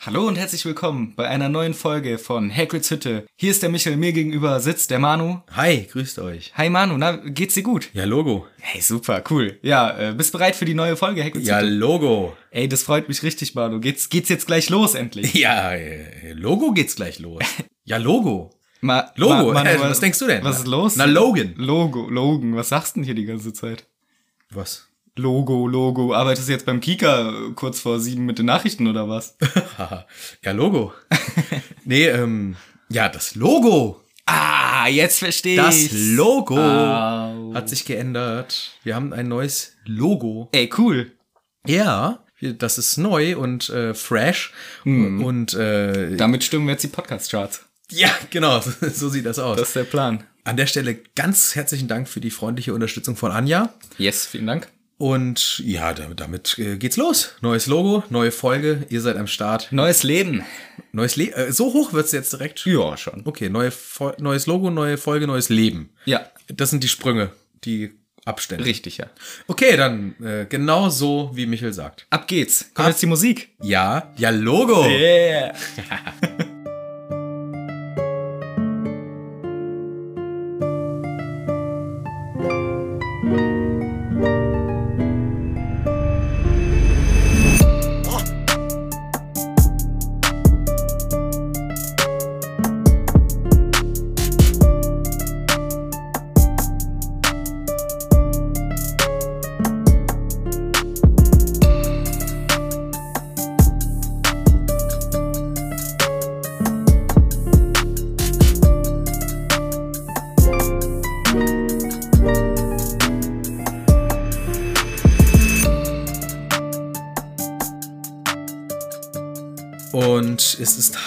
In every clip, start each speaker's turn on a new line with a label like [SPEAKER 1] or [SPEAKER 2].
[SPEAKER 1] Hallo und herzlich willkommen bei einer neuen Folge von Hagrids Hütte. Hier ist der Michel, mir gegenüber sitzt der Manu.
[SPEAKER 2] Hi, grüßt euch.
[SPEAKER 1] Hi Manu, na, geht's dir gut?
[SPEAKER 2] Ja, Logo.
[SPEAKER 1] Hey, super, cool. Ja, äh, bist bereit für die neue Folge Hagrids
[SPEAKER 2] Ja,
[SPEAKER 1] Hütte?
[SPEAKER 2] Logo.
[SPEAKER 1] Ey, das freut mich richtig, Manu. Geht's, geht's jetzt gleich los endlich?
[SPEAKER 2] Ja, äh, Logo geht's gleich los. Ja, Logo.
[SPEAKER 1] Ma,
[SPEAKER 2] Logo,
[SPEAKER 1] Ma- Manu,
[SPEAKER 2] äh, was denkst du denn?
[SPEAKER 1] Was ist los?
[SPEAKER 2] Na, Logan.
[SPEAKER 1] Logo, Logan, was sagst du denn hier die ganze Zeit?
[SPEAKER 2] Was?
[SPEAKER 1] Logo, Logo. Arbeitest du jetzt beim Kika kurz vor sieben mit den Nachrichten oder was?
[SPEAKER 2] Haha. ja, Logo. nee, ähm, ja, das Logo.
[SPEAKER 1] Ah, jetzt verstehe
[SPEAKER 2] Das Logo
[SPEAKER 1] Au.
[SPEAKER 2] hat sich geändert. Wir haben ein neues Logo.
[SPEAKER 1] Ey, cool.
[SPEAKER 2] Ja, wir- das ist neu und äh, fresh. Und äh,
[SPEAKER 1] Damit stürmen wir jetzt die Podcast-Charts.
[SPEAKER 2] ja, genau, so sieht das aus.
[SPEAKER 1] Das ist der Plan.
[SPEAKER 2] An der Stelle ganz herzlichen Dank für die freundliche Unterstützung von Anja.
[SPEAKER 1] Yes, vielen Dank.
[SPEAKER 2] Und ja, damit, damit äh, geht's los. Neues Logo, neue Folge, ihr seid am Start.
[SPEAKER 1] Neues Leben.
[SPEAKER 2] Neues Le äh, so hoch wird's jetzt direkt.
[SPEAKER 1] Ja, schon.
[SPEAKER 2] Okay, neue Fol- neues Logo, neue Folge, neues Leben.
[SPEAKER 1] Ja,
[SPEAKER 2] Das sind die Sprünge, die Abstände.
[SPEAKER 1] richtig, ja.
[SPEAKER 2] Okay, dann äh, genau so, wie Michel sagt.
[SPEAKER 1] Ab Oh. geht's. Kommt jetzt die Musik.
[SPEAKER 2] Ja, ja, Logo.
[SPEAKER 1] Yeah.
[SPEAKER 2] Und es ist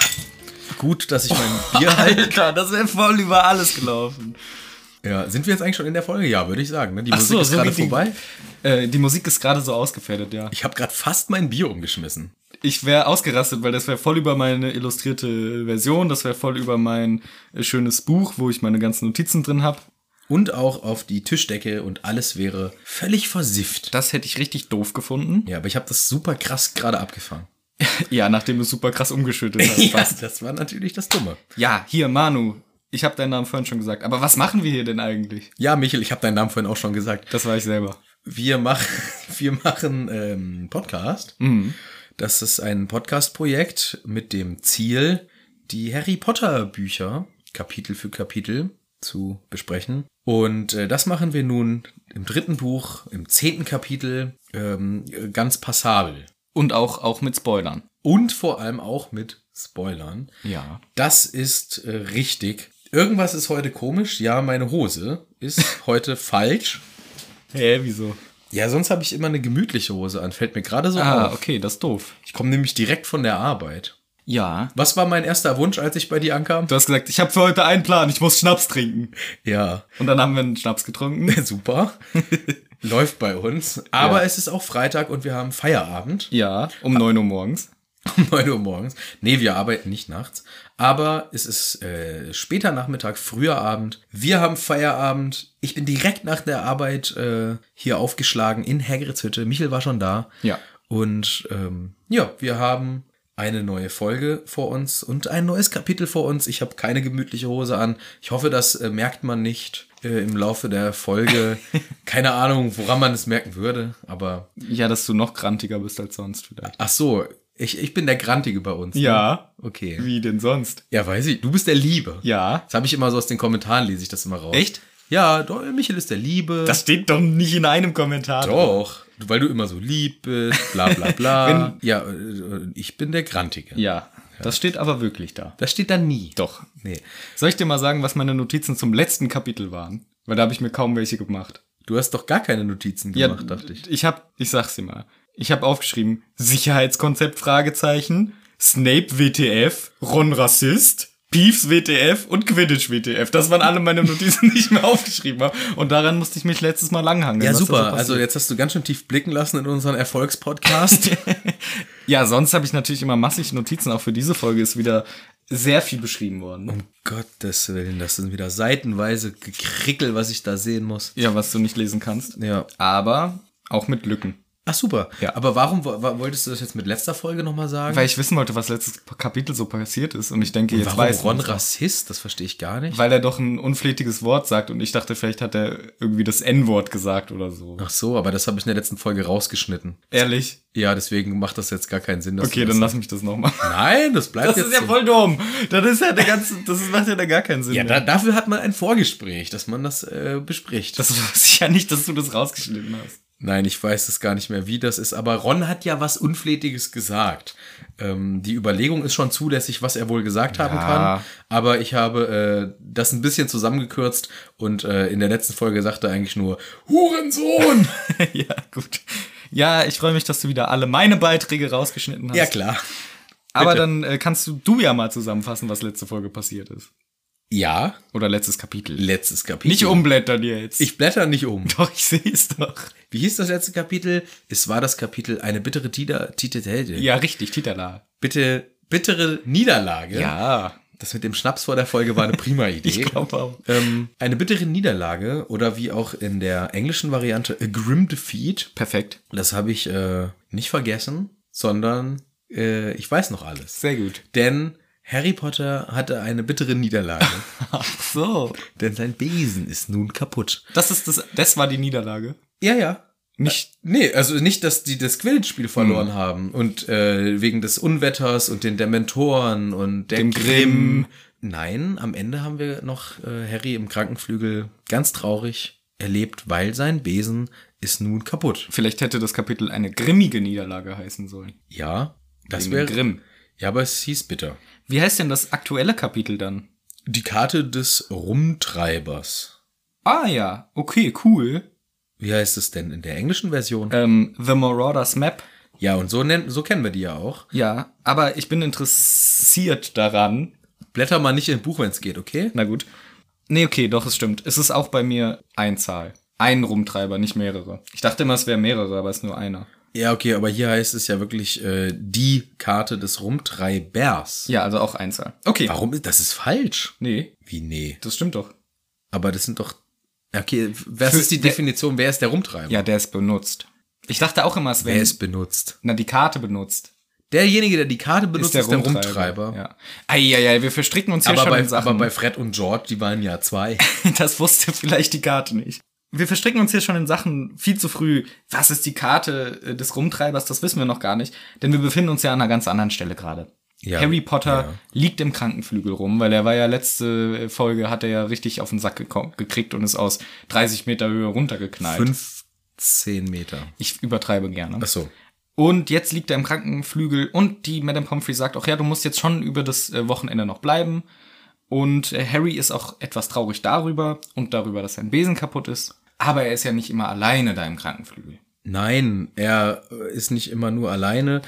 [SPEAKER 2] gut, dass ich mein Bier halt- halte.
[SPEAKER 1] Alter, das wäre voll über alles gelaufen.
[SPEAKER 2] Ja, sind wir jetzt eigentlich schon in der Folge? Ja, würde ich sagen. Ne? Die
[SPEAKER 1] Ach
[SPEAKER 2] Musik
[SPEAKER 1] so,
[SPEAKER 2] ist
[SPEAKER 1] so
[SPEAKER 2] gerade
[SPEAKER 1] geht die-
[SPEAKER 2] vorbei.
[SPEAKER 1] Äh, die Musik ist gerade so ausgefädelt, ja.
[SPEAKER 2] Ich habe gerade fast mein Bier umgeschmissen.
[SPEAKER 1] Ich wäre ausgerastet, weil das wäre voll über meine illustrierte Version, das wäre voll über mein äh, schönes Buch, wo ich meine ganzen Notizen drin habe.
[SPEAKER 2] Und auch auf die Tischdecke und alles wäre völlig versifft.
[SPEAKER 1] Das hätte ich richtig doof gefunden.
[SPEAKER 2] Ja, aber ich habe das super krass gerade abgefangen.
[SPEAKER 1] Ja, nachdem du super krass umgeschüttet hast.
[SPEAKER 2] Ja, das war natürlich das Dumme.
[SPEAKER 1] Ja, hier, Manu. Ich habe deinen Namen vorhin schon gesagt. Aber was machen wir hier denn eigentlich?
[SPEAKER 2] Ja, Michel, ich habe deinen Namen vorhin auch schon gesagt.
[SPEAKER 1] Das war ich selber.
[SPEAKER 2] Wir, mach, wir machen ähm, Podcast. Das ist ein Podcast-Projekt mit dem Ziel, die Harry Potter-Bücher Kapitel für Kapitel zu besprechen. Und äh, das machen wir nun im dritten Buch, im zehnten Kapitel, ähm, ganz passabel.
[SPEAKER 1] Und auch, auch mit Spoilern.
[SPEAKER 2] Und vor allem auch mit Spoilern.
[SPEAKER 1] Ja.
[SPEAKER 2] Das ist äh, richtig. Irgendwas ist heute komisch. Ja, meine Hose ist heute falsch.
[SPEAKER 1] Hä, wieso?
[SPEAKER 2] Ja, sonst habe ich immer eine gemütliche Hose an. Fällt mir gerade so
[SPEAKER 1] Ah,
[SPEAKER 2] auf.
[SPEAKER 1] okay, das ist doof.
[SPEAKER 2] Ich komme nämlich direkt von der Arbeit.
[SPEAKER 1] Ja.
[SPEAKER 2] Was war mein erster Wunsch, als ich bei dir ankam?
[SPEAKER 1] Du hast gesagt, ich habe für heute einen Plan, ich muss Schnaps trinken.
[SPEAKER 2] Ja,
[SPEAKER 1] Und dann haben wir einen Schnaps getrunken.
[SPEAKER 2] super. Läuft bei uns. Aber
[SPEAKER 1] Ja.
[SPEAKER 2] es ist auch Freitag und wir haben Feierabend.
[SPEAKER 1] Ja, um 9 Uhr morgens.
[SPEAKER 2] Um 9 Uhr morgens. Nee, wir arbeiten nicht nachts. Aber es ist äh, später Nachmittag, früher Abend. Wir haben Feierabend. Ich bin direkt nach der Arbeit äh, hier aufgeschlagen in Hagrids Hütte. Michel war schon da.
[SPEAKER 1] Ja.
[SPEAKER 2] Und ähm, ja, wir haben eine neue Folge vor uns und ein neues Kapitel vor uns. Ich habe keine gemütliche Hose an. Ich hoffe, das äh, merkt man nicht äh, im Laufe der Folge. keine Ahnung, woran man es merken würde, aber
[SPEAKER 1] Ja, dass du noch grantiger bist als sonst vielleicht.
[SPEAKER 2] ach so, ich, ich bin der Grantige bei uns. ne?
[SPEAKER 1] Ja.
[SPEAKER 2] Okay.
[SPEAKER 1] Wie denn sonst?
[SPEAKER 2] Ja, weiß ich. Du bist der Liebe.
[SPEAKER 1] Ja.
[SPEAKER 2] Das habe ich immer so aus den Kommentaren, lese ich das immer raus.
[SPEAKER 1] Echt?
[SPEAKER 2] Ja, doch, Michel ist der Liebe.
[SPEAKER 1] Das steht doch nicht in einem Kommentar.
[SPEAKER 2] doch. Weil du immer so lieb bist, bla bla bla.
[SPEAKER 1] Wenn-
[SPEAKER 2] ja, äh, ich bin der Grantige.
[SPEAKER 1] Ja, das steht aber wirklich da.
[SPEAKER 2] Das steht da nie.
[SPEAKER 1] Doch.
[SPEAKER 2] Nee.
[SPEAKER 1] Soll ich dir mal sagen, was meine Notizen zum letzten Kapitel waren? Weil da habe ich mir kaum welche gemacht.
[SPEAKER 2] Du hast doch gar keine Notizen gemacht, dachte ich.
[SPEAKER 1] Ich habe, ich sag's dir mal. Ich habe aufgeschrieben Sicherheitskonzept Fragezeichen, Snape WTF, Ron Rassist, Peeves WTF und Quidditch WTF. Das waren alle meine Notizen, die ich mir aufgeschrieben habe. Und daran musste ich mich letztes Mal langhangeln.
[SPEAKER 2] Ja,
[SPEAKER 1] was da so
[SPEAKER 2] super.
[SPEAKER 1] passiert.
[SPEAKER 2] also jetzt hast du ganz schön tief blicken lassen in unseren Erfolgspodcast.
[SPEAKER 1] ja, sonst habe ich natürlich immer massig Notizen. Auch für diese Folge ist wieder sehr viel beschrieben worden.
[SPEAKER 2] um Gottes Willen, das sind wieder seitenweise Gekrickel, was ich da sehen muss.
[SPEAKER 1] Ja, was du nicht lesen kannst.
[SPEAKER 2] Ja.
[SPEAKER 1] Aber auch mit Lücken.
[SPEAKER 2] Ach super.
[SPEAKER 1] Ja.
[SPEAKER 2] Aber warum wo- wo- wolltest du das jetzt mit letzter Folge nochmal sagen?
[SPEAKER 1] Weil ich wissen wollte, was letztes Kapitel so passiert ist. Und ich denke, jetzt
[SPEAKER 2] warum
[SPEAKER 1] weiß
[SPEAKER 2] Ron
[SPEAKER 1] man's.
[SPEAKER 2] Rassist? Das verstehe ich gar nicht.
[SPEAKER 1] Weil er doch ein unflätiges Wort sagt und ich dachte, vielleicht hat er irgendwie das N-Wort gesagt oder so.
[SPEAKER 2] Ach so, aber das habe ich in der letzten Folge rausgeschnitten.
[SPEAKER 1] Ehrlich?
[SPEAKER 2] Ja, deswegen macht das jetzt gar keinen Sinn. dass
[SPEAKER 1] Okay,
[SPEAKER 2] du das
[SPEAKER 1] dann lass mich das nochmal.
[SPEAKER 2] Nein, das bleibt
[SPEAKER 1] Das
[SPEAKER 2] jetzt
[SPEAKER 1] ist ja
[SPEAKER 2] so.
[SPEAKER 1] voll dumm. Das ist ja der ganze, das ist- macht ja da gar keinen Sinn.
[SPEAKER 2] Ja,
[SPEAKER 1] mehr.
[SPEAKER 2] da, dafür hat man ein Vorgespräch, dass man das äh, bespricht.
[SPEAKER 1] das weiß ich ja nicht, dass du das rausgeschnitten hast.
[SPEAKER 2] Nein, ich weiß es gar nicht mehr, wie das ist, aber Ron hat ja was Unflätiges gesagt. Ähm, die Überlegung ist schon zulässig, was er wohl gesagt haben
[SPEAKER 1] Ja.
[SPEAKER 2] kann, aber ich habe äh, das ein bisschen zusammengekürzt und äh, in der letzten Folge sagte er eigentlich nur Hurensohn!
[SPEAKER 1] ja, gut. Ja, ich freue mich, dass du wieder alle meine Beiträge rausgeschnitten hast.
[SPEAKER 2] ja, klar.
[SPEAKER 1] Aber
[SPEAKER 2] bitte.
[SPEAKER 1] dann äh, kannst du, du ja mal zusammenfassen, was letzte Folge passiert ist.
[SPEAKER 2] Ja,
[SPEAKER 1] Oder letztes Kapitel.
[SPEAKER 2] letztes Kapitel.
[SPEAKER 1] nicht umblättern jetzt.
[SPEAKER 2] Ich blätter nicht um.
[SPEAKER 1] doch, ich sehe es doch.
[SPEAKER 2] Wie hieß das letzte Kapitel? Es war das Kapitel Eine bittere Tita Tita
[SPEAKER 1] Ja, richtig, Titala.
[SPEAKER 2] Bitte, bittere Niederlage.
[SPEAKER 1] Ja,
[SPEAKER 2] Das mit dem Schnaps vor der Folge war eine prima Idee.
[SPEAKER 1] ich glaube auch.
[SPEAKER 2] Ähm, eine bittere Niederlage oder wie auch in der englischen Variante A Grim Defeat.
[SPEAKER 1] Perfekt.
[SPEAKER 2] Das habe ich äh, nicht vergessen, sondern äh, ich weiß noch alles.
[SPEAKER 1] Sehr gut.
[SPEAKER 2] Denn Harry Potter hatte eine bittere Niederlage.
[SPEAKER 1] Ach so.
[SPEAKER 2] denn sein Besen ist nun kaputt.
[SPEAKER 1] Das ist das, das war die Niederlage.
[SPEAKER 2] Ja, ja.
[SPEAKER 1] Nicht,
[SPEAKER 2] Nee, also nicht, dass die das
[SPEAKER 1] Hm.
[SPEAKER 2] Quidditch-Spiel verloren haben und äh, wegen des Unwetters und den Dementoren und der
[SPEAKER 1] Dem Grimm.
[SPEAKER 2] Nein, am Ende haben wir noch äh, Harry im Krankenflügel ganz traurig erlebt, weil sein Besen ist nun kaputt.
[SPEAKER 1] vielleicht hätte das Kapitel eine grimmige Niederlage heißen sollen.
[SPEAKER 2] Ja, das
[SPEAKER 1] Wegen
[SPEAKER 2] wäre
[SPEAKER 1] Grimm.
[SPEAKER 2] Ja, aber es hieß bitter.
[SPEAKER 1] Wie heißt denn das aktuelle Kapitel dann?
[SPEAKER 2] Die Karte des Rumtreibers.
[SPEAKER 1] Ah ja, okay, cool.
[SPEAKER 2] Wie heißt es denn in der englischen Version?
[SPEAKER 1] Ähm, The Marauders Map.
[SPEAKER 2] Ja, und so nennen, so kennen wir die ja auch.
[SPEAKER 1] Ja, aber ich bin interessiert daran.
[SPEAKER 2] Blätter mal nicht im Buch, wenn es geht, okay?
[SPEAKER 1] Na gut. Nee, okay, doch, es stimmt. Es ist auch bei mir Einzahl. Ein Rumtreiber, nicht mehrere. Ich dachte immer, es wären mehrere, aber es ist nur einer.
[SPEAKER 2] Ja, okay, aber hier heißt es ja wirklich äh, die Karte des Rumtreibers.
[SPEAKER 1] Ja, also auch Einzahl. Okay.
[SPEAKER 2] Warum ist das ist falsch?
[SPEAKER 1] Nee,
[SPEAKER 2] Wie nee?
[SPEAKER 1] das stimmt doch.
[SPEAKER 2] Aber das sind doch Okay, was
[SPEAKER 1] Für-
[SPEAKER 2] ist die
[SPEAKER 1] wer-
[SPEAKER 2] Definition, wer ist der Rumtreiber?
[SPEAKER 1] Ja, der ist benutzt. Ich dachte auch immer, es
[SPEAKER 2] Wer
[SPEAKER 1] wäre.
[SPEAKER 2] es benutzt?
[SPEAKER 1] Na, die Karte benutzt.
[SPEAKER 2] Derjenige, der die Karte benutzt,
[SPEAKER 1] Ist der Rumtreiber. Ja. Eieiei, wir verstricken uns hier
[SPEAKER 2] Aber,
[SPEAKER 1] schon in
[SPEAKER 2] bei, aber
[SPEAKER 1] Sachen.
[SPEAKER 2] bei Fred und George, die waren ja zwei.
[SPEAKER 1] das wusste vielleicht die Karte nicht. Wir verstricken uns hier schon in Sachen viel zu früh. Was ist die Karte äh, des Rumtreibers? Das wissen wir noch gar nicht. Denn wir befinden uns ja an einer ganz anderen Stelle gerade.
[SPEAKER 2] Ja,
[SPEAKER 1] Harry Potter liegt im Krankenflügel rum, weil er war ja letzte äh, Folge, hat er ja richtig auf den Sack geko- gekriegt und ist aus 30 Meter Höhe runtergeknallt.
[SPEAKER 2] 15 Meter.
[SPEAKER 1] Ich übertreibe gerne.
[SPEAKER 2] Ach so.
[SPEAKER 1] Und jetzt liegt er im Krankenflügel und die Madame Pomfrey sagt auch, ja, du musst jetzt schon über das äh, Wochenende noch bleiben. Und äh, Harry ist auch etwas traurig darüber und darüber, dass sein Besen kaputt ist. Aber er ist ja nicht immer alleine da im Krankenflügel.
[SPEAKER 2] Nein, er äh, ist nicht immer nur alleine,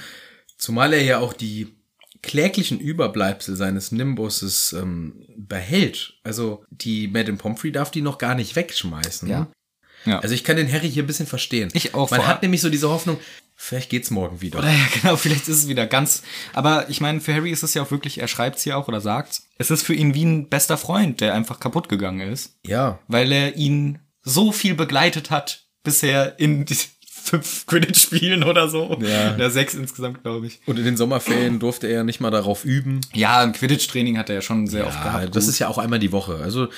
[SPEAKER 2] zumal er ja auch die kläglichen Überbleibsel seines Nimbuses ähm, behält. Also die Madame Pomfrey darf die noch gar nicht wegschmeißen.
[SPEAKER 1] Ja. Ja.
[SPEAKER 2] Also ich kann den Harry hier ein bisschen verstehen.
[SPEAKER 1] Ich auch,
[SPEAKER 2] Man
[SPEAKER 1] vor
[SPEAKER 2] hat
[SPEAKER 1] allem-
[SPEAKER 2] nämlich so diese Hoffnung, vielleicht geht's morgen wieder.
[SPEAKER 1] Oder ja, genau, vielleicht ist es wieder ganz. Aber ich meine, für Harry ist es ja auch wirklich, er schreibt's hier auch oder sagt's. Es ist für ihn wie ein bester Freund, der einfach kaputt gegangen ist,
[SPEAKER 2] ja.
[SPEAKER 1] weil er ihn so viel begleitet hat bisher in die fünf Quidditch-Spielen oder so.
[SPEAKER 2] Ja.
[SPEAKER 1] Oder sechs insgesamt, glaube ich.
[SPEAKER 2] Und in den Sommerferien durfte er ja nicht mal darauf üben.
[SPEAKER 1] Ja, ein Quidditch-Training hat er ja halt. schon sehr oft
[SPEAKER 2] Ah,
[SPEAKER 1] gehabt.
[SPEAKER 2] das ist ja auch einmal die Woche. Also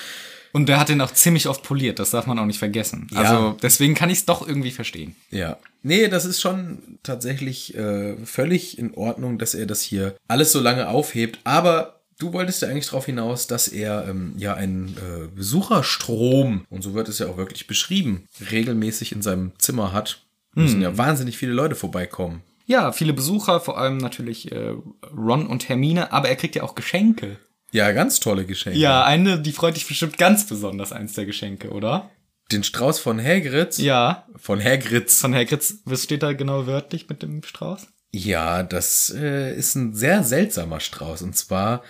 [SPEAKER 1] Und er hat den auch ziemlich oft poliert, das darf man auch nicht vergessen. Also deswegen kann ich es doch irgendwie verstehen.
[SPEAKER 2] Ja. Nee, das ist schon tatsächlich äh, völlig in Ordnung, dass er das hier alles so lange aufhebt. Aber du wolltest ja eigentlich darauf hinaus, dass er ähm, ja einen äh, Besucherstrom, und so wird es ja auch wirklich beschrieben, regelmäßig in seinem Zimmer hat. Müssen
[SPEAKER 1] Hm.
[SPEAKER 2] ja wahnsinnig viele Leute vorbeikommen.
[SPEAKER 1] Ja, viele Besucher, vor allem natürlich äh, Ron und Hermine, aber er kriegt ja auch Geschenke.
[SPEAKER 2] Ja, ganz tolle Geschenke.
[SPEAKER 1] Ja, eine, die freut dich bestimmt ganz besonders, eins der Geschenke, oder?
[SPEAKER 2] Den Strauß von Hagrid.
[SPEAKER 1] Ja.
[SPEAKER 2] Von Hagrids.
[SPEAKER 1] Von Hagrids, was steht da genau wörtlich mit dem Strauß?
[SPEAKER 2] Ja, das äh, ist ein sehr seltsamer Strauß. Und zwar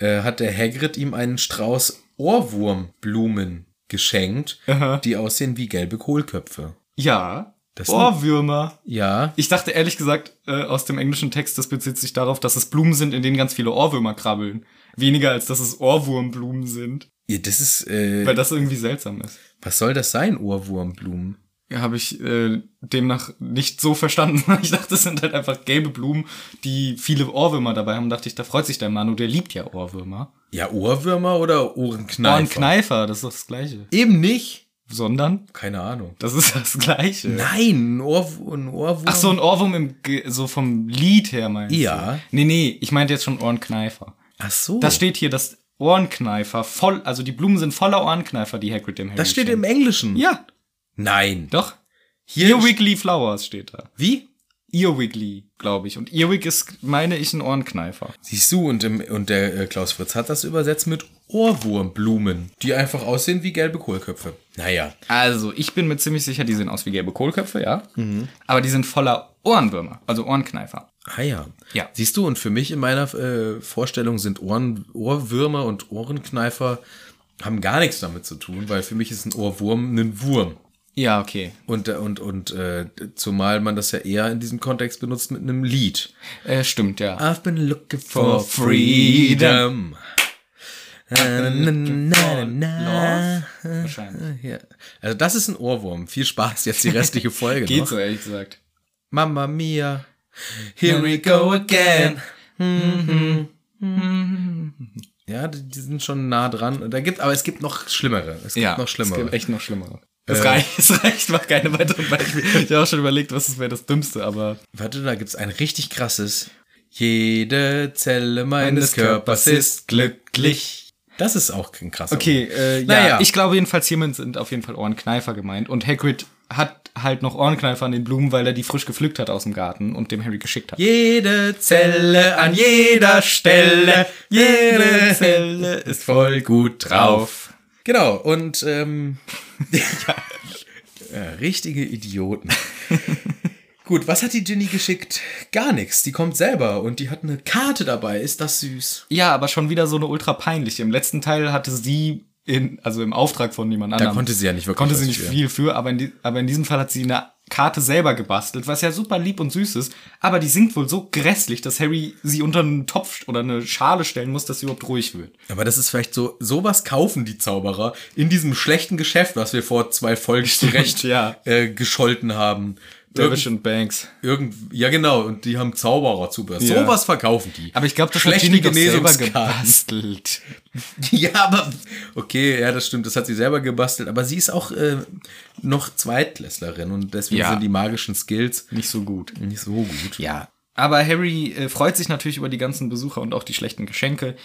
[SPEAKER 2] äh, hat der Hagrid ihm einen Strauß Ohrwurmblumen geschenkt, die aussehen wie gelbe Kohlköpfe.
[SPEAKER 1] Ja.
[SPEAKER 2] Das
[SPEAKER 1] Ohrwürmer.
[SPEAKER 2] Ja,
[SPEAKER 1] Ich dachte ehrlich gesagt äh, aus dem englischen Text, das bezieht sich darauf, dass es Blumen sind, in denen ganz viele Ohrwürmer krabbeln. Weniger als dass es Ohrwurmblumen sind.
[SPEAKER 2] ja, das ist. Äh,
[SPEAKER 1] Weil das irgendwie seltsam ist.
[SPEAKER 2] was soll das sein, Ohrwurmblumen?
[SPEAKER 1] habe ich äh, demnach nicht so verstanden. Ich dachte, es sind halt einfach gelbe Blumen, die viele Ohrwürmer dabei haben. Dachte ich, da freut sich der Manu, der liebt ja Ohrwürmer.
[SPEAKER 2] Ja, Ohrwürmer oder Ohrenkneifer?
[SPEAKER 1] Ohrenkneifer, das ist doch das Gleiche.
[SPEAKER 2] Eben nicht.
[SPEAKER 1] Sondern,
[SPEAKER 2] Keine Ahnung.
[SPEAKER 1] das ist das Gleiche.
[SPEAKER 2] Nein, ein Ohrw ein Ohrwurm.
[SPEAKER 1] Ach so, ein Ohrwurm im, Ge- so vom Lied her meinst du?
[SPEAKER 2] Ja. Oh.
[SPEAKER 1] Nee, nee, ich meinte jetzt schon Ohrenkneifer.
[SPEAKER 2] Ach so.
[SPEAKER 1] Das steht hier, das Ohrenkneifer, voll, also die Blumen sind voller Ohrenkneifer, die Hagrid dem Harry
[SPEAKER 2] Das steht
[SPEAKER 1] schenkt.
[SPEAKER 2] im Englischen.
[SPEAKER 1] Ja,
[SPEAKER 2] Nein.
[SPEAKER 1] doch.
[SPEAKER 2] Hier-
[SPEAKER 1] Earwigly Flowers steht da.
[SPEAKER 2] Wie?
[SPEAKER 1] Earwigly, glaube ich. Und Earwig ist, meine ich, ein Ohrenkneifer.
[SPEAKER 2] Siehst du, und, im, und der äh, Klaus Fritz hat das übersetzt mit Ohrwurmblumen, die einfach aussehen wie gelbe Kohlköpfe. Naja.
[SPEAKER 1] Also, ich bin mir ziemlich sicher, die sehen aus wie gelbe Kohlköpfe, ja.
[SPEAKER 2] Mhm.
[SPEAKER 1] Aber die sind voller Ohrenwürmer, also Ohrenkneifer.
[SPEAKER 2] Ah ja.
[SPEAKER 1] Ja.
[SPEAKER 2] Siehst du, und für mich in meiner äh, Vorstellung sind Ohren, Ohrwürmer und Ohrenkneifer haben gar nichts damit zu tun, weil für mich ist ein Ohrwurm ein Wurm.
[SPEAKER 1] Ja, okay.
[SPEAKER 2] Und, äh, und, und äh, zumal man das ja eher in diesem Kontext benutzt mit einem Lied.
[SPEAKER 1] Äh, stimmt, ja.
[SPEAKER 2] I've been looking
[SPEAKER 1] for freedom.
[SPEAKER 2] Äh, Na-na-na-na-na.
[SPEAKER 1] Wahrscheinlich.
[SPEAKER 2] Ja. Also das ist ein Ohrwurm. Viel Spaß jetzt die restliche Folge
[SPEAKER 1] Geht
[SPEAKER 2] noch.
[SPEAKER 1] so, ehrlich gesagt.
[SPEAKER 2] Mamma mia. Here we go again. Ja, die, die sind schon nah dran. Da gibt, aber es gibt noch schlimmere. Es gibt noch
[SPEAKER 1] Es gibt
[SPEAKER 2] schlimmere. Äh.
[SPEAKER 1] echt noch schlimmere. Es, reicht, es reicht, mach keine weiteren Beispiele. Ich habe auch schon überlegt, was wäre das Dümmste, aber
[SPEAKER 2] Warte, da gibt's ein richtig krasses. Jede Zelle meines
[SPEAKER 1] Meines
[SPEAKER 2] Körpers
[SPEAKER 1] Körpers
[SPEAKER 2] ist glücklich. Das ist auch ein krasser.
[SPEAKER 1] Okay, äh, ja,
[SPEAKER 2] Naja.
[SPEAKER 1] ich glaube jedenfalls, hiermit sind auf jeden Fall Ohrenkneifer gemeint. Und Hagrid hat halt noch Ohrenkneifer an den Blumen, weil er die frisch gepflückt hat aus dem Garten und dem Harry geschickt hat.
[SPEAKER 2] Jede Zelle an jeder Stelle, jede Zelle ist voll gut drauf. Genau, und ähm, ja. richtige Idioten. gut, was hat die Ginny geschickt? Gar nichts, die kommt selber und die hat eine Karte dabei, ist das süß.
[SPEAKER 1] Ja, aber schon wieder so eine ultra peinliche. Im letzten Teil hatte sie in, also im Auftrag von jemand anderem.
[SPEAKER 2] konnte sie ja nicht wirklich
[SPEAKER 1] Konnte sie
[SPEAKER 2] was
[SPEAKER 1] nicht
[SPEAKER 2] für.
[SPEAKER 1] viel für, aber in, die, aber in diesem Fall hat sie eine Karte selber gebastelt, was ja super lieb und süß ist. Aber die singt wohl so grässlich, dass Harry sie unter einen Topf oder eine Schale stellen muss, dass sie überhaupt ruhig wird.
[SPEAKER 2] Aber das ist vielleicht so, sowas kaufen die Zauberer in diesem schlechten Geschäft, was wir vor zwei Folgen zurecht
[SPEAKER 1] ja.
[SPEAKER 2] äh, gescholten haben.
[SPEAKER 1] Dervish und Banks.
[SPEAKER 2] Irgend, ja, genau, und die haben Zaubererzubehör.
[SPEAKER 1] Ja.
[SPEAKER 2] Sowas verkaufen die.
[SPEAKER 1] Aber ich glaube, das hat
[SPEAKER 2] Schlechte
[SPEAKER 1] Ginny doch selber
[SPEAKER 2] Genesungskarten.
[SPEAKER 1] gebastelt.
[SPEAKER 2] Ja, aber okay, ja, das stimmt, das hat sie selber gebastelt, aber sie ist auch äh, noch Zweitklässlerin und deswegen
[SPEAKER 1] Ja.
[SPEAKER 2] sind die magischen Skills
[SPEAKER 1] Nicht so gut.
[SPEAKER 2] nicht so gut.
[SPEAKER 1] Ja. Aber Harry äh, freut sich natürlich über die ganzen Besucher und auch die schlechten Geschenke.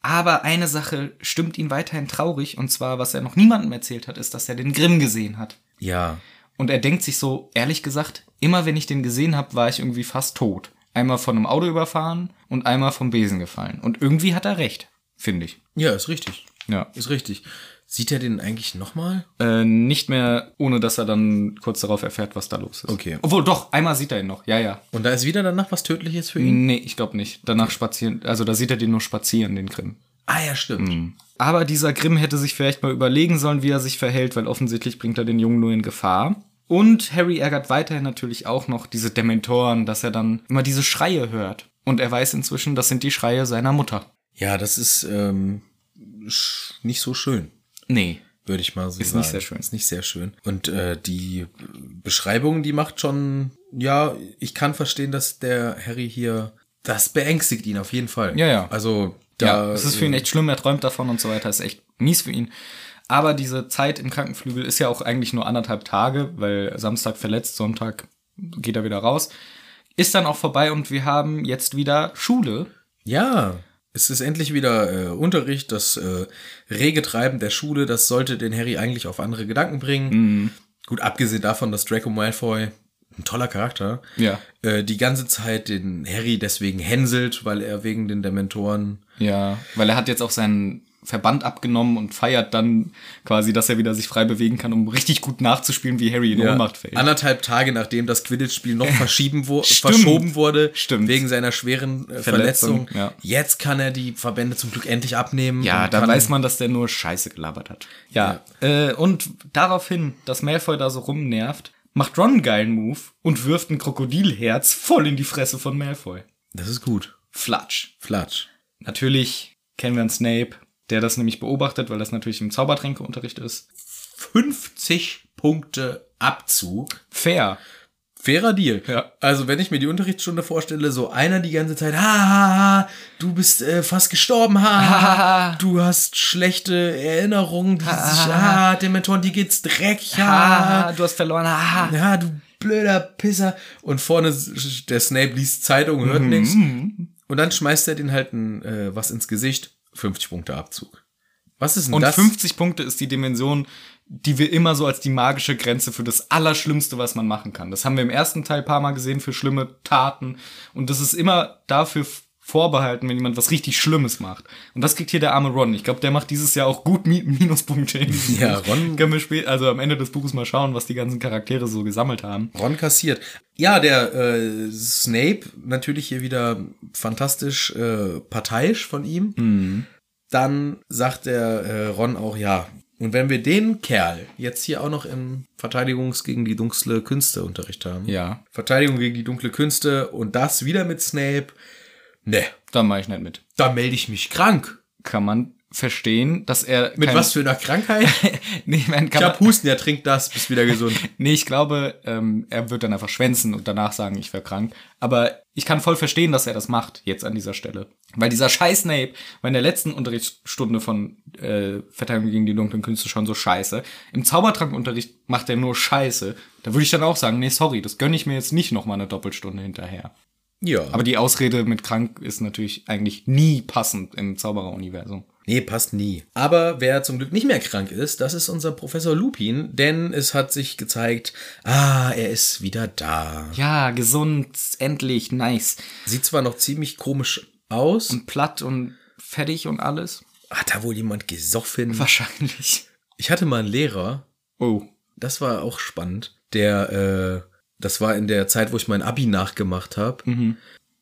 [SPEAKER 1] Aber eine Sache stimmt ihn weiterhin traurig, und zwar, was er noch niemandem erzählt hat, ist, dass er den Grimm gesehen hat.
[SPEAKER 2] Ja.
[SPEAKER 1] Und er denkt sich so, ehrlich gesagt, immer wenn ich den gesehen habe, war ich irgendwie fast tot. Einmal von einem Auto überfahren und einmal vom Besen gefallen. Und irgendwie hat er recht, finde ich.
[SPEAKER 2] Ja, ist richtig.
[SPEAKER 1] Ja.
[SPEAKER 2] Ist richtig. Sieht er den eigentlich nochmal?
[SPEAKER 1] Äh, nicht mehr, ohne dass er dann kurz darauf erfährt, was da los ist.
[SPEAKER 2] Okay.
[SPEAKER 1] Obwohl, doch, einmal sieht er ihn noch. Ja, ja.
[SPEAKER 2] Und da ist wieder danach was Tödliches für ihn?
[SPEAKER 1] Nee, ich glaube nicht. Danach spazieren, also da sieht er den nur spazieren, den Grimm.
[SPEAKER 2] Ah ja, stimmt.
[SPEAKER 1] Aber dieser Grimm hätte sich vielleicht mal überlegen sollen, wie er sich verhält, weil offensichtlich bringt er den Jungen nur in Gefahr. Und Harry ärgert weiterhin natürlich auch noch diese Dementoren, dass er dann immer diese Schreie hört. Und er weiß inzwischen, das sind die Schreie seiner Mutter.
[SPEAKER 2] Ja, das ist ähm, sch- nicht so schön.
[SPEAKER 1] Nee.
[SPEAKER 2] würde ich mal so sagen.
[SPEAKER 1] nicht sehr schön.
[SPEAKER 2] Ist nicht sehr schön. Und äh, die Beschreibung, die macht schon, ja, ich kann verstehen, dass der Harry hier, das beängstigt ihn auf jeden Fall.
[SPEAKER 1] Ja, ja.
[SPEAKER 2] Also,
[SPEAKER 1] Ja,
[SPEAKER 2] da,
[SPEAKER 1] es ist für ihn echt schlimm, er träumt davon und so weiter, ist echt mies für ihn. Aber diese Zeit im Krankenflügel ist ja auch eigentlich nur anderthalb Tage, weil Samstag verletzt, Sonntag geht er wieder raus. Ist dann auch vorbei und wir haben jetzt wieder Schule.
[SPEAKER 2] ja, es ist endlich wieder äh, Unterricht, das äh, rege Treiben der Schule, das sollte den Harry eigentlich auf andere Gedanken bringen.
[SPEAKER 1] Mhm.
[SPEAKER 2] Gut, abgesehen davon, dass Draco Malfoy ein toller Charakter,
[SPEAKER 1] Ja.
[SPEAKER 2] äh, die ganze Zeit den Harry deswegen hänselt, weil er wegen den Dementoren
[SPEAKER 1] Ja, weil er hat jetzt auch seinen Verband abgenommen und feiert dann quasi, dass er wieder sich frei bewegen kann, um richtig gut nachzuspielen, wie Harry in Ohnmacht fällt.
[SPEAKER 2] Anderthalb Tage nachdem das Quidditch-Spiel noch verschieben wo
[SPEAKER 1] Stimmt.
[SPEAKER 2] verschoben wurde,
[SPEAKER 1] Stimmt.
[SPEAKER 2] wegen seiner schweren äh,
[SPEAKER 1] Verletzung,
[SPEAKER 2] Verletzung.
[SPEAKER 1] ja.
[SPEAKER 2] Jetzt kann er die Verbände zum Glück endlich abnehmen.
[SPEAKER 1] Ja,
[SPEAKER 2] und
[SPEAKER 1] da
[SPEAKER 2] kann-
[SPEAKER 1] weiß man, dass der nur Scheiße gelabert hat. Ja, Äh, und daraufhin, dass Malfoy da so rumnervt, macht Ron einen geilen Move und wirft ein Krokodilherz voll in die Fresse von Malfoy.
[SPEAKER 2] Das ist gut.
[SPEAKER 1] Flatsch.
[SPEAKER 2] Flatsch.
[SPEAKER 1] Natürlich kennen wir einen Snape, der das nämlich beobachtet, weil das natürlich im Zaubertränkeunterricht ist.
[SPEAKER 2] 50 Punkte Abzug.
[SPEAKER 1] Fair.
[SPEAKER 2] Fairer Deal.
[SPEAKER 1] Ja.
[SPEAKER 2] Also wenn ich mir die Unterrichtsstunde vorstelle, so einer die ganze Zeit, ha, ha, ha du bist äh, fast gestorben, ha, ha, ha, ha, du hast schlechte Erinnerungen, Ah, die sich, ha, Dementoren, die geht's dreck, ha,
[SPEAKER 1] Ah, du hast verloren. Ah.
[SPEAKER 2] ja, du blöder Pisser. Und vorne s- der Snape liest Zeitung, hört nichts. Und dann schmeißt er den halt ein, äh, was ins Gesicht, 50 Punkte Abzug. Was ist denn
[SPEAKER 1] Und
[SPEAKER 2] das?
[SPEAKER 1] 50 Punkte ist die Dimension, die wir immer so als die magische Grenze für das Allerschlimmste, was man machen kann. Das haben wir im ersten Teil paar Mal gesehen für schlimme Taten. Und das ist immer dafür f- vorbehalten, wenn jemand was richtig Schlimmes macht. Und das kriegt hier der arme Ron. Ich glaube, der macht dieses Jahr auch gut Mi Minuspunkte in diesem
[SPEAKER 2] Ja,
[SPEAKER 1] Buch.
[SPEAKER 2] Ron-
[SPEAKER 1] Können wir später, also am Ende des Buches mal schauen, was die ganzen Charaktere so gesammelt haben.
[SPEAKER 2] Ron kassiert. Ja, der äh, Snape natürlich hier wieder fantastisch äh, parteiisch von ihm.
[SPEAKER 1] Mhm.
[SPEAKER 2] Dann sagt der äh, Ron auch ja. Und wenn wir den Kerl jetzt hier auch noch im Verteidigungs gegen die dunkle Künste Unterricht haben.
[SPEAKER 1] Ja.
[SPEAKER 2] Verteidigung gegen die dunkle Künste und das wieder mit Snape. Ne,
[SPEAKER 1] Da mache ich nicht mit.
[SPEAKER 2] da melde ich mich krank.
[SPEAKER 1] Kann man verstehen, dass er.
[SPEAKER 2] Mit
[SPEAKER 1] kein-
[SPEAKER 2] was für einer Krankheit?
[SPEAKER 1] nee, ich meine, kann
[SPEAKER 2] Ich
[SPEAKER 1] man,
[SPEAKER 2] hab Husten, ja, trink das, bist wieder gesund.
[SPEAKER 1] Nee, ich glaube, ähm, er wird dann einfach schwänzen und danach sagen, ich wäre krank. Aber ich kann voll verstehen, dass er das macht, jetzt an dieser Stelle. Weil dieser scheiß Snape war in der letzten Unterrichtsstunde von äh, Verteidigung gegen die dunklen Künste schon so scheiße. Im Zaubertrankunterricht macht er nur scheiße. Da würde ich dann auch sagen, nee, sorry, das gönne ich mir jetzt nicht nochmal eine Doppelstunde hinterher.
[SPEAKER 2] Ja.
[SPEAKER 1] Aber die Ausrede mit krank ist natürlich eigentlich nie passend im Zaubereruniversum.
[SPEAKER 2] Nee, passt nie. Aber wer zum Glück nicht mehr krank ist, das ist unser Professor Lupin, denn es hat sich gezeigt, ah, er ist wieder da.
[SPEAKER 1] Ja, gesund, endlich, nice.
[SPEAKER 2] Sieht zwar noch ziemlich komisch aus,
[SPEAKER 1] Platt und fertig und alles.
[SPEAKER 2] hat da wohl jemand gesoffen?
[SPEAKER 1] Wahrscheinlich.
[SPEAKER 2] Ich hatte mal einen Lehrer,
[SPEAKER 1] Oh.
[SPEAKER 2] das war auch spannend, der, äh, das war in der Zeit, wo ich mein Abi nachgemacht habe.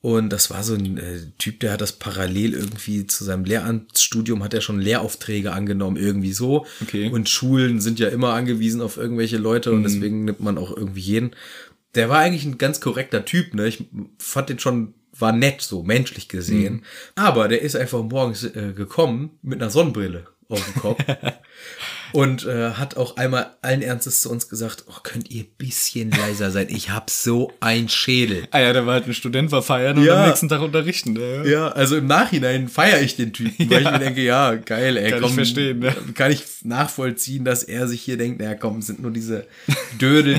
[SPEAKER 2] Und das war so ein äh, Typ, der hat das parallel irgendwie zu seinem Lehramtsstudium, hat er schon Lehraufträge angenommen, irgendwie so.
[SPEAKER 1] Okay.
[SPEAKER 2] Und Schulen sind ja immer angewiesen auf irgendwelche Leute und deswegen nimmt man auch irgendwie jeden. Der war eigentlich ein ganz korrekter Typ, ne? Ich fand den schon, war nett, so menschlich gesehen. Aber der ist einfach morgens äh, gekommen mit einer Sonnenbrille auf dem Kopf. Und äh, hat auch einmal allen Ernstes zu uns gesagt, oh, könnt ihr bisschen leiser sein? Ich hab so ein Schädel.
[SPEAKER 1] Ah ja, der war halt ein Student, war feiern und
[SPEAKER 2] Ja.
[SPEAKER 1] am nächsten Tag unterrichten. Ja.
[SPEAKER 2] Ja, also im Nachhinein feiere ich den Typen, weil
[SPEAKER 1] Ja.
[SPEAKER 2] ich mir denke, ja, geil, ey,
[SPEAKER 1] Kann ich
[SPEAKER 2] komm,
[SPEAKER 1] verstehen, ne?
[SPEAKER 2] kann ich nachvollziehen, dass er sich hier denkt, naja, komm, sind nur diese Dödel,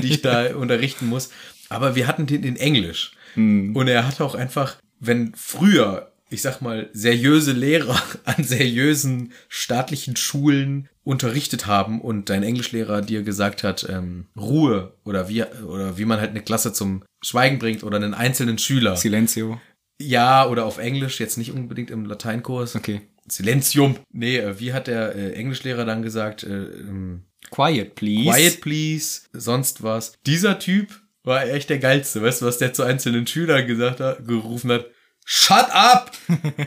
[SPEAKER 2] die ich da unterrichten muss. Aber wir hatten den in Englisch.
[SPEAKER 1] Hm.
[SPEAKER 2] Und er hat auch einfach, wenn früher, ich sag mal, seriöse Lehrer an seriösen staatlichen Schulen unterrichtet haben und dein Englischlehrer dir gesagt hat, ähm, Ruhe oder wie, oder wie man halt eine Klasse zum Schweigen bringt oder einen einzelnen Schüler.
[SPEAKER 1] Silencio.
[SPEAKER 2] Ja, oder auf Englisch, jetzt nicht unbedingt im Lateinkurs.
[SPEAKER 1] Okay.
[SPEAKER 2] Silentium. Nee, äh, wie hat der äh, Englischlehrer dann gesagt? Äh, ähm,
[SPEAKER 1] Quiet, please.
[SPEAKER 2] Quiet, please, sonst was. Dieser Typ war echt der geilste. Weißt du, was der zu einzelnen Schülern gesagt hat, gerufen hat? Shut up!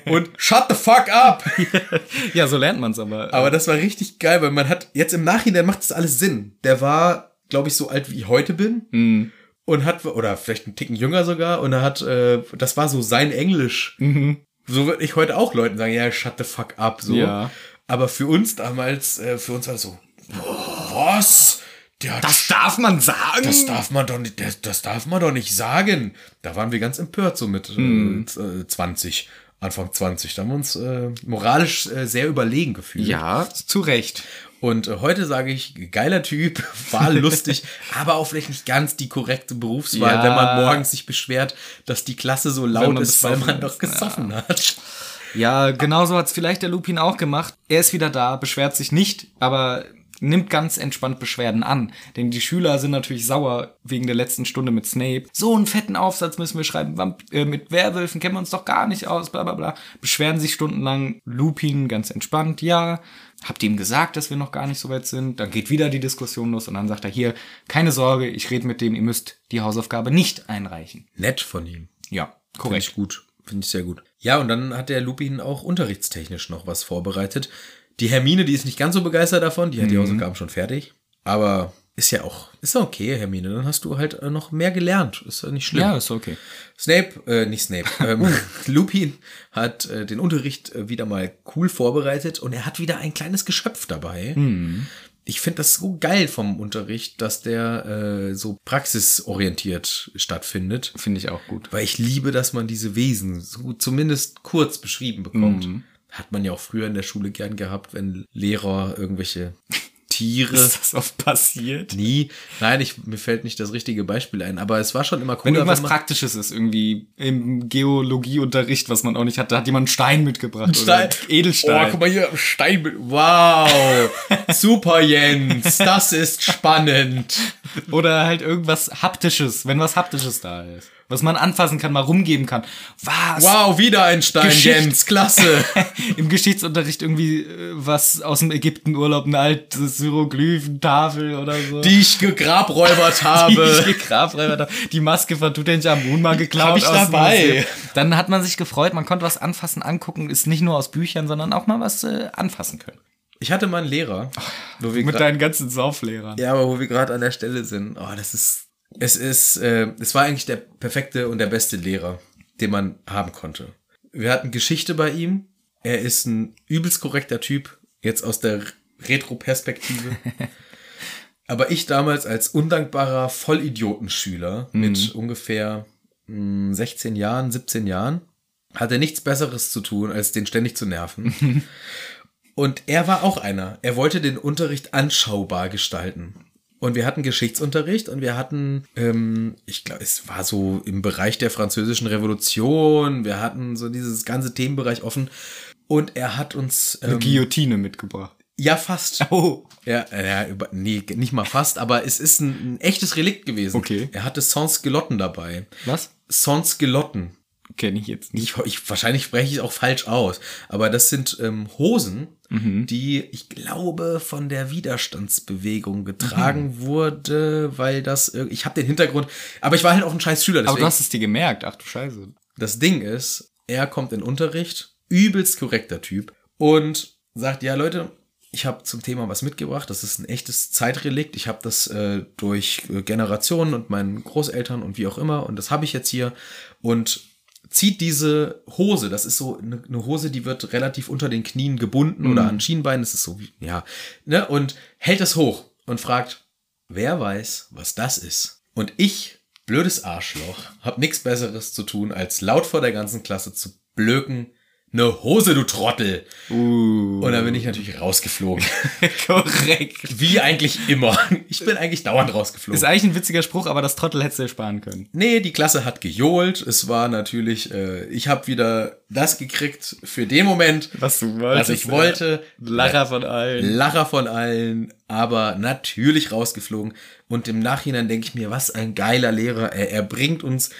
[SPEAKER 2] Und shut the fuck up!
[SPEAKER 1] Ja, so lernt man's aber.
[SPEAKER 2] Aber das war richtig geil, weil man hat jetzt im Nachhinein macht das alles Sinn. Der war, glaube ich, so alt wie ich heute bin
[SPEAKER 1] Mhm.
[SPEAKER 2] und hat, oder vielleicht einen Ticken jünger sogar, und er hat, äh, das war so sein Englisch.
[SPEAKER 1] Mhm.
[SPEAKER 2] So würde ich heute auch Leuten sagen, ja, shut the fuck up, so.
[SPEAKER 1] Ja.
[SPEAKER 2] Aber für uns damals, äh, für uns war das so, boah, was? Der hat,
[SPEAKER 1] Das darf man sagen.
[SPEAKER 2] das darf man doch nicht, das, das darf man doch nicht sagen. Da waren wir ganz empört, so mit
[SPEAKER 1] Mhm.
[SPEAKER 2] äh, z- äh, 20, Anfang 20. Da haben wir uns äh, moralisch äh, sehr überlegen gefühlt.
[SPEAKER 1] ja, zu Recht.
[SPEAKER 2] Und äh, heute sage ich, geiler Typ, war lustig, aber auch vielleicht nicht ganz die korrekte Berufswahl,
[SPEAKER 1] Ja.
[SPEAKER 2] wenn man morgens sich beschwert, dass die Klasse so laut
[SPEAKER 1] man
[SPEAKER 2] ist, weil
[SPEAKER 1] besoffen
[SPEAKER 2] man doch
[SPEAKER 1] ist,
[SPEAKER 2] gesoffen hat.
[SPEAKER 1] Ja, genauso hat's vielleicht der Lupin auch gemacht. Er ist wieder da, beschwert sich nicht, aber nimmt ganz entspannt Beschwerden an. Denn die Schüler sind natürlich sauer wegen der letzten Stunde mit Snape. So einen fetten Aufsatz müssen wir schreiben. Vamp äh, mit Werwölfen kennen wir uns doch gar nicht aus, bla bla bla. Beschweren sich stundenlang. Lupin ganz entspannt, ja. Habt ihm gesagt, dass wir noch gar nicht so weit sind. Dann geht wieder die Diskussion los und dann sagt er hier, keine Sorge, ich rede mit dem, ihr müsst die Hausaufgabe nicht einreichen.
[SPEAKER 2] Nett von ihm.
[SPEAKER 1] Ja,
[SPEAKER 2] Finde
[SPEAKER 1] korrekt.
[SPEAKER 2] ich gut. Finde ich sehr gut. Ja, und dann hat der Lupin auch unterrichtstechnisch noch was vorbereitet. Die Hermine, die ist nicht ganz so begeistert davon, die hat die
[SPEAKER 1] Mhm.
[SPEAKER 2] Hausaufgaben schon fertig. Aber ist ja auch, ist ja okay, Hermine. Dann hast du halt äh, noch mehr gelernt. Ist ja nicht schlimm.
[SPEAKER 1] Ja, ist okay.
[SPEAKER 2] Snape, äh, nicht Snape, ähm, Lupin hat äh,
[SPEAKER 1] Hm.
[SPEAKER 2] den Unterricht äh, wieder mal cool vorbereitet und er hat wieder ein kleines Geschöpf dabei. Ich finde das so geil vom Unterricht, dass der äh, so praxisorientiert stattfindet.
[SPEAKER 1] Finde ich auch gut.
[SPEAKER 2] Weil ich liebe, dass man diese Wesen so zumindest kurz beschrieben bekommt.
[SPEAKER 1] Mhm.
[SPEAKER 2] Hat man ja auch früher in der Schule gern gehabt, wenn Lehrer irgendwelche Tiere.
[SPEAKER 1] Ist das oft passiert?
[SPEAKER 2] Nie. Nein, ich, mir fällt nicht das richtige Beispiel ein, aber es war schon immer cool.
[SPEAKER 1] Wenn irgendwas Praktisches ist, irgendwie im Geologieunterricht, was man auch nicht hat, da hat jemand einen Stein mitgebracht.
[SPEAKER 2] Stein.
[SPEAKER 1] Oder einen Edelstein.
[SPEAKER 2] Oh, guck mal hier, Stein. mit- Wow. Super, Jens. Das ist spannend.
[SPEAKER 1] Oder halt irgendwas Haptisches, wenn was Haptisches da ist. Was man anfassen kann, mal rumgeben kann. Was?
[SPEAKER 2] Wow, wieder ein Stein,
[SPEAKER 1] Geschichte.
[SPEAKER 2] Jens. Klasse.
[SPEAKER 1] Im Geschichtsunterricht irgendwie äh, was aus dem Ägyptenurlaub, eine alte Hieroglyphentafel oder so.
[SPEAKER 2] Die ich gegrabräubert
[SPEAKER 1] Die ich
[SPEAKER 2] habe.
[SPEAKER 1] gegraben habe. Die Maske von Tutanchamun mal geklaut.
[SPEAKER 2] Hab ich
[SPEAKER 1] aus dem
[SPEAKER 2] dabei.
[SPEAKER 1] Museum. Dann hat man sich gefreut, man konnte was anfassen, angucken, ist nicht nur aus Büchern, sondern auch mal was äh, anfassen können.
[SPEAKER 2] Ich hatte mal einen Lehrer. Wo wir
[SPEAKER 1] Mit
[SPEAKER 2] gra-
[SPEAKER 1] deinen ganzen Sauflehrern.
[SPEAKER 2] ja, aber wo wir gerade an der Stelle sind. Oh, das ist. Es ist. Äh, es war eigentlich der perfekte und der beste Lehrer, den man haben konnte. Wir hatten Geschichte bei ihm. Er ist ein übelst korrekter Typ. Jetzt aus der Retro-Perspektive. Aber ich damals als undankbarer Vollidiotenschüler mit ungefähr mh, 16 Jahren, 17 Jahren, hatte nichts Besseres zu tun, als den ständig zu nerven. Und er war auch einer. Er wollte den Unterricht anschaubar gestalten. Und wir hatten Geschichtsunterricht und wir hatten, ähm, ich glaube, es war so im Bereich der französischen Revolution. Wir hatten so dieses ganze Themenbereich offen. Und er hat uns. Ähm,
[SPEAKER 1] Guillotine mitgebracht.
[SPEAKER 2] ja, fast.
[SPEAKER 1] Oh.
[SPEAKER 2] Ja, äh, ja über, nee, nicht mal fast, aber es ist ein, ein echtes Relikt gewesen.
[SPEAKER 1] Okay.
[SPEAKER 2] Er hatte Sans Gelotten dabei.
[SPEAKER 1] Was?
[SPEAKER 2] Sans Gelotten.
[SPEAKER 1] Kenne ich jetzt nicht.
[SPEAKER 2] Ich, ich, wahrscheinlich spreche ich auch falsch aus, aber das sind ähm, Hosen,
[SPEAKER 1] Mhm.
[SPEAKER 2] die, ich glaube, von der Widerstandsbewegung getragen
[SPEAKER 1] Mhm.
[SPEAKER 2] wurde, weil das, ir- ich habe den Hintergrund, aber ich war halt auch ein scheiß Schüler.
[SPEAKER 1] Aber
[SPEAKER 2] Deswegen,
[SPEAKER 1] du hast es dir gemerkt. Ach du Scheiße.
[SPEAKER 2] das Ding ist, er kommt in Unterricht, übelst korrekter Typ und sagt, ja Leute, ich habe zum Thema was mitgebracht, das ist ein echtes Zeitrelikt, ich habe das äh, durch äh, Generationen und meinen Großeltern und wie auch immer und das habe ich jetzt hier und zieht diese Hose, das ist so eine eine Hose, die wird relativ unter den Knien gebunden oder an Schienbein, das ist so wie, ja, ne, und hält es hoch und fragt, Wer weiß, was das ist? Und ich, blödes Arschloch, hab nix besseres zu tun, als laut vor der ganzen Klasse zu blöken. Ne Hose, du Trottel!
[SPEAKER 1] Uh.
[SPEAKER 2] Und dann bin ich natürlich rausgeflogen.
[SPEAKER 1] Korrekt.
[SPEAKER 2] Wie eigentlich immer. Ich bin eigentlich dauernd
[SPEAKER 1] Ist
[SPEAKER 2] rausgeflogen.
[SPEAKER 1] eigentlich ein witziger Spruch, aber das Trottel hättest du dir sparen können.
[SPEAKER 2] Nee, die Klasse hat gejohlt. Es war natürlich, äh, ich habe wieder das gekriegt für den Moment,
[SPEAKER 1] Was du wolltest.
[SPEAKER 2] was ich wollte.
[SPEAKER 1] Lacher von allen.
[SPEAKER 2] Lacher von allen, aber natürlich rausgeflogen. Und im Nachhinein denke ich mir, was ein geiler Lehrer. Er, er bringt uns,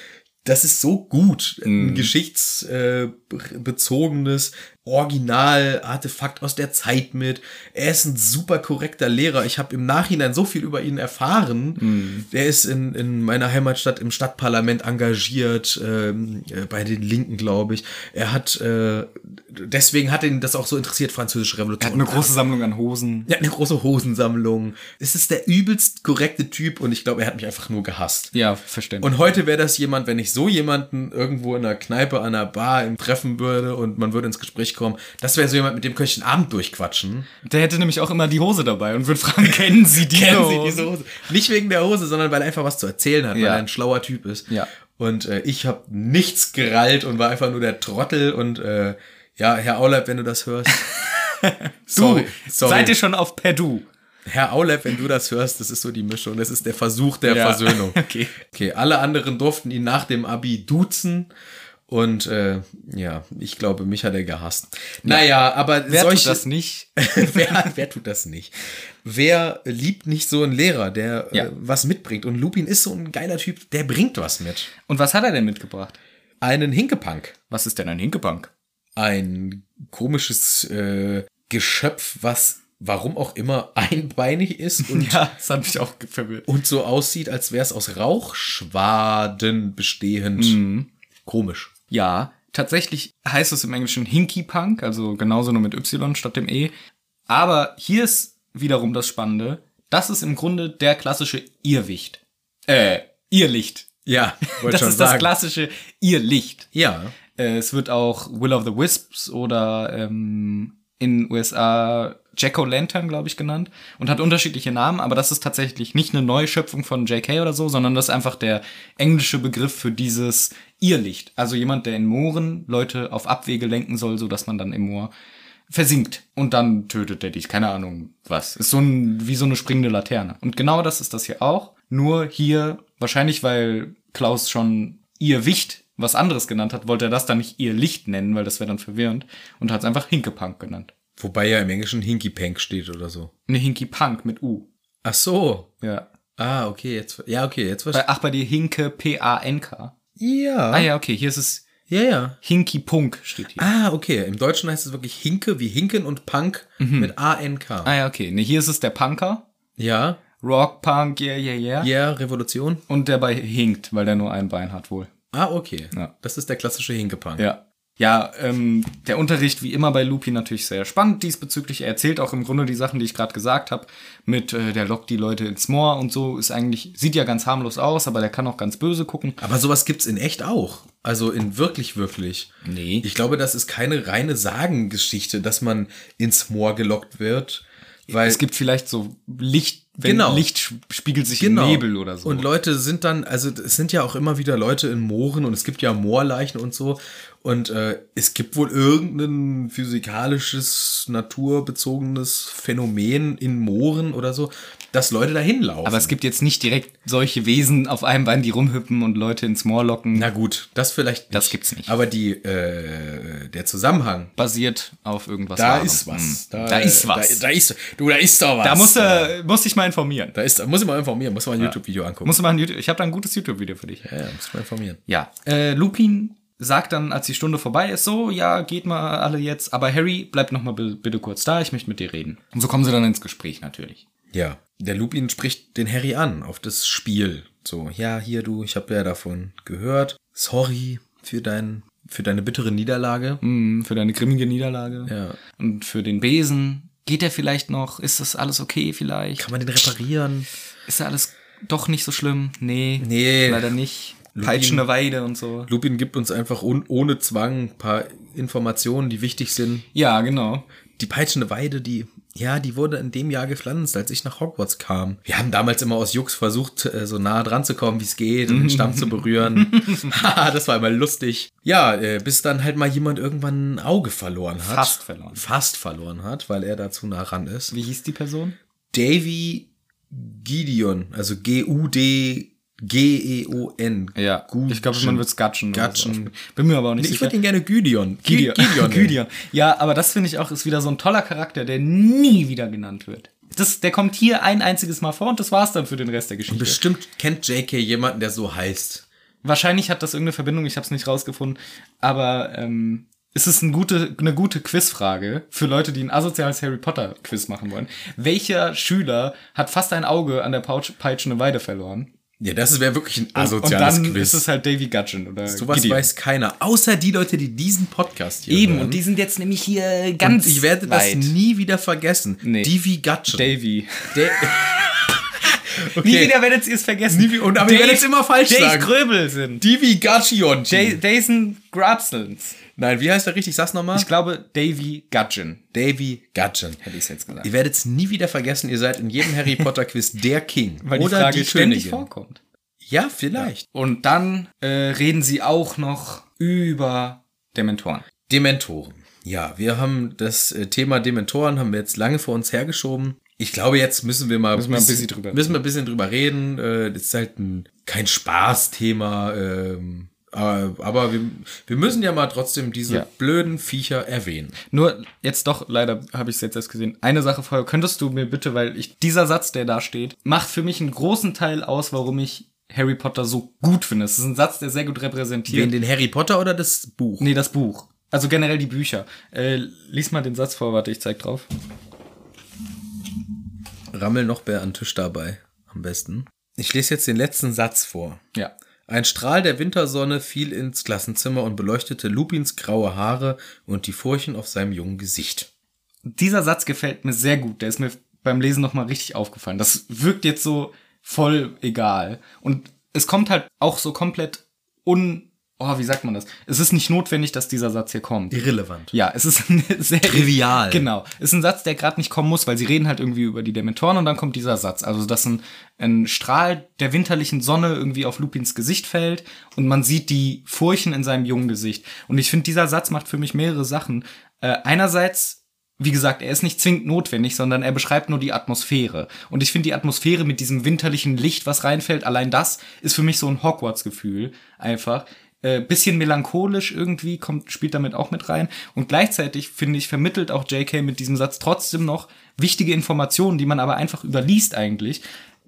[SPEAKER 2] das ist so gut,
[SPEAKER 1] Mhm.
[SPEAKER 2] ein äh, geschichtsbezogenes Original-Artefakt aus der Zeit mit. Er ist ein super korrekter Lehrer. Ich habe im Nachhinein so viel über ihn erfahren.
[SPEAKER 1] Mhm.
[SPEAKER 2] Er ist in, in meiner Heimatstadt im Stadtparlament engagiert, ähm, äh, bei den Linken, glaube ich. Er hat, äh, deswegen hat ihn das auch so interessiert, französische Revolution.
[SPEAKER 1] Hat eine große Sammlung an Hosen.
[SPEAKER 2] Er hat eine große Hosensammlung. Es ist der übelst korrekte Typ und ich glaube, er hat mich einfach nur gehasst.
[SPEAKER 1] Ja, verständlich.
[SPEAKER 2] Und heute wäre das jemand, wenn ich so jemanden irgendwo in einer Kneipe, an einer Bar im treffen würde und man würde ins Gespräch kommen, das wäre so jemand, mit dem könnte ich den Abend durchquatschen.
[SPEAKER 1] der hätte nämlich auch immer die Hose dabei und würde fragen, kennen Sie die
[SPEAKER 2] Kennen Sie
[SPEAKER 1] Hose?
[SPEAKER 2] Also diese Hose? Nicht wegen der Hose, sondern weil er einfach was zu erzählen hat, weil
[SPEAKER 1] Ja.
[SPEAKER 2] er ein schlauer Typ ist.
[SPEAKER 1] Ja.
[SPEAKER 2] Und äh, ich habe nichts gerallt und war einfach nur der Trottel und äh, ja, Herr Aulab, wenn du das hörst.
[SPEAKER 1] Du, seid ihr schon auf Perdu?
[SPEAKER 2] Herr Aulep, wenn du das hörst, das ist so die Mischung. Das ist der Versuch der
[SPEAKER 1] Ja.
[SPEAKER 2] Versöhnung.
[SPEAKER 1] Okay.
[SPEAKER 2] Okay, alle anderen durften ihn nach dem Abi duzen. Und äh, ja, ich glaube, mich hat er gehasst. Naja, aber
[SPEAKER 1] Wer
[SPEAKER 2] solche,
[SPEAKER 1] tut das nicht?
[SPEAKER 2] wer, wer tut das nicht? Wer liebt nicht so einen Lehrer, der
[SPEAKER 1] Ja.
[SPEAKER 2] äh, was mitbringt? Und Lupin ist so ein geiler Typ, der bringt was mit.
[SPEAKER 1] Und was hat er denn mitgebracht?
[SPEAKER 2] Einen Hinkepunk.
[SPEAKER 1] Was ist denn ein Hinkebank?
[SPEAKER 2] Ein komisches äh, Geschöpf, was warum auch immer einbeinig ist und
[SPEAKER 1] Ja, das hat mich auch ge- verwirrt.
[SPEAKER 2] und so aussieht, als wäre es aus Rauchschwaden bestehend. Komisch.
[SPEAKER 1] Ja, tatsächlich heißt es im Englischen Hinky Punk, also genauso nur mit Y statt dem E. Aber hier ist wiederum das Spannende, das ist im Grunde der klassische Irrwicht. Äh, Irrlicht.
[SPEAKER 2] Ja, wollte
[SPEAKER 1] Das
[SPEAKER 2] schon
[SPEAKER 1] ist
[SPEAKER 2] sagen.
[SPEAKER 1] das klassische Irrlicht.
[SPEAKER 2] Ja,
[SPEAKER 1] Äh, es wird auch Will of the Wisps oder ähm, in USA Jack-O-Lantern, glaube ich, genannt und hat unterschiedliche Namen, aber das ist tatsächlich nicht eine Neuschöpfung von JK oder so, sondern das ist einfach der englische Begriff für dieses Irrlicht. Also jemand, der in Mooren Leute auf Abwege lenken soll, so dass man dann im Moor versinkt und dann tötet er dich. Keine Ahnung was. Ist so ein, wie so eine springende Laterne. Und genau das ist das hier auch. Nur hier, wahrscheinlich weil Klaus schon ihr Wicht was anderes genannt hat, wollte er das dann nicht ihr Licht nennen, weil das wäre dann verwirrend und hat es einfach Hinkepunk genannt.
[SPEAKER 2] Wobei ja im Englischen Hinky Pank steht oder so.
[SPEAKER 1] Ne, Hinky Punk mit U.
[SPEAKER 2] Ach so.
[SPEAKER 1] Ja.
[SPEAKER 2] Ah, okay, jetzt. Ja, okay, jetzt
[SPEAKER 1] Bei,
[SPEAKER 2] verstehe
[SPEAKER 1] ach, bei dir Hinke P-A-N-K.
[SPEAKER 2] Ja.
[SPEAKER 1] Ah ja, okay, hier ist es
[SPEAKER 2] Ja, ja.
[SPEAKER 1] Hinky Punk, steht hier.
[SPEAKER 2] Ah, okay. Im Deutschen heißt es wirklich Hinke wie Hinken und Punk mit A-N-K.
[SPEAKER 1] Ah ja, okay. Ne, hier ist es der Punker.
[SPEAKER 2] Ja.
[SPEAKER 1] Rock Punk, yeah, yeah, yeah.
[SPEAKER 2] Ja, Revolution.
[SPEAKER 1] Und der bei hinkt, weil der nur ein Bein hat wohl.
[SPEAKER 2] Ah, okay.
[SPEAKER 1] Ja.
[SPEAKER 2] Das ist der klassische Hinkepunk.
[SPEAKER 1] Ja. Ja, ähm, der Unterricht wie immer bei Lupi natürlich sehr spannend diesbezüglich. Er erzählt auch im Grunde die Sachen, die ich gerade gesagt habe, mit äh, der lockt die Leute ins Moor und so ist eigentlich sieht ja ganz harmlos aus, aber der kann auch ganz böse gucken.
[SPEAKER 2] Aber sowas gibt's in echt auch. Also in wirklich, wirklich.
[SPEAKER 1] Nee.
[SPEAKER 2] Ich glaube, das ist keine reine Sagengeschichte, dass man ins Moor gelockt wird. Weil
[SPEAKER 1] Es gibt vielleicht so Licht, wenn
[SPEAKER 2] Genau.
[SPEAKER 1] Licht sch- spiegelt sich im Nebel oder so.
[SPEAKER 2] Und Leute sind dann, also es sind ja auch immer wieder Leute in Mooren und es gibt ja Moorleichen und so. Und äh, es gibt wohl irgendein physikalisches, naturbezogenes Phänomen in Mooren oder so, dass Leute dahin laufen.
[SPEAKER 1] aber es gibt jetzt nicht direkt solche Wesen auf einem Bein, die rumhüppen und Leute ins Moor locken.
[SPEAKER 2] Na gut, das vielleicht nicht.
[SPEAKER 1] Das gibt's nicht.
[SPEAKER 2] Aber die, äh, der Zusammenhang,
[SPEAKER 1] Basiert auf irgendwas.
[SPEAKER 2] da
[SPEAKER 1] Wahrem.
[SPEAKER 2] ist was.
[SPEAKER 1] Mhm. Da, ist was.
[SPEAKER 2] Da, da ist, du, da ist doch was.
[SPEAKER 1] da muss, er, muss ich mal informieren.
[SPEAKER 2] Da ist, muss ich mal informieren, muss mal ein YouTube-Video angucken.
[SPEAKER 1] Muss mal ein YouTube, ich habe da ein gutes YouTube-Video für dich.
[SPEAKER 2] ja, ja, muss mal informieren.
[SPEAKER 1] Ja, äh, Lupin sagt dann, als die Stunde vorbei ist, so, ja, geht mal alle jetzt, aber Harry, bleib noch mal bi- bitte kurz da, ich möchte mit dir reden. Und so kommen sie dann ins Gespräch natürlich.
[SPEAKER 2] Ja, der Lupin spricht den Harry an auf das Spiel. So, ja, hier du, ich habe ja davon gehört. Sorry für dein, für deine bittere Niederlage.
[SPEAKER 1] Hm, für deine grimmige Niederlage.
[SPEAKER 2] Ja.
[SPEAKER 1] Und für den Besen. Geht er vielleicht noch? Ist das alles okay vielleicht?
[SPEAKER 2] Kann man den reparieren?
[SPEAKER 1] Ist ja alles doch nicht so schlimm? Nee.
[SPEAKER 2] Nee.
[SPEAKER 1] Leider nicht. Peitschende Weide und so.
[SPEAKER 2] Lupin gibt uns einfach un, ohne Zwang ein paar Informationen, die wichtig sind.
[SPEAKER 1] Ja, genau.
[SPEAKER 2] Die peitschende Weide, die, ja, die wurde in dem Jahr gepflanzt, als ich nach Hogwarts kam. Wir haben damals immer aus Jux versucht, äh, so nah dran zu kommen, wie es geht, und den Stamm zu berühren. Haha, das war immer lustig. Ja, äh, bis dann halt mal jemand irgendwann ein Auge verloren hat.
[SPEAKER 1] Fast verloren.
[SPEAKER 2] Fast verloren hat, weil er da zu nah ran ist.
[SPEAKER 1] Wie hieß die Person?
[SPEAKER 2] Davy Gideon, also E G-U-D-G-E-O-N.
[SPEAKER 1] Ja.
[SPEAKER 2] Gudgeon.
[SPEAKER 1] Ich glaube, man wird es Gatschen. oder so
[SPEAKER 2] Gatschen.
[SPEAKER 1] aussprechen. Bin mir aber auch nicht
[SPEAKER 2] Nee, ich
[SPEAKER 1] sicher.
[SPEAKER 2] würde ihn gerne Gideon.
[SPEAKER 1] Gideon.
[SPEAKER 2] Gideon. nennen.
[SPEAKER 1] Gideon. Ja, aber das finde ich auch, ist wieder so ein toller Charakter, der nie wieder genannt wird. Das, der kommt hier ein einziges Mal vor und das war's dann für den Rest der Geschichte.
[SPEAKER 2] Bestimmt kennt JK jemanden, der so heißt.
[SPEAKER 1] Wahrscheinlich hat das irgendeine Verbindung, ich habe es nicht rausgefunden, aber ähm, es ist ein gute, eine gute Quizfrage für Leute, die ein asoziales Harry Potter Quiz machen wollen. Welcher Schüler hat fast ein Auge an der Pouch- peitschende Weide verloren?
[SPEAKER 2] Ja, das wäre wirklich ein
[SPEAKER 1] und
[SPEAKER 2] asoziales
[SPEAKER 1] dann
[SPEAKER 2] Quiz.
[SPEAKER 1] ist es halt Davy Gudgeon oder
[SPEAKER 2] Sowas weiß keiner, außer die Leute, die diesen Podcast hier
[SPEAKER 1] Eben,
[SPEAKER 2] hören.
[SPEAKER 1] und die sind jetzt nämlich hier ganz
[SPEAKER 2] ich werde das
[SPEAKER 1] weit.
[SPEAKER 2] nie wieder vergessen.
[SPEAKER 1] Nee.
[SPEAKER 2] Divi Gatschen.
[SPEAKER 1] Davy.
[SPEAKER 2] Okay.
[SPEAKER 1] Nie wieder werdet ihr es vergessen.
[SPEAKER 2] Nie wie- und- aber ihr werdet's immer falsch
[SPEAKER 1] Dave
[SPEAKER 2] sagen.
[SPEAKER 1] Gröbel sind.
[SPEAKER 2] Divi Gatschen.
[SPEAKER 1] Da- Jason Grabsons.
[SPEAKER 2] Nein, wie heißt der richtig? Sag's nochmal.
[SPEAKER 1] Ich glaube, Davy Gudgeon.
[SPEAKER 2] Davy Gatschen.
[SPEAKER 1] Hätte ich es jetzt gesagt.
[SPEAKER 2] Ihr werdet es nie wieder vergessen, ihr seid in jedem Harry Potter Quiz der King
[SPEAKER 1] Weil
[SPEAKER 2] oder
[SPEAKER 1] die Frage
[SPEAKER 2] die
[SPEAKER 1] ständig
[SPEAKER 2] Königin.
[SPEAKER 1] vorkommt.
[SPEAKER 2] Ja, vielleicht.
[SPEAKER 1] Und dann äh, reden sie auch noch über Dementoren.
[SPEAKER 2] Dementoren. Ja, wir haben das äh, Thema Dementoren haben wir jetzt lange vor uns hergeschoben. Ich glaube, jetzt müssen wir mal
[SPEAKER 1] Müssen wir ein bisschen drüber
[SPEAKER 2] müssen wir ein bisschen drüber reden. Äh, Das ist halt ein, kein Spaßthema, ähm, aber aber wir, wir müssen ja mal trotzdem diese
[SPEAKER 1] Ja.
[SPEAKER 2] blöden Viecher erwähnen.
[SPEAKER 1] Nur jetzt doch, leider habe ich es jetzt erst gesehen. Eine Sache vorher, könntest du mir bitte, weil ich dieser Satz, der da steht, macht für mich einen großen Teil aus, warum ich Harry Potter so gut finde. Es ist ein Satz, der sehr gut repräsentiert.
[SPEAKER 2] Den, den Harry Potter oder das Buch?
[SPEAKER 1] Nee, das Buch. Also generell die Bücher. Äh, lies mal den Satz vor, warte, ich zeig drauf.
[SPEAKER 2] Rammel noch wer an den Tisch dabei, am besten. Ich lese jetzt den letzten Satz vor.
[SPEAKER 1] Ja.
[SPEAKER 2] Ein Strahl der Wintersonne fiel ins Klassenzimmer und beleuchtete Lupins graue Haare und die Furchen auf seinem jungen Gesicht.
[SPEAKER 1] Dieser Satz gefällt mir sehr gut. Der ist mir beim Lesen nochmal richtig aufgefallen. Das wirkt jetzt so voll egal. Und es kommt halt auch so komplett un oh, wie sagt man das? Es ist nicht notwendig, dass dieser Satz hier kommt.
[SPEAKER 2] Irrelevant.
[SPEAKER 1] Ja, es ist ein sehr
[SPEAKER 2] Trivial.
[SPEAKER 1] Genau. Ist ein Satz, der gerade nicht kommen muss, weil sie reden halt irgendwie über die Dementoren und dann kommt dieser Satz. Also, dass ein, ein Strahl der winterlichen Sonne irgendwie auf Lupins Gesicht fällt und man sieht die Furchen in seinem jungen Gesicht. Und ich finde, dieser Satz macht für mich mehrere Sachen. Äh, einerseits, wie gesagt, er ist nicht zwingend notwendig, sondern er beschreibt nur die Atmosphäre. Und ich finde die Atmosphäre mit diesem winterlichen Licht, was reinfällt, allein das ist für mich so ein Hogwarts-Gefühl. Einfach. Äh, bisschen melancholisch irgendwie, kommt, spielt damit auch mit rein. Und gleichzeitig, finde ich, vermittelt auch JK mit diesem Satz trotzdem noch wichtige Informationen, die man aber einfach überliest eigentlich.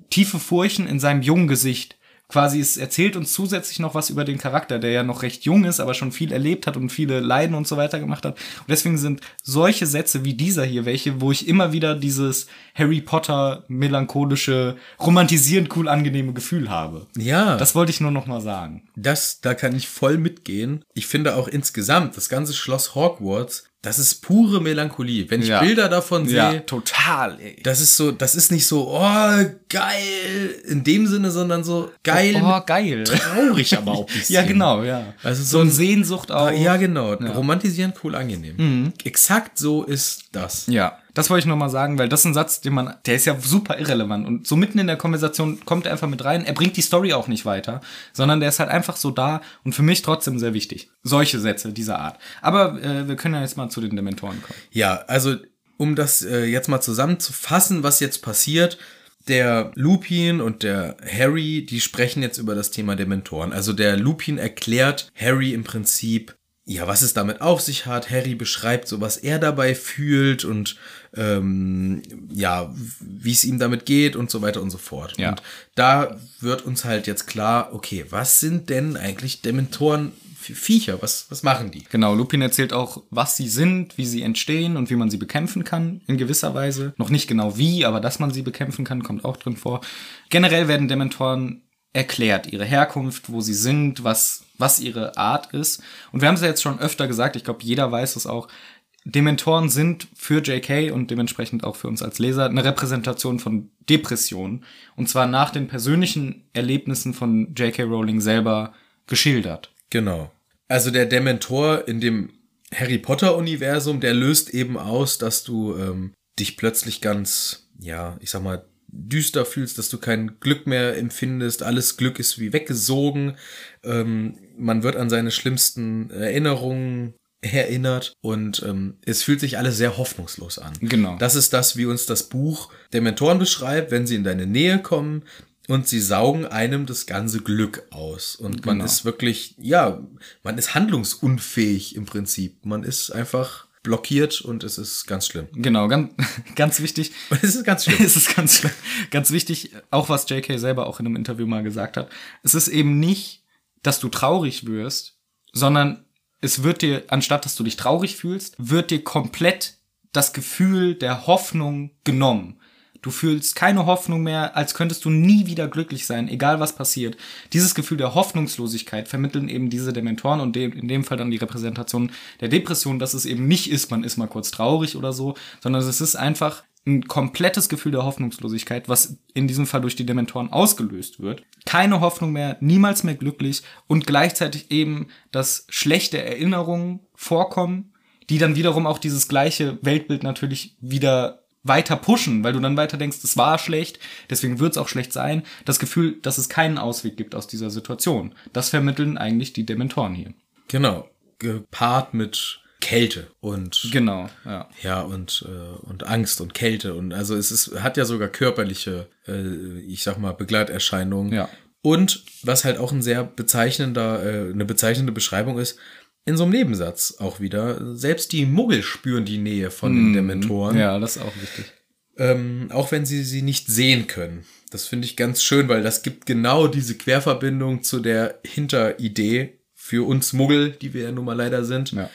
[SPEAKER 1] Tiefe Furchen in seinem jungen Gesicht. Quasi, es erzählt uns zusätzlich noch was über den Charakter, der ja noch recht jung ist, aber schon viel erlebt hat und viele Leiden und so weiter gemacht hat. Und deswegen sind solche Sätze wie dieser hier welche, wo ich immer wieder dieses Harry Potter melancholische, romantisierend cool angenehme Gefühl habe.
[SPEAKER 2] Ja.
[SPEAKER 1] Das wollte ich nur noch mal sagen.
[SPEAKER 2] Das, da kann ich voll mitgehen. Ich finde auch insgesamt, das ganze Schloss Hogwarts, das ist pure Melancholie. Wenn ich
[SPEAKER 1] Ja.
[SPEAKER 2] Bilder davon sehe,
[SPEAKER 1] total, e- ey.
[SPEAKER 2] das ist so, das ist nicht so, oh, geil, in dem Sinne, sondern so geil,
[SPEAKER 1] Oh, geil.
[SPEAKER 2] traurig aber auch ein
[SPEAKER 1] Ja,
[SPEAKER 2] bisschen.
[SPEAKER 1] genau, ja.
[SPEAKER 2] Also
[SPEAKER 1] so,
[SPEAKER 2] so
[SPEAKER 1] ein
[SPEAKER 2] ein-
[SPEAKER 1] Sehnsucht auch.
[SPEAKER 2] Ja, genau. Romantisieren, cool, angenehm.
[SPEAKER 1] Mhm.
[SPEAKER 2] Exakt so ist das.
[SPEAKER 1] Ja, das wollte ich nochmal sagen, weil das ist ein Satz, den man, der ist ja super irrelevant und so mitten in der Konversation kommt er einfach mit rein. Er bringt die Story auch nicht weiter, sondern der ist halt einfach so da und für mich trotzdem sehr wichtig. Solche Sätze dieser Art. Aber äh, wir können ja jetzt mal zu den Dementoren kommen.
[SPEAKER 2] Ja, also um das äh, jetzt mal zusammenzufassen, was jetzt passiert, der Lupin und der Harry, die sprechen jetzt über das Thema der Mentoren. Also der Lupin erklärt Harry im Prinzip, ja, was es damit auf sich hat. Harry beschreibt so, was er dabei fühlt und ähm, ja, wie es ihm damit geht und so weiter und so fort.
[SPEAKER 1] Ja.
[SPEAKER 2] Und da wird uns halt jetzt klar, okay, was sind denn eigentlich Dementoren für Viecher? Was, was machen die?
[SPEAKER 1] Genau, Lupin erzählt auch, was sie sind, wie sie entstehen und wie man sie bekämpfen kann, in gewisser Weise. Noch nicht genau wie, aber dass man sie bekämpfen kann, kommt auch drin vor. Generell werden Dementoren erklärt, ihre Herkunft, wo sie sind, was, was ihre Art ist. Und wir haben es ja jetzt schon öfter gesagt, ich glaube, jeder weiß es auch. Dementoren sind für JK und dementsprechend auch für uns als Leser eine Repräsentation von Depressionen. Und zwar nach den persönlichen Erlebnissen von JK Rowling selber geschildert.
[SPEAKER 2] Genau. Also der Dementor in dem Harry Potter-Universum, der löst eben aus, dass du ähm, dich plötzlich ganz, ja, ich sag mal, düster fühlst, dass du kein Glück mehr empfindest, alles Glück ist wie weggesogen, ähm, man wird an seine schlimmsten Erinnerungen erinnert und ähm, es fühlt sich alles sehr hoffnungslos an.
[SPEAKER 1] Genau.
[SPEAKER 2] Das ist das, wie uns das Buch der Mentoren beschreibt, wenn sie in deine Nähe kommen und sie saugen einem das ganze Glück aus. Und man ist wirklich, ja, man ist handlungsunfähig im Prinzip. Man ist einfach blockiert und es ist ganz schlimm.
[SPEAKER 1] Genau, ganz, ganz wichtig.
[SPEAKER 2] Und es ist ganz schlimm.
[SPEAKER 1] es ist ganz schlimm. Ganz wichtig, auch was JK selber auch in einem Interview mal gesagt hat. Es ist eben nicht, dass du traurig wirst, sondern es wird dir, anstatt dass du dich traurig fühlst, wird dir komplett das Gefühl der Hoffnung genommen. Du fühlst keine Hoffnung mehr, als könntest du nie wieder glücklich sein, egal was passiert. Dieses Gefühl der Hoffnungslosigkeit vermitteln eben diese Dementoren und de in dem Fall dann die Repräsentation der Depression, dass es eben nicht ist, man ist mal kurz traurig oder so, sondern es ist einfach ein komplettes Gefühl der Hoffnungslosigkeit, was in diesem Fall durch die Dementoren ausgelöst wird. Keine Hoffnung mehr, niemals mehr glücklich und gleichzeitig eben, dass schlechte Erinnerungen vorkommen, die dann wiederum auch dieses gleiche Weltbild natürlich wieder weiter pushen, weil du dann weiter denkst, es war schlecht, deswegen wird es auch schlecht sein. Das Gefühl, dass es keinen Ausweg gibt aus dieser Situation. Das vermitteln eigentlich die Dementoren hier.
[SPEAKER 2] Genau. Gepaart mit Kälte und
[SPEAKER 1] Genau, ja.
[SPEAKER 2] Ja, und, äh, und Angst und Kälte und also es ist, hat ja sogar körperliche, äh, ich sag mal, Begleiterscheinungen.
[SPEAKER 1] Ja.
[SPEAKER 2] Und was halt auch ein sehr bezeichnender, äh, eine bezeichnende Beschreibung ist, in so einem Nebensatz auch wieder, selbst die Muggel spüren die Nähe von den Dementoren,
[SPEAKER 1] Mhm. Ja, das ist auch wichtig.
[SPEAKER 2] ähm, auch wenn sie sie nicht sehen können. Das finde ich ganz schön, weil das gibt genau diese Querverbindung zu der Hinteridee für uns Muggel, die wir ja nun mal leider sind
[SPEAKER 1] Ja.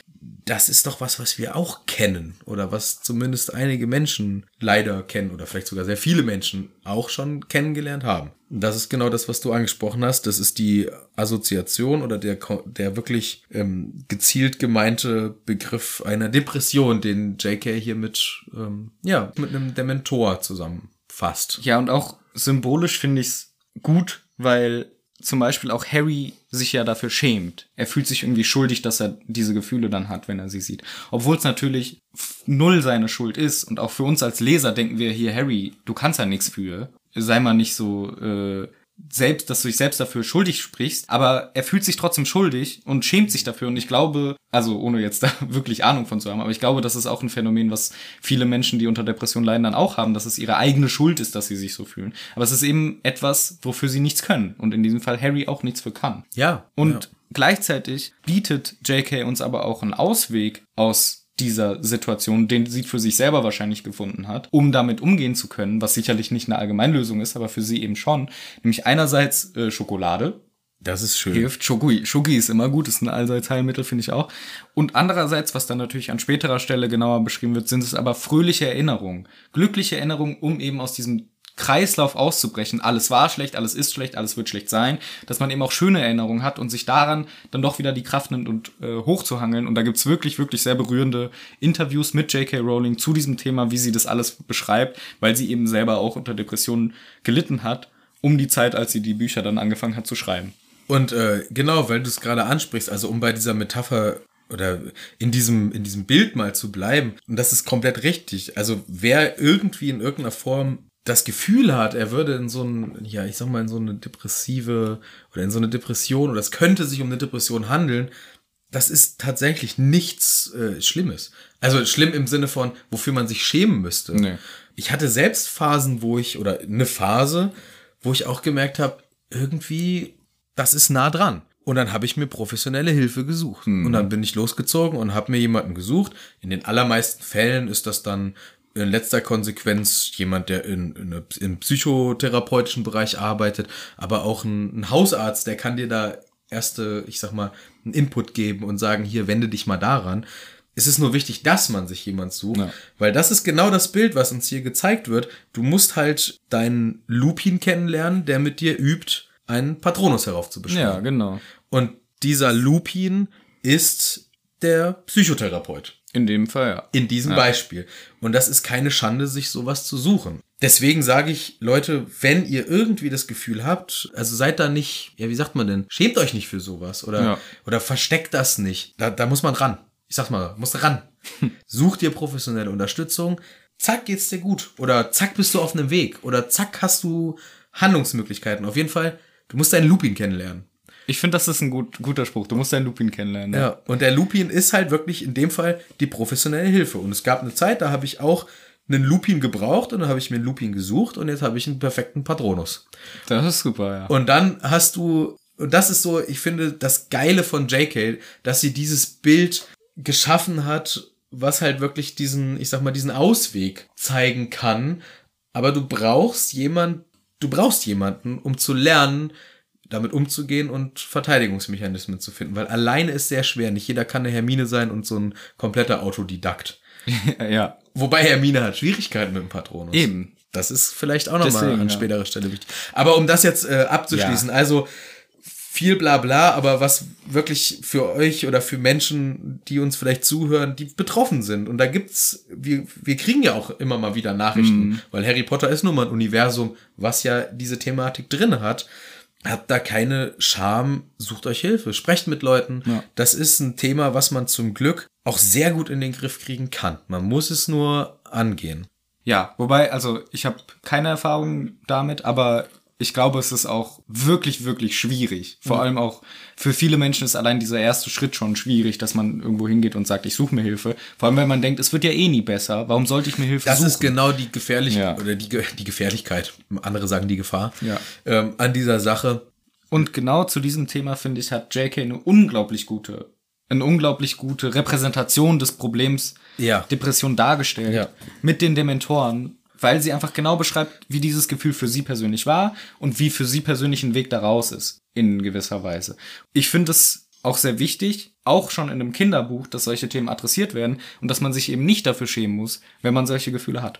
[SPEAKER 2] das ist doch was, was wir auch kennen oder was zumindest einige Menschen leider kennen oder vielleicht sogar sehr viele Menschen auch schon kennengelernt haben. Das ist genau das, was du angesprochen hast. Das ist die Assoziation oder der, ko- der wirklich ähm, gezielt gemeinte Begriff einer Depression, den JK hier mit, ähm, ja, mit einem Dementor zusammenfasst.
[SPEAKER 1] Ja, und auch symbolisch finde ich es gut, weil zum Beispiel auch Harry sich ja dafür schämt. Er fühlt sich irgendwie schuldig, dass er diese Gefühle dann hat, wenn er sie sieht. Obwohl es natürlich f- null seine Schuld ist. Und auch für uns als Leser denken wir hier, Harry, du kannst ja nichts für. Sei mal nicht so äh, selbst, dass du dich selbst dafür schuldig sprichst. Aber er fühlt sich trotzdem schuldig und schämt sich dafür. Und ich glaube, also ohne jetzt da wirklich Ahnung von zu haben, aber ich glaube, das ist auch ein Phänomen, was viele Menschen, die unter Depression leiden, dann auch haben, dass es ihre eigene Schuld ist, dass sie sich so fühlen. Aber es ist eben etwas, wofür sie nichts können. Und in diesem Fall Harry auch nichts für kann.
[SPEAKER 2] Ja.
[SPEAKER 1] Und
[SPEAKER 2] ja.
[SPEAKER 1] gleichzeitig bietet JK uns aber auch einen Ausweg aus dieser Situation, den sie für sich selber wahrscheinlich gefunden hat, um damit umgehen zu können, was sicherlich nicht eine Allgemeinlösung ist, aber für sie eben schon. Nämlich einerseits äh, Schokolade,
[SPEAKER 2] das ist schön.
[SPEAKER 1] hilft. Shogui. Shogui ist immer gut, ist ein allseits Heilmittel, finde ich auch. Und andererseits, was dann natürlich an späterer Stelle genauer beschrieben wird, sind es aber fröhliche Erinnerungen, glückliche Erinnerungen, um eben aus diesem Kreislauf auszubrechen. Alles war schlecht, alles ist schlecht, alles wird schlecht sein, dass man eben auch schöne Erinnerungen hat und sich daran dann doch wieder die Kraft nimmt und äh, hochzuhangeln. Und da gibt's wirklich, wirklich sehr berührende Interviews mit J.K. Rowling zu diesem Thema, wie sie das alles beschreibt, weil sie eben selber auch unter Depressionen gelitten hat, um die Zeit, als sie die Bücher dann angefangen hat zu schreiben.
[SPEAKER 2] Und äh, genau, weil du es gerade ansprichst, also um bei dieser Metapher oder in diesem, in diesem Bild mal zu bleiben, und das ist komplett richtig. Also wer irgendwie in irgendeiner Form das Gefühl hat, er würde in so ein, ja, ich sag mal, in so eine depressive oder in so eine Depression oder es könnte sich um eine Depression handeln, das ist tatsächlich nichts äh, Schlimmes. Also schlimm im Sinne von, wofür man sich schämen müsste.
[SPEAKER 1] Nee.
[SPEAKER 2] Ich hatte selbst Phasen, wo ich, oder eine Phase, wo ich auch gemerkt habe, irgendwie, das ist nah dran. Und dann habe ich mir professionelle Hilfe gesucht. Und dann bin ich losgezogen und habe mir jemanden gesucht. In den allermeisten Fällen ist das dann in letzter Konsequenz jemand, der in, in, einer- im psychotherapeutischen Bereich arbeitet, aber auch ein, ein Hausarzt, der kann dir da erste, ich sag mal, einen Input geben und sagen, hier, wende dich mal daran. Es ist nur wichtig, dass man sich jemand sucht,
[SPEAKER 1] Ja.
[SPEAKER 2] weil das ist genau das Bild, was uns hier gezeigt wird. Du musst halt deinen Lupin kennenlernen, der mit dir übt, einen Patronus heraufzubeschwören.
[SPEAKER 1] Ja, genau.
[SPEAKER 2] Und dieser Lupin ist der Psychotherapeut.
[SPEAKER 1] In dem Fall, ja.
[SPEAKER 2] In diesem Beispiel. Und das ist keine Schande, sich sowas zu suchen. Deswegen sage ich, Leute, wenn ihr irgendwie das Gefühl habt, also seid da nicht, ja, wie sagt man denn, schämt euch nicht für sowas oder,
[SPEAKER 1] Ja.
[SPEAKER 2] oder versteckt das nicht. Da, da muss man ran. Ich sag's mal, muss ran. Such dir professionelle Unterstützung. Zack, geht's dir gut. Oder zack, bist du auf einem Weg. Oder zack, hast du Handlungsmöglichkeiten. Auf jeden Fall, du musst deinen Lupin kennenlernen.
[SPEAKER 1] Ich finde, das ist ein gut, guter Spruch. Du musst deinen Lupin kennenlernen. ne?
[SPEAKER 2] Ja, und der Lupin ist halt wirklich in dem Fall die professionelle Hilfe. Und es gab eine Zeit, da habe ich auch einen Lupin gebraucht und dann habe ich mir einen Lupin gesucht und jetzt habe ich einen perfekten Patronus.
[SPEAKER 1] Das ist super, ja.
[SPEAKER 2] Und dann hast du, und das ist so, ich finde, das Geile von JK, dass sie dieses Bild geschaffen hat, was halt wirklich diesen, ich sag mal, diesen Ausweg zeigen kann. Aber du brauchst jemand, du brauchst jemanden, um zu lernen, damit umzugehen und Verteidigungsmechanismen zu finden. Weil alleine ist sehr schwer. Nicht jeder kann eine Hermine sein und so ein kompletter Autodidakt.
[SPEAKER 1] ja,
[SPEAKER 2] Wobei Hermine hat Schwierigkeiten mit dem Patronus.
[SPEAKER 1] eben.
[SPEAKER 2] Das ist vielleicht auch nochmal
[SPEAKER 1] Deswegen,
[SPEAKER 2] an
[SPEAKER 1] ja.
[SPEAKER 2] späterer Stelle wichtig. Aber um das jetzt äh, abzuschließen, also viel Blabla, aber was wirklich für euch oder für Menschen, die uns vielleicht zuhören, die betroffen sind. Und da gibt's, wir, wir kriegen ja auch immer mal wieder Nachrichten,
[SPEAKER 1] Mhm.
[SPEAKER 2] weil Harry Potter ist nun mal ein Universum, was ja diese Thematik drin hat. Habt da keine Scham, sucht euch Hilfe, sprecht mit Leuten.
[SPEAKER 1] Ja.
[SPEAKER 2] Das ist ein Thema, was man zum Glück auch sehr gut in den Griff kriegen kann. Man muss es nur angehen.
[SPEAKER 1] Ja, wobei, also ich habe keine Erfahrung damit, aber ich glaube, es ist auch wirklich, wirklich schwierig.
[SPEAKER 2] Mhm.
[SPEAKER 1] Vor allem auch für viele Menschen ist allein dieser erste Schritt schon schwierig, dass man irgendwo hingeht und sagt, ich suche mir Hilfe. Vor allem, wenn man denkt, es wird ja eh nie besser. Warum sollte ich mir Hilfe
[SPEAKER 2] Das
[SPEAKER 1] suchen?
[SPEAKER 2] ist genau die Gefährlichkeit
[SPEAKER 1] Ja.
[SPEAKER 2] oder die, Ge- die Gefährlichkeit. Andere sagen die Gefahr
[SPEAKER 1] Ja.
[SPEAKER 2] ähm, an dieser Sache.
[SPEAKER 1] Und genau zu diesem Thema, finde ich, hat JK eine unglaublich gute, eine unglaublich gute Repräsentation des Problems
[SPEAKER 2] Ja.
[SPEAKER 1] Depression dargestellt.
[SPEAKER 2] Ja.
[SPEAKER 1] Mit den Dementoren, weil sie einfach genau beschreibt, wie dieses Gefühl für sie persönlich war und wie für sie persönlich ein Weg daraus ist, in gewisser Weise. Ich finde es auch sehr wichtig, auch schon in einem Kinderbuch, dass solche Themen adressiert werden und dass man sich eben nicht dafür schämen muss, wenn man solche Gefühle hat.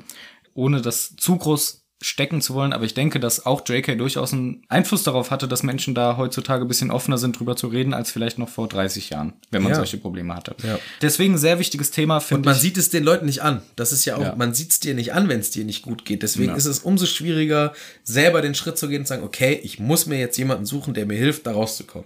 [SPEAKER 1] Ohne das zu groß stecken zu wollen, aber ich denke, dass auch J.K. durchaus einen Einfluss darauf hatte, dass Menschen da heutzutage ein bisschen offener sind, drüber zu reden, als vielleicht noch vor 30 Jahren, wenn man
[SPEAKER 2] Ja.
[SPEAKER 1] solche Probleme hatte.
[SPEAKER 2] Ja.
[SPEAKER 1] Deswegen ein sehr wichtiges Thema,
[SPEAKER 2] Und
[SPEAKER 1] finde
[SPEAKER 2] man
[SPEAKER 1] ich.
[SPEAKER 2] sieht es den Leuten nicht an. Das ist ja auch,
[SPEAKER 1] Ja.
[SPEAKER 2] man sieht es dir nicht an, wenn es dir nicht gut geht. Deswegen ist es umso schwieriger, selber den Schritt zu gehen und zu sagen, okay, ich muss mir jetzt jemanden suchen, der mir hilft, da rauszukommen.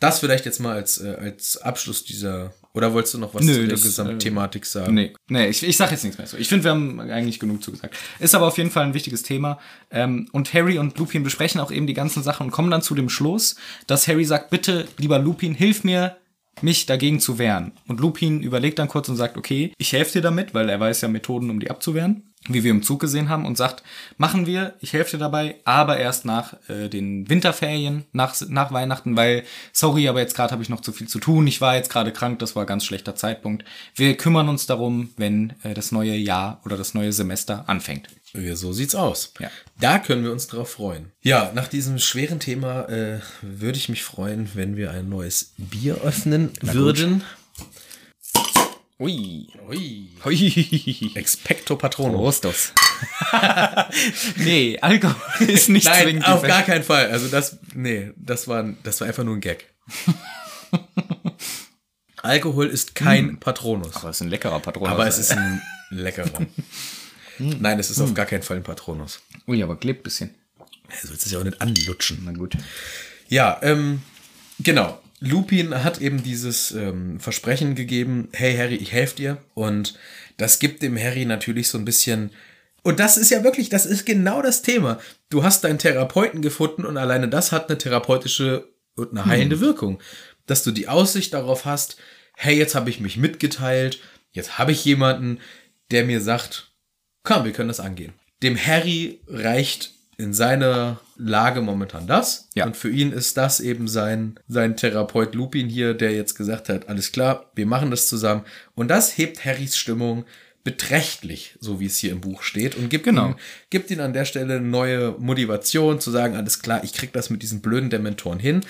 [SPEAKER 2] Das vielleicht jetzt mal als, äh, als Abschluss dieser, oder wolltest du noch was
[SPEAKER 1] Nö,
[SPEAKER 2] zu der
[SPEAKER 1] das, äh,
[SPEAKER 2] Gesamtthematik sagen?
[SPEAKER 1] Nee, nee ich, ich sag jetzt nichts mehr. So. Ich finde, wir haben eigentlich genug zugesagt. Ist aber auf jeden Fall ein wichtiges Thema. Ähm, und Harry und Lupin besprechen auch eben die ganzen Sachen und kommen dann zu dem Schluss, dass Harry sagt, bitte, lieber Lupin, hilf mir, mich dagegen zu wehren. Und Lupin überlegt dann kurz und sagt, okay, ich helfe dir damit, weil er weiß ja Methoden, um die abzuwehren, wie wir im Zug gesehen haben, und sagt, machen wir, ich helfe dir dabei, aber erst nach äh, den Winterferien, nach, nach Weihnachten, weil, sorry, aber jetzt gerade habe ich noch zu viel zu tun, ich war jetzt gerade krank, das war ein ganz schlechter Zeitpunkt. Wir kümmern uns darum, wenn äh, das neue Jahr oder das neue Semester anfängt.
[SPEAKER 2] Ja, so sieht's aus.
[SPEAKER 1] Ja.
[SPEAKER 2] Da können wir uns drauf freuen. Ja, nach diesem schweren Thema äh, würde ich mich freuen, wenn wir ein neues Bier öffnen würden.
[SPEAKER 1] Ui.
[SPEAKER 2] Ui.
[SPEAKER 1] Hui.
[SPEAKER 2] Expecto Patronum.
[SPEAKER 1] Rostos. nee, Alkohol ist nicht
[SPEAKER 2] Nein,
[SPEAKER 1] zwingend.
[SPEAKER 2] auf
[SPEAKER 1] die
[SPEAKER 2] gar keinen Fall. Also das, nee, das war, das war einfach nur ein Gag. Alkohol ist kein Patronus,
[SPEAKER 1] Aber es ist ein leckerer Patron. also
[SPEAKER 2] aber es ist ein leckerer. Nein, es ist auf gar keinen Fall ein Patronus.
[SPEAKER 1] Ui, aber klebt ein bisschen.
[SPEAKER 2] Du sollst es ja auch nicht anlutschen.
[SPEAKER 1] Na gut.
[SPEAKER 2] Ja, ähm, genau. Lupin hat eben dieses ähm, Versprechen gegeben, hey Harry, ich helfe dir. Und das gibt dem Harry natürlich so ein bisschen. Und das ist ja wirklich, das ist genau das Thema. Du hast deinen Therapeuten gefunden und alleine das hat eine therapeutische und eine heilende Wirkung. Dass du die Aussicht darauf hast, hey, jetzt habe ich mich mitgeteilt, jetzt habe ich jemanden, der mir sagt, komm, wir können das angehen. Dem Harry reicht in seiner Lage momentan das.
[SPEAKER 1] Ja.
[SPEAKER 2] Und für ihn ist das eben sein, sein Therapeut Lupin hier, der jetzt gesagt hat, alles klar, wir machen das zusammen. Und das hebt Harrys Stimmung beträchtlich, so wie es hier im Buch steht, und gibt,
[SPEAKER 1] Genau.
[SPEAKER 2] ihm, gibt ihm an der Stelle neue Motivation zu sagen, alles klar, ich krieg das mit diesen blöden Dementoren hin.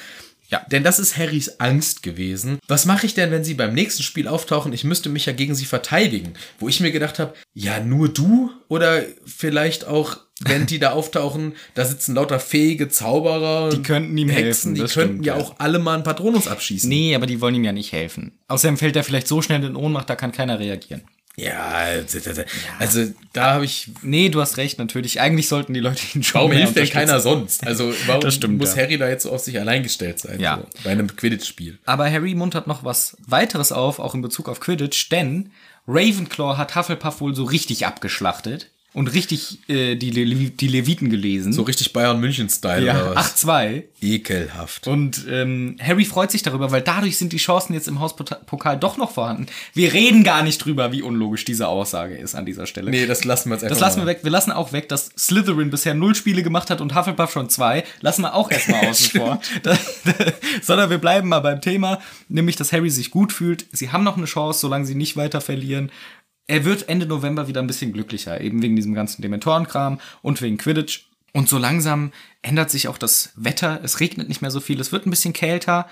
[SPEAKER 1] Ja.
[SPEAKER 2] Denn das ist Harrys Angst gewesen. Was mache ich denn, wenn sie beim nächsten Spiel auftauchen? Ich müsste mich ja gegen sie verteidigen. Wo ich mir gedacht habe, ja, nur du? Oder vielleicht auch, wenn die da auftauchen, da sitzen lauter fähige Zauberer. Die
[SPEAKER 1] könnten ihm helfen,
[SPEAKER 2] Die
[SPEAKER 1] das
[SPEAKER 2] könnten
[SPEAKER 1] stimmt,
[SPEAKER 2] ja
[SPEAKER 1] ja.
[SPEAKER 2] auch alle mal einen Patronus abschießen.
[SPEAKER 1] Nee, aber die wollen ihm ja nicht helfen. Außerdem fällt er vielleicht so schnell in Ohnmacht, da kann keiner reagieren.
[SPEAKER 2] Ja, also, also da habe ich.
[SPEAKER 1] Nee, du hast recht, natürlich. Eigentlich sollten die Leute ihn schon
[SPEAKER 2] Warum
[SPEAKER 1] mehr
[SPEAKER 2] hilft denn
[SPEAKER 1] unterstützen.
[SPEAKER 2] keiner sonst? Also warum
[SPEAKER 1] Das stimmt,
[SPEAKER 2] muss
[SPEAKER 1] ja.
[SPEAKER 2] Harry da jetzt so auf sich allein gestellt sein?
[SPEAKER 1] Ja.
[SPEAKER 2] So, bei einem Quidditch-Spiel.
[SPEAKER 1] Aber Harry muntert noch was weiteres auf, auch in Bezug auf Quidditch, denn Ravenclaw hat Hufflepuff wohl so richtig abgeschlachtet und richtig äh, die, Le die Leviten gelesen.
[SPEAKER 2] So richtig Bayern München-Style
[SPEAKER 1] ja,
[SPEAKER 2] oder was?
[SPEAKER 1] 8-2.
[SPEAKER 2] Ekelhaft.
[SPEAKER 1] Und ähm, Harry freut sich darüber, weil dadurch sind die Chancen jetzt im Hauspokal doch noch vorhanden. Wir reden gar nicht drüber, wie unlogisch diese Aussage ist an dieser Stelle.
[SPEAKER 2] Nee, das lassen wir jetzt einfach
[SPEAKER 1] Das lassen
[SPEAKER 2] mal.
[SPEAKER 1] wir weg. Wir lassen auch weg, dass Slytherin bisher null Spiele gemacht hat und Hufflepuff schon zwei. Lassen wir auch erstmal außen vor. Das, sondern wir bleiben mal beim Thema, nämlich, dass Harry sich gut fühlt. Sie haben noch eine Chance, solange sie nicht weiter verlieren. Er wird Ende November wieder ein bisschen glücklicher, eben wegen diesem ganzen Dementorenkram und wegen Quidditch. Und so langsam ändert sich auch das Wetter. Es regnet nicht mehr so viel. Es wird ein bisschen kälter.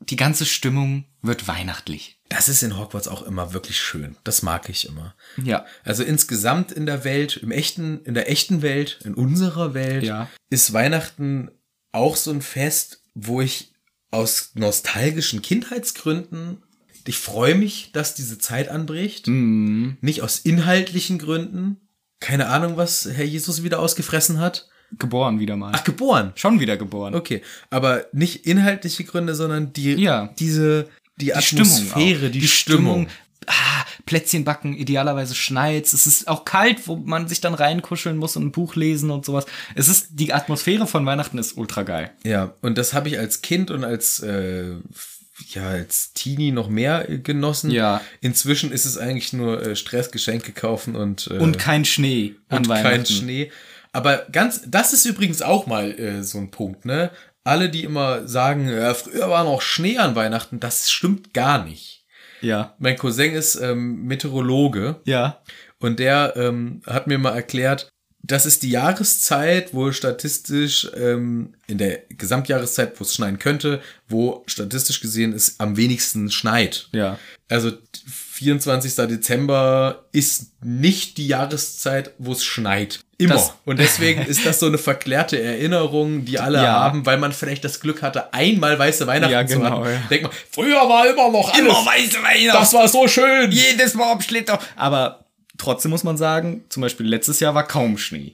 [SPEAKER 1] Die ganze Stimmung wird weihnachtlich.
[SPEAKER 2] Das ist in Hogwarts auch immer wirklich schön. Das mag ich immer.
[SPEAKER 1] Ja.
[SPEAKER 2] Also insgesamt in der Welt, im echten, in der echten Welt, in unserer Welt,
[SPEAKER 1] Ja.
[SPEAKER 2] ist Weihnachten auch so ein Fest, wo ich aus nostalgischen Kindheitsgründen, ich freue mich, dass diese Zeit anbricht.
[SPEAKER 1] Mhm.
[SPEAKER 2] Nicht aus inhaltlichen Gründen. Keine Ahnung, was Herr Jesus wieder ausgefressen hat.
[SPEAKER 1] Geboren wieder mal.
[SPEAKER 2] Ach, geboren.
[SPEAKER 1] Schon wieder geboren.
[SPEAKER 2] Okay, aber nicht inhaltliche Gründe, sondern die
[SPEAKER 1] Ja.
[SPEAKER 2] diese die,
[SPEAKER 1] die Stimmung.
[SPEAKER 2] Atmosphäre,
[SPEAKER 1] auch.
[SPEAKER 2] die, Stimmung.
[SPEAKER 1] Ah, Plätzchen backen, idealerweise schneit's. Es ist auch kalt, wo man sich dann reinkuscheln muss und ein Buch lesen und sowas. Es ist, die Atmosphäre von Weihnachten ist ultra geil.
[SPEAKER 2] Ja, und das habe ich als Kind und als äh, ja als Teenie noch mehr äh, genossen.
[SPEAKER 1] Ja.
[SPEAKER 2] Inzwischen ist es eigentlich nur äh, Stress, Geschenke kaufen und äh,
[SPEAKER 1] Und kein Schnee an
[SPEAKER 2] und
[SPEAKER 1] Weihnachten.
[SPEAKER 2] kein Schnee. Aber ganz, das ist übrigens auch mal äh, so ein Punkt, ne? Alle, die immer sagen, ja, früher war noch Schnee an Weihnachten, das stimmt gar nicht.
[SPEAKER 1] Ja.
[SPEAKER 2] Mein Cousin ist ähm, Meteorologe
[SPEAKER 1] Ja.
[SPEAKER 2] Und der ähm, hat mir mal erklärt, das ist die Jahreszeit, wo statistisch ähm, in der Gesamtjahreszeit, wo es schneien könnte, wo statistisch gesehen es am wenigsten schneit.
[SPEAKER 1] Ja.
[SPEAKER 2] Also 24. Dezember ist nicht die Jahreszeit, wo es schneit. Immer.
[SPEAKER 1] Das-
[SPEAKER 2] und deswegen ist das so eine verklärte Erinnerung, die alle
[SPEAKER 1] Ja.
[SPEAKER 2] haben, weil man vielleicht das Glück hatte, einmal weiße Weihnachten
[SPEAKER 1] Ja,
[SPEAKER 2] zu
[SPEAKER 1] genau,
[SPEAKER 2] haben.
[SPEAKER 1] ja.
[SPEAKER 2] Denk mal, früher war immer noch alles.
[SPEAKER 1] weiße Weihnachten.
[SPEAKER 2] das war so schön.
[SPEAKER 1] jedes Mal am Schlitter. Aber trotzdem muss man sagen, zum Beispiel letztes Jahr war kaum Schnee.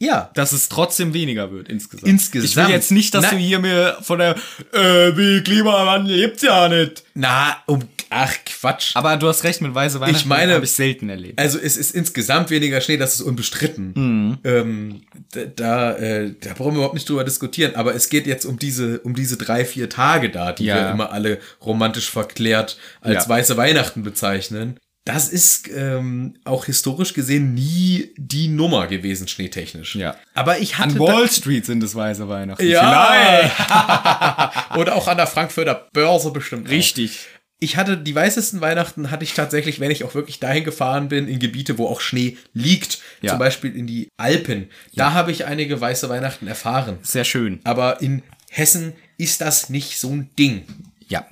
[SPEAKER 2] Ja.
[SPEAKER 1] Dass es trotzdem weniger wird insgesamt.
[SPEAKER 2] Insgesamt.
[SPEAKER 1] Ich will jetzt nicht, dass
[SPEAKER 2] Na-
[SPEAKER 1] du hier mir von der äh, wie Klimawandel gibt's ja nicht.
[SPEAKER 2] Na, um, ach Quatsch.
[SPEAKER 1] Aber du hast recht mit weiße Weihnachten.
[SPEAKER 2] Ich meine-
[SPEAKER 1] habe ich Äh, selten erlebt.
[SPEAKER 2] Also es ist insgesamt weniger Schnee, das ist unbestritten.
[SPEAKER 1] Mhm.
[SPEAKER 2] Ähm, d- da, äh, da brauchen wir überhaupt nicht drüber diskutieren. Aber es geht jetzt um diese, um diese drei, vier Tage da, die
[SPEAKER 1] Ja.
[SPEAKER 2] wir immer alle romantisch verklärt als
[SPEAKER 1] Ja.
[SPEAKER 2] weiße Weihnachten bezeichnen. Das ist ähm, auch historisch gesehen nie die Nummer gewesen, schneetechnisch.
[SPEAKER 1] Ja.
[SPEAKER 2] Aber ich hatte
[SPEAKER 1] An
[SPEAKER 2] da-
[SPEAKER 1] Wall Street sind es weiße Weihnachten.
[SPEAKER 2] Ja.
[SPEAKER 1] Vielleicht.
[SPEAKER 2] oder auch an der Frankfurter Börse bestimmt. auch.
[SPEAKER 1] Richtig.
[SPEAKER 2] Ich hatte die weißesten Weihnachten hatte ich tatsächlich, wenn ich auch wirklich dahin gefahren bin, in Gebiete, wo auch Schnee liegt.
[SPEAKER 1] Ja.
[SPEAKER 2] Zum Beispiel in die Alpen. Da habe ich einige weiße Weihnachten erfahren.
[SPEAKER 1] Sehr schön.
[SPEAKER 2] Aber in Hessen ist das nicht so ein Ding.
[SPEAKER 1] Ja.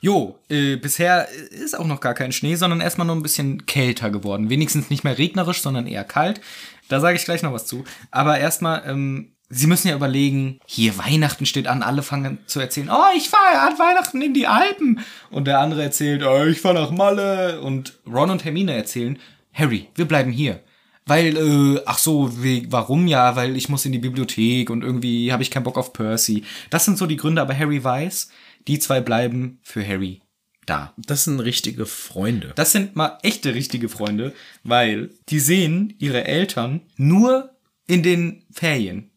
[SPEAKER 1] Jo, äh, bisher ist auch noch gar kein Schnee, sondern erstmal nur ein bisschen kälter geworden. Wenigstens nicht mehr regnerisch, sondern eher kalt. Da sage ich gleich noch was zu. Aber erstmal, ähm, Sie müssen ja überlegen, hier Weihnachten steht an, alle fangen zu erzählen, oh, ich fahre an Weihnachten in die Alpen. Und der andere erzählt, oh, ich fahre nach Malle. Und Ron und Hermine erzählen, Harry, wir bleiben hier. Weil, äh, ach so, we warum ja? Weil ich muss in die Bibliothek und irgendwie habe ich keinen Bock auf Percy. Das sind so die Gründe, aber Harry weiß, die zwei bleiben für Harry da.
[SPEAKER 2] Das sind richtige Freunde.
[SPEAKER 1] Das sind mal echte richtige Freunde, weil die sehen ihre Eltern nur in den Ferien.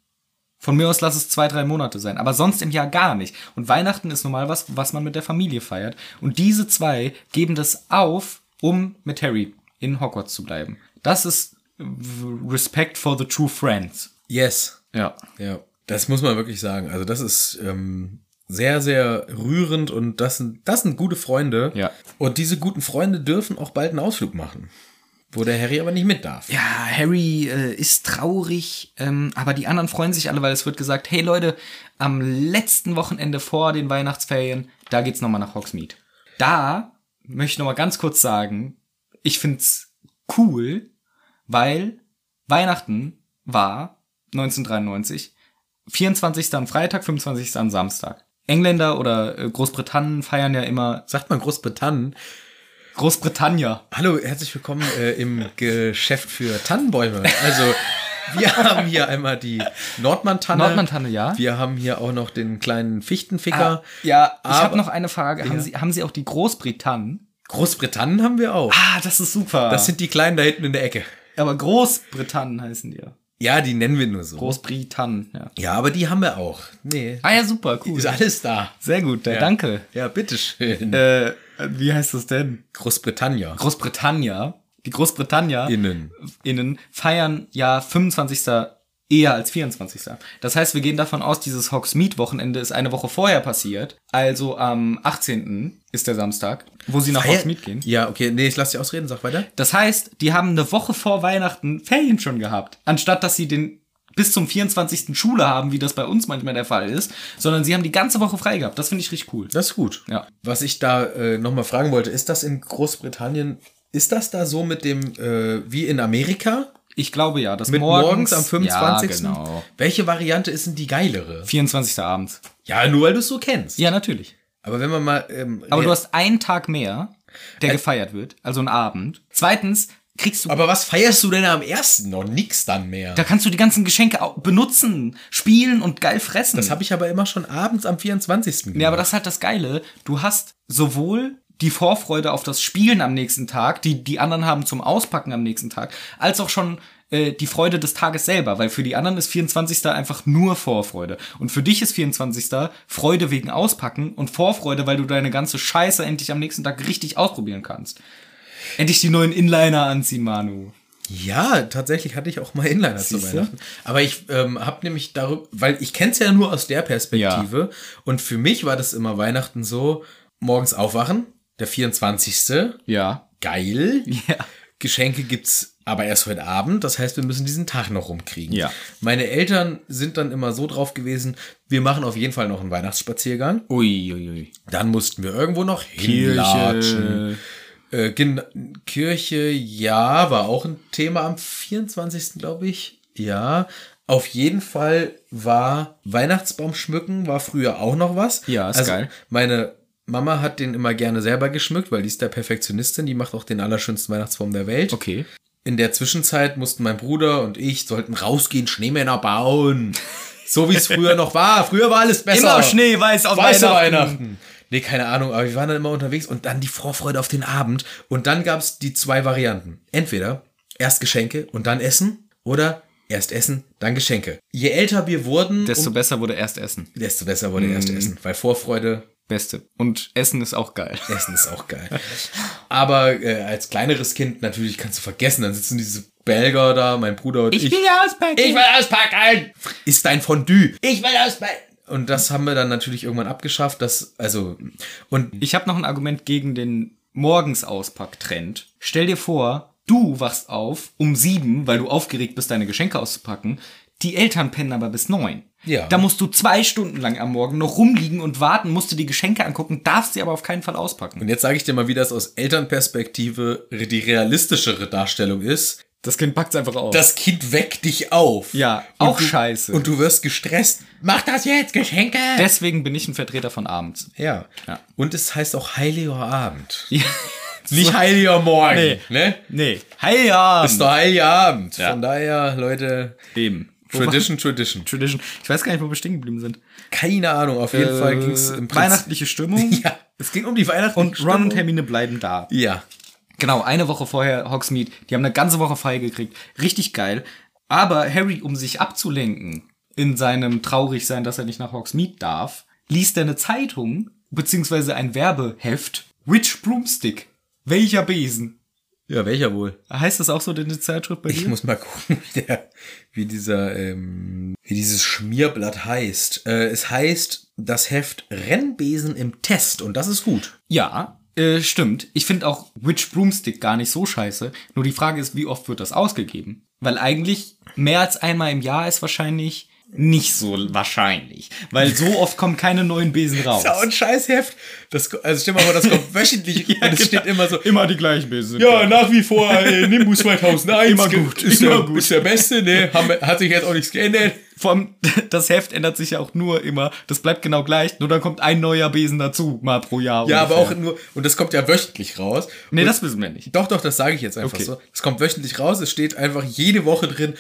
[SPEAKER 1] Von mir aus lass es zwei, drei Monate sein, aber sonst im Jahr gar nicht. Und Weihnachten ist normal was, was man mit der Familie feiert. Und diese zwei geben das auf, um mit Harry in Hogwarts zu bleiben. Das ist äh, Respect for the true friends.
[SPEAKER 2] Yes.
[SPEAKER 1] Ja.
[SPEAKER 2] Ja, das muss man wirklich sagen. Also das ist ähm, sehr, sehr rührend und das sind, das sind gute Freunde.
[SPEAKER 1] Ja.
[SPEAKER 2] Und diese guten Freunde dürfen auch bald einen Ausflug machen, wo der Harry aber nicht mit darf.
[SPEAKER 1] ja, Harry äh, ist traurig, ähm, aber die anderen freuen sich alle, weil es wird gesagt, hey Leute, am letzten Wochenende vor den Weihnachtsferien, da geht's nochmal nach Hogsmeade. Da möchte ich nochmal ganz kurz sagen, ich find's cool, weil Weihnachten war 1993 24. am Freitag, 25. am Samstag. Engländer oder äh, Großbritannien feiern ja immer
[SPEAKER 2] Sagt man Großbritannien.
[SPEAKER 1] Großbritannien.
[SPEAKER 2] Hallo, herzlich willkommen äh, im Geschäft für Tannenbäume. Also wir haben hier einmal die Nordmann-Tanne. Ah.
[SPEAKER 1] Nordmann-Tanne, ja.
[SPEAKER 2] Wir haben hier auch noch den kleinen Fichtenficker.
[SPEAKER 1] ja, ich
[SPEAKER 2] aber-
[SPEAKER 1] habe noch eine Frage. Haben, Sie, haben Sie auch die Großbritannien?
[SPEAKER 2] Großbritannien haben wir auch.
[SPEAKER 1] Ah, das ist super.
[SPEAKER 2] Das sind die Kleinen da hinten in der Ecke.
[SPEAKER 1] aber Großbritannien heißen die ja.
[SPEAKER 2] Ja, die nennen wir nur so.
[SPEAKER 1] Großbritannien, ja.
[SPEAKER 2] ja, aber die haben wir auch. Nee.
[SPEAKER 1] Ah ja, super, cool.
[SPEAKER 2] Ist alles da.
[SPEAKER 1] Sehr gut, ja. danke.
[SPEAKER 2] Ja, bitteschön.
[SPEAKER 1] Äh, wie heißt das denn?
[SPEAKER 2] Großbritannien.
[SPEAKER 1] Großbritannien. Die Großbritannier
[SPEAKER 2] Innen.
[SPEAKER 1] innen feiern ja 25. eher als 24. Das heißt, wir gehen davon aus, dieses Hogsmeade-Wochenende ist eine Woche vorher passiert. Also am 18. ist der Samstag, wo sie nach Hogsmeade gehen.
[SPEAKER 2] Ja, okay. Nee, ich lass dich ausreden. Sag weiter.
[SPEAKER 1] Das heißt, die haben eine Woche vor Weihnachten Ferien schon gehabt, anstatt dass sie den bis zum 24. Schule haben, wie das bei uns manchmal der Fall ist, sondern sie haben die ganze Woche frei gehabt. Das finde ich richtig cool.
[SPEAKER 2] Das ist gut.
[SPEAKER 1] Ja.
[SPEAKER 2] Was ich da äh, nochmal fragen wollte, ist das in Großbritannien, ist das da so mit dem, äh, wie in Amerika?
[SPEAKER 1] Ich glaube ja, dass
[SPEAKER 2] Mit morgens, am 25.
[SPEAKER 1] Ja, genau.
[SPEAKER 2] Welche Variante ist denn die geilere?
[SPEAKER 1] 24. abends.
[SPEAKER 2] Ja, nur weil du es so kennst.
[SPEAKER 1] Ja, natürlich.
[SPEAKER 2] Aber wenn man mal. Ähm,
[SPEAKER 1] Aber
[SPEAKER 2] re-
[SPEAKER 1] du hast einen Tag mehr, der gefeiert wird, also einen Abend. Zweitens kriegst du,
[SPEAKER 2] aber was feierst du denn am ersten? Noch nix dann mehr.
[SPEAKER 1] da kannst du die ganzen Geschenke au- benutzen, spielen und geil fressen.
[SPEAKER 2] Das habe ich aber immer schon abends am 24. gemacht.
[SPEAKER 1] Ja, aber das ist halt das Geile. Du hast sowohl die Vorfreude auf das Spielen am nächsten Tag, die die anderen haben zum Auspacken am nächsten Tag, als auch schon äh, die Freude des Tages selber, weil für die anderen ist 24. einfach nur Vorfreude. Und für dich ist 24. Freude wegen Auspacken und Vorfreude, weil du deine ganze Scheiße endlich am nächsten Tag richtig ausprobieren kannst. Endlich die neuen Inliner anziehen, Manu.
[SPEAKER 2] Ja, tatsächlich hatte ich auch mal Inliner
[SPEAKER 1] Siehste?
[SPEAKER 2] zu Weihnachten. Aber ich ähm, habe nämlich darüber, weil ich kenne es ja nur aus der Perspektive. Und für mich war das immer Weihnachten so, morgens aufwachen, der 24.
[SPEAKER 1] Ja.
[SPEAKER 2] Geil.
[SPEAKER 1] Ja.
[SPEAKER 2] Geschenke gibt's Aber erst heute Abend, das heißt, wir müssen diesen Tag noch rumkriegen.
[SPEAKER 1] Ja.
[SPEAKER 2] Meine Eltern sind dann immer so drauf gewesen, wir machen auf jeden Fall noch einen Weihnachtsspaziergang.
[SPEAKER 1] Uiuiui.
[SPEAKER 2] Dann mussten wir irgendwo noch hinlatschen.
[SPEAKER 1] Kirche.
[SPEAKER 2] Äh, gen- Kirche, ja, war auch ein Thema am 24. glaube ich. Ja. Auf jeden Fall war Weihnachtsbaum schmücken, war früher auch noch was. Also
[SPEAKER 1] Ja, ist geil.
[SPEAKER 2] Meine Mama hat den immer gerne selber geschmückt, weil die ist der Perfektionistin, die macht auch den allerschönsten Weihnachtsbaum der Welt.
[SPEAKER 1] Okay.
[SPEAKER 2] In der Zwischenzeit mussten mein Bruder und ich sollten rausgehen, Schneemänner bauen. So wie es früher noch war. Früher war alles besser.
[SPEAKER 1] Immer Schnee, weiß auf
[SPEAKER 2] Weiße
[SPEAKER 1] Weihnachten.
[SPEAKER 2] Weihnachten. Nee, keine Ahnung, aber wir waren dann immer unterwegs und dann die Vorfreude auf den Abend. Und dann gab es die zwei Varianten. Entweder erst Geschenke und dann Essen oder erst Essen, dann Geschenke. Je älter wir wurden, um-
[SPEAKER 1] Desto besser wurde erst Essen.
[SPEAKER 2] desto besser wurde erst Essen, weil Vorfreude
[SPEAKER 1] Beste. Und Essen ist auch geil.
[SPEAKER 2] Essen ist auch geil. Aber äh, als kleineres Kind natürlich kannst du vergessen, dann sitzen diese Belger da, mein Bruder und ich.
[SPEAKER 1] ja auspacken.
[SPEAKER 2] Ich will auspacken! Ist dein Fondue. Ich will auspacken! Und das haben wir dann natürlich irgendwann abgeschafft, dass, also, und
[SPEAKER 1] Ich habe noch ein Argument gegen den morgens Auspack-Trend. Stell dir vor, du wachst auf um sieben, weil du aufgeregt bist, deine Geschenke auszupacken. Die Eltern pennen aber bis neun.
[SPEAKER 2] Ja.
[SPEAKER 1] Da musst du zwei Stunden lang am Morgen noch rumliegen und warten, musst dir die Geschenke angucken, darfst sie aber auf keinen Fall auspacken.
[SPEAKER 2] Und jetzt sage ich dir mal, wie das aus Elternperspektive die realistischere Darstellung ist.
[SPEAKER 1] Das Kind packt einfach aus.
[SPEAKER 2] Das Kind weckt dich auf.
[SPEAKER 1] Ja,
[SPEAKER 2] Und
[SPEAKER 1] auch
[SPEAKER 2] du,
[SPEAKER 1] scheiße.
[SPEAKER 2] Und du wirst gestresst. Mach das jetzt, Geschenke!
[SPEAKER 1] Deswegen bin ich ein Vertreter von abends.
[SPEAKER 2] ja.
[SPEAKER 1] Ja.
[SPEAKER 2] Und es heißt auch heiliger Abend.
[SPEAKER 1] Ja.
[SPEAKER 2] Nicht heiliger Morgen.
[SPEAKER 1] Nee.
[SPEAKER 2] Ne?
[SPEAKER 1] Nee. Hey, ja.
[SPEAKER 2] Ist doch heiliger Abend. Von daher, Leute,
[SPEAKER 1] Eben.
[SPEAKER 2] Tradition, Tradition.
[SPEAKER 1] Tradition. Ich weiß gar nicht, wo wir stehen geblieben sind.
[SPEAKER 2] Keine Ahnung, auf jeden Fall ging es im
[SPEAKER 1] Äh,
[SPEAKER 2] Prinzip-
[SPEAKER 1] Weihnachtliche Stimmung.
[SPEAKER 2] Ja, es ging um die Weihnachten.
[SPEAKER 1] Und Ron und Hermine bleiben da.
[SPEAKER 2] Ja.
[SPEAKER 1] Genau, eine Woche vorher Hogsmeade. Die haben eine ganze Woche frei gekriegt. Richtig geil. Aber Harry, um sich abzulenken in seinem Traurigsein, dass er nicht nach Hogsmeade darf, liest er eine Zeitung beziehungsweise ein Werbeheft. Which Broomstick? Welcher Besen?
[SPEAKER 2] Ja, welcher wohl?
[SPEAKER 1] Heißt das auch so in der Zeitschrift bei
[SPEAKER 2] Ich
[SPEAKER 1] dir?
[SPEAKER 2] muss mal gucken, wie, der, wie dieser, ähm, wie dieses Schmierblatt heißt. Äh, es heißt das Heft Rennbesen im Test und das ist gut.
[SPEAKER 1] Ja, äh, stimmt. Ich finde auch Which Broomstick gar nicht so scheiße. Nur die Frage ist, wie oft wird das ausgegeben? Weil eigentlich mehr als einmal im Jahr ist wahrscheinlich nicht so wahrscheinlich. Weil so oft kommen keine neuen Besen raus.
[SPEAKER 2] ein Scheißheft. Das, ko- also stell mal vor, das kommt wöchentlich
[SPEAKER 1] Ja,
[SPEAKER 2] und es
[SPEAKER 1] genau.
[SPEAKER 2] steht immer so.
[SPEAKER 1] Immer die gleichen Besen. Genau.
[SPEAKER 2] Ja, ne? nach wie vor äh, Nimbus 2001.
[SPEAKER 1] Immer
[SPEAKER 2] ge-
[SPEAKER 1] gut,
[SPEAKER 2] Ist,
[SPEAKER 1] immer
[SPEAKER 2] der,
[SPEAKER 1] gut.
[SPEAKER 2] ist der Beste, ne? Haben wir- Hat sich jetzt auch nichts geändert.
[SPEAKER 1] Vor allem, das Heft ändert sich ja auch nur immer. Das bleibt genau gleich. Nur dann kommt ein neuer Besen dazu, mal pro Jahr.
[SPEAKER 2] Ja, Ne. aber auch
[SPEAKER 1] ungefähr.
[SPEAKER 2] nur, und das kommt ja wöchentlich raus.
[SPEAKER 1] Nee,
[SPEAKER 2] und,
[SPEAKER 1] das wissen wir nicht.
[SPEAKER 2] Doch, doch, das sage ich jetzt einfach
[SPEAKER 1] Okay.
[SPEAKER 2] so. Es kommt wöchentlich raus, es steht einfach jede Woche drin.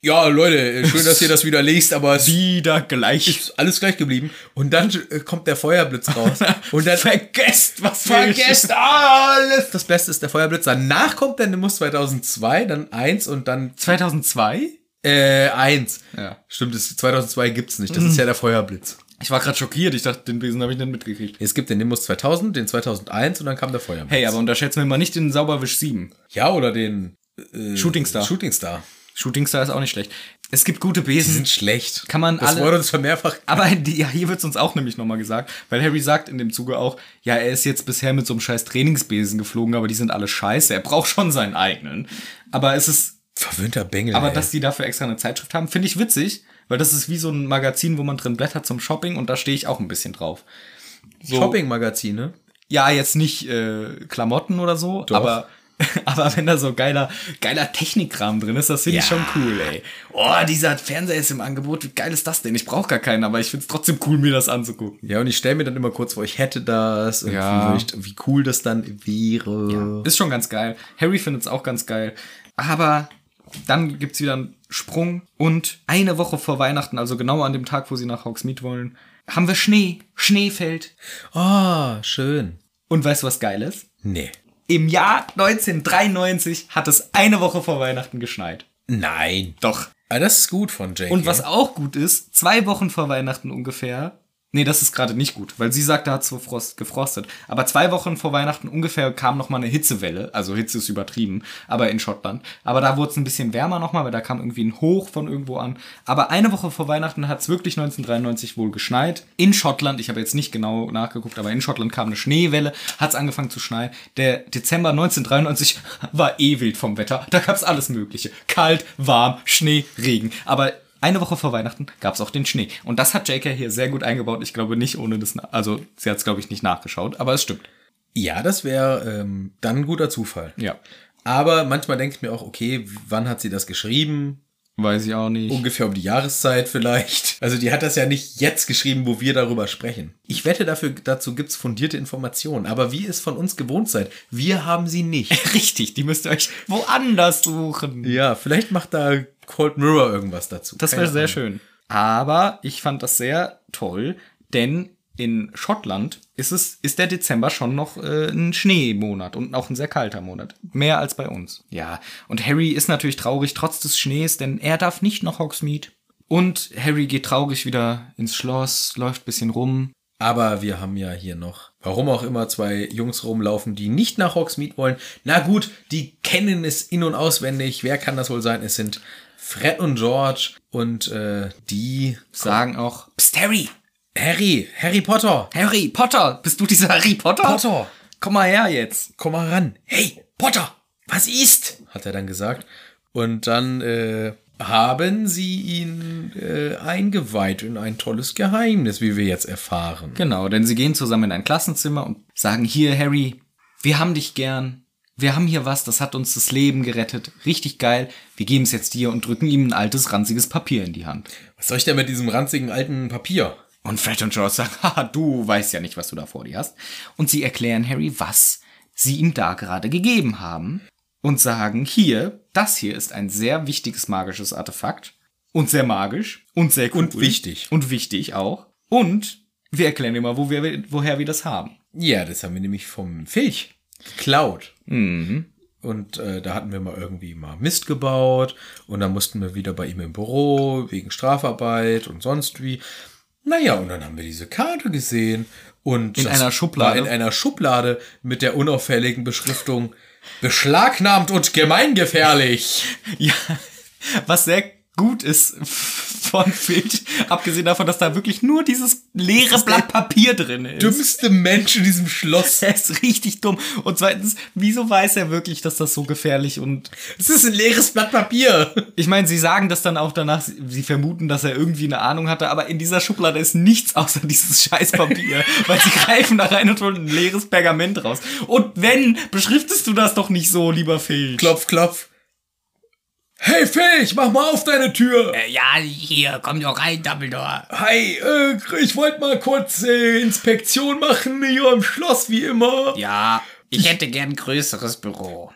[SPEAKER 2] Ja, Leute, äh, schön, dass ihr das wieder lest, aber es
[SPEAKER 1] Wieder gleich.
[SPEAKER 2] ist alles gleich geblieben. Und dann äh, kommt der Feuerblitz raus. Und dann
[SPEAKER 1] vergesst, was wir
[SPEAKER 2] vergesst alles. Das Beste ist der Feuerblitz. Danach kommt dann Nimbus 2002, dann 1 und dann
[SPEAKER 1] 2002?
[SPEAKER 2] äh, 1.
[SPEAKER 1] Ja. Mhm.
[SPEAKER 2] Stimmt, das 2002 gibt's nicht. Das ist ja der Feuerblitz.
[SPEAKER 1] Ich war gerade schockiert. Ich dachte, den Besen habe ich nicht mitgekriegt.
[SPEAKER 2] Es gibt den Nimbus 2000, den 2001 und dann kam der Feuerblitz.
[SPEAKER 1] Hey, aber unterschätzen wir mal nicht den Sauberwisch 7.
[SPEAKER 2] Ja, oder den äh,
[SPEAKER 1] Shooting Star.
[SPEAKER 2] Shooting Star.
[SPEAKER 1] Shooting Star ist auch nicht schlecht. Es gibt gute
[SPEAKER 2] Die
[SPEAKER 1] Besen.
[SPEAKER 2] sind schlecht.
[SPEAKER 1] Kann man
[SPEAKER 2] das
[SPEAKER 1] alle-
[SPEAKER 2] wurde uns schon mehrfach
[SPEAKER 1] Aber die, ja, hier wird's uns auch nämlich nochmal gesagt, weil Harry sagt in dem Zuge auch, ja, er ist jetzt bisher mit so einem scheiß Trainingsbesen geflogen, aber die sind alle scheiße. Er braucht schon seinen eigenen. Aber es ist,
[SPEAKER 2] verwöhnter Bengel.
[SPEAKER 1] aber
[SPEAKER 2] ey.
[SPEAKER 1] dass die dafür extra eine Zeitschrift haben, finde ich witzig, weil das ist wie so ein Magazin, wo man drin blättert zum Shopping und da stehe ich auch ein bisschen drauf. So,
[SPEAKER 2] Shopping-Magazine.
[SPEAKER 1] Ja, jetzt nicht äh, Klamotten oder so, aber aber wenn da so geiler geiler Technikkram drin ist, das finde ich
[SPEAKER 2] Ja.
[SPEAKER 1] schon cool, ey. Oh, dieser Fernseher ist im Angebot, wie geil ist das denn? Ich brauche gar keinen, aber ich find's trotzdem cool, mir das anzugucken.
[SPEAKER 2] Ja, und ich stelle mir dann immer kurz vor, ich hätte das und
[SPEAKER 1] Ja.
[SPEAKER 2] wie, ich, wie cool das dann wäre.
[SPEAKER 1] Ist schon ganz geil. Harry findet es auch ganz geil. Aber dann gibt's wieder einen Sprung. Und eine Woche vor Weihnachten, also genau an dem Tag, wo sie nach Hogsmeade wollen, haben wir Schnee. Schnee fällt.
[SPEAKER 2] Ah, schön.
[SPEAKER 1] Und weißt du, was geil ist?
[SPEAKER 2] Nee.
[SPEAKER 1] Im Jahr 1993 hat es eine Woche vor Weihnachten geschneit.
[SPEAKER 2] Nein.
[SPEAKER 1] Doch.
[SPEAKER 2] Aber Ah, das ist gut von Jake.
[SPEAKER 1] Und was auch gut ist, zwei Wochen vor Weihnachten ungefähr Nee, das ist gerade nicht gut, weil sie sagt, da hat es Frost gefrostet. Aber zwei Wochen vor Weihnachten ungefähr kam nochmal eine Hitzewelle. Also Hitze ist übertrieben, aber in Schottland. Aber da wurde es ein bisschen wärmer nochmal, weil da kam irgendwie ein Hoch von irgendwo an. Aber eine Woche vor Weihnachten hat es wirklich 1993 wohl geschneit. In Schottland, ich habe jetzt nicht genau nachgeguckt, aber in Schottland kam eine Schneewelle, hat es angefangen zu schneien. Der Dezember 1993 war eh wild vom Wetter. Da gab es alles Mögliche. Kalt, warm, Schnee, Regen. Aber eine Woche vor Weihnachten gab es auch den Schnee. Und das hat J.K. hier sehr gut eingebaut. Ich glaube nicht ohne das. Na- Also, sie hat es, glaube ich, nicht nachgeschaut, aber es stimmt.
[SPEAKER 2] Ja, das wäre ähm, dann ein guter Zufall.
[SPEAKER 1] Ja.
[SPEAKER 2] Aber manchmal denke ich mir auch, okay, wann hat sie das geschrieben?
[SPEAKER 1] Weiß ich auch nicht.
[SPEAKER 2] Ungefähr um die Jahreszeit vielleicht. Also die hat das ja nicht jetzt geschrieben, wo wir darüber sprechen. Ich wette dafür, dazu gibt's fundierte Informationen. Aber wie es von uns gewohnt seid, wir haben sie nicht.
[SPEAKER 1] Richtig, die müsst ihr euch woanders suchen.
[SPEAKER 2] ja, vielleicht macht da Cold Mirror irgendwas dazu.
[SPEAKER 1] Das
[SPEAKER 2] Keine
[SPEAKER 1] wäre sehr
[SPEAKER 2] Ahnung.
[SPEAKER 1] schön. Äh, Aber ich fand das sehr toll, denn in Schottland ist es ist der Dezember schon noch äh, ein Schneemonat und auch ein sehr kalter Monat, mehr als bei uns. Ja, und Harry ist natürlich traurig trotz des Schnees, denn er darf nicht nach Hogsmeade. Und Harry geht traurig wieder ins Schloss, läuft bisschen rum.
[SPEAKER 2] Aber wir haben ja hier noch, warum auch immer, zwei Jungs rumlaufen, die nicht nach Hogsmeade wollen. Na gut, die kennen es in- und auswendig. Wer kann das wohl sein? Es sind Fred und George und äh, die
[SPEAKER 1] Sagen auch, Psst, Harry,
[SPEAKER 2] Harry, Harry Potter.
[SPEAKER 1] Harry Potter, bist du dieser Harry Potter?
[SPEAKER 2] Potter.
[SPEAKER 1] Komm mal her jetzt.
[SPEAKER 2] Komm mal ran. Hey, Potter, was ist? Hat er dann gesagt. Und dann äh, haben sie ihn äh, eingeweiht in ein tolles Geheimnis, wie wir jetzt erfahren.
[SPEAKER 1] Genau, denn sie gehen zusammen in ein Klassenzimmer und sagen, hier, Harry, wir haben dich gern. Wir haben hier was, das hat uns das Leben gerettet. Richtig geil. Wir geben es jetzt dir und drücken ihm ein altes, ranziges Papier in die Hand.
[SPEAKER 2] Was soll ich denn mit diesem ranzigen alten Papier?
[SPEAKER 1] Und Fred und George sagen, haha, du weißt ja nicht, was du da vor dir hast. Und sie erklären Harry, was sie ihm da gerade gegeben haben. Und sagen, hier, das hier ist ein sehr wichtiges magisches Artefakt. Und sehr magisch. Und sehr cool.
[SPEAKER 2] Und wichtig.
[SPEAKER 1] Und wichtig auch. Und wir erklären immer, wo wir, woher wir das haben.
[SPEAKER 2] Ja, das haben wir nämlich vom Filch geklaut. Mhm. Und äh, da hatten wir mal irgendwie mal Mist gebaut und dann mussten wir wieder bei ihm im Büro wegen Strafarbeit und sonst wie. Naja, und dann haben wir diese Karte gesehen und in
[SPEAKER 1] einer Schublade.
[SPEAKER 2] war in einer Schublade mit der unauffälligen Beschriftung beschlagnahmt und gemeingefährlich.
[SPEAKER 1] Ja, was sehr gut ist von Filch, abgesehen davon, dass da wirklich nur dieses leere Blatt Papier drin ist.
[SPEAKER 2] Dümmste Mensch in diesem Schloss.
[SPEAKER 1] Er ist richtig dumm. Und zweitens, wieso weiß er wirklich, dass das so gefährlich und.
[SPEAKER 2] Es ist ein leeres Blatt Papier.
[SPEAKER 1] Ich meine, sie sagen das dann auch danach, sie- sie vermuten, dass er irgendwie eine Ahnung hatte, aber in dieser Schublade ist nichts außer dieses Scheißpapier. weil sie greifen da rein und holen ein leeres Pergament raus. Und wenn, beschriftest du das doch nicht so, lieber Filch.
[SPEAKER 2] Klopf, klopf. Hey Filch, mach mal auf deine Tür.
[SPEAKER 1] Ja, hier, komm doch rein, Dumbledore.
[SPEAKER 2] Hi, äh, ich wollte mal kurz äh, Inspektion machen hier im Schloss, wie immer.
[SPEAKER 1] Ja, ich hätte gern ein größeres Büro.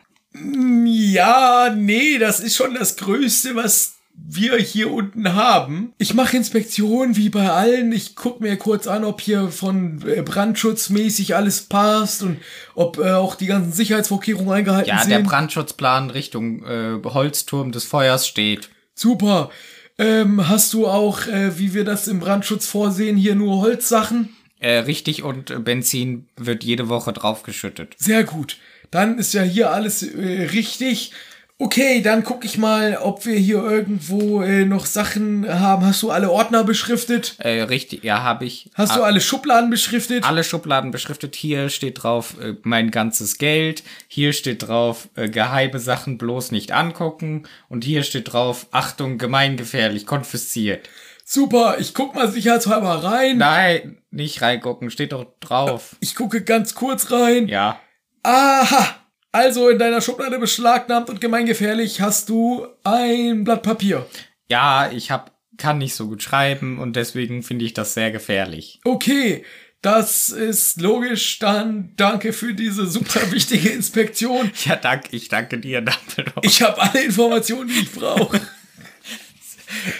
[SPEAKER 2] Ja, nee, das ist schon das Größte, was wir hier unten haben. Ich mache Inspektion wie bei allen. Ich guck mir kurz an, ob hier von äh, brandschutzmäßig alles passt und ob äh, auch die ganzen Sicherheitsvorkehrungen eingehalten
[SPEAKER 1] Ja,
[SPEAKER 2] sind.
[SPEAKER 1] der Brandschutzplan Richtung äh, Holzturm des Feuers steht.
[SPEAKER 2] Super. Ähm, hast du auch, äh, wie wir das im Brandschutz vorsehen, hier nur Holzsachen?
[SPEAKER 1] Äh, richtig und äh, Benzin wird jede Woche draufgeschüttet.
[SPEAKER 2] Sehr gut. Dann ist ja hier alles äh, richtig. Okay, dann guck ich mal, ob wir hier irgendwo äh, noch Sachen haben. Hast du alle Ordner beschriftet?
[SPEAKER 1] Äh, richtig, ja, habe ich.
[SPEAKER 2] Hast du alle Schubladen beschriftet?
[SPEAKER 1] alle Schubladen beschriftet. Hier steht drauf äh, mein ganzes Geld. Hier steht drauf äh, geheime Sachen bloß nicht angucken. Und hier steht drauf Achtung gemeingefährlich konfisziert.
[SPEAKER 2] Super, ich guck mal sicherheitshalber rein.
[SPEAKER 1] Nein, nicht reingucken. Steht doch drauf.
[SPEAKER 2] Ich gucke ganz kurz rein.
[SPEAKER 1] Ja.
[SPEAKER 2] Aha! Also in deiner Schublade beschlagnahmt und gemeingefährlich hast du ein Blatt Papier.
[SPEAKER 1] Ja, ich hab, kann nicht so gut schreiben und deswegen finde ich das sehr gefährlich.
[SPEAKER 2] Okay, das ist logisch. Dann danke für diese super wichtige Inspektion.
[SPEAKER 1] Ja, danke, ich danke dir, Dumbledore.
[SPEAKER 2] Ich habe alle Informationen, die ich brauche.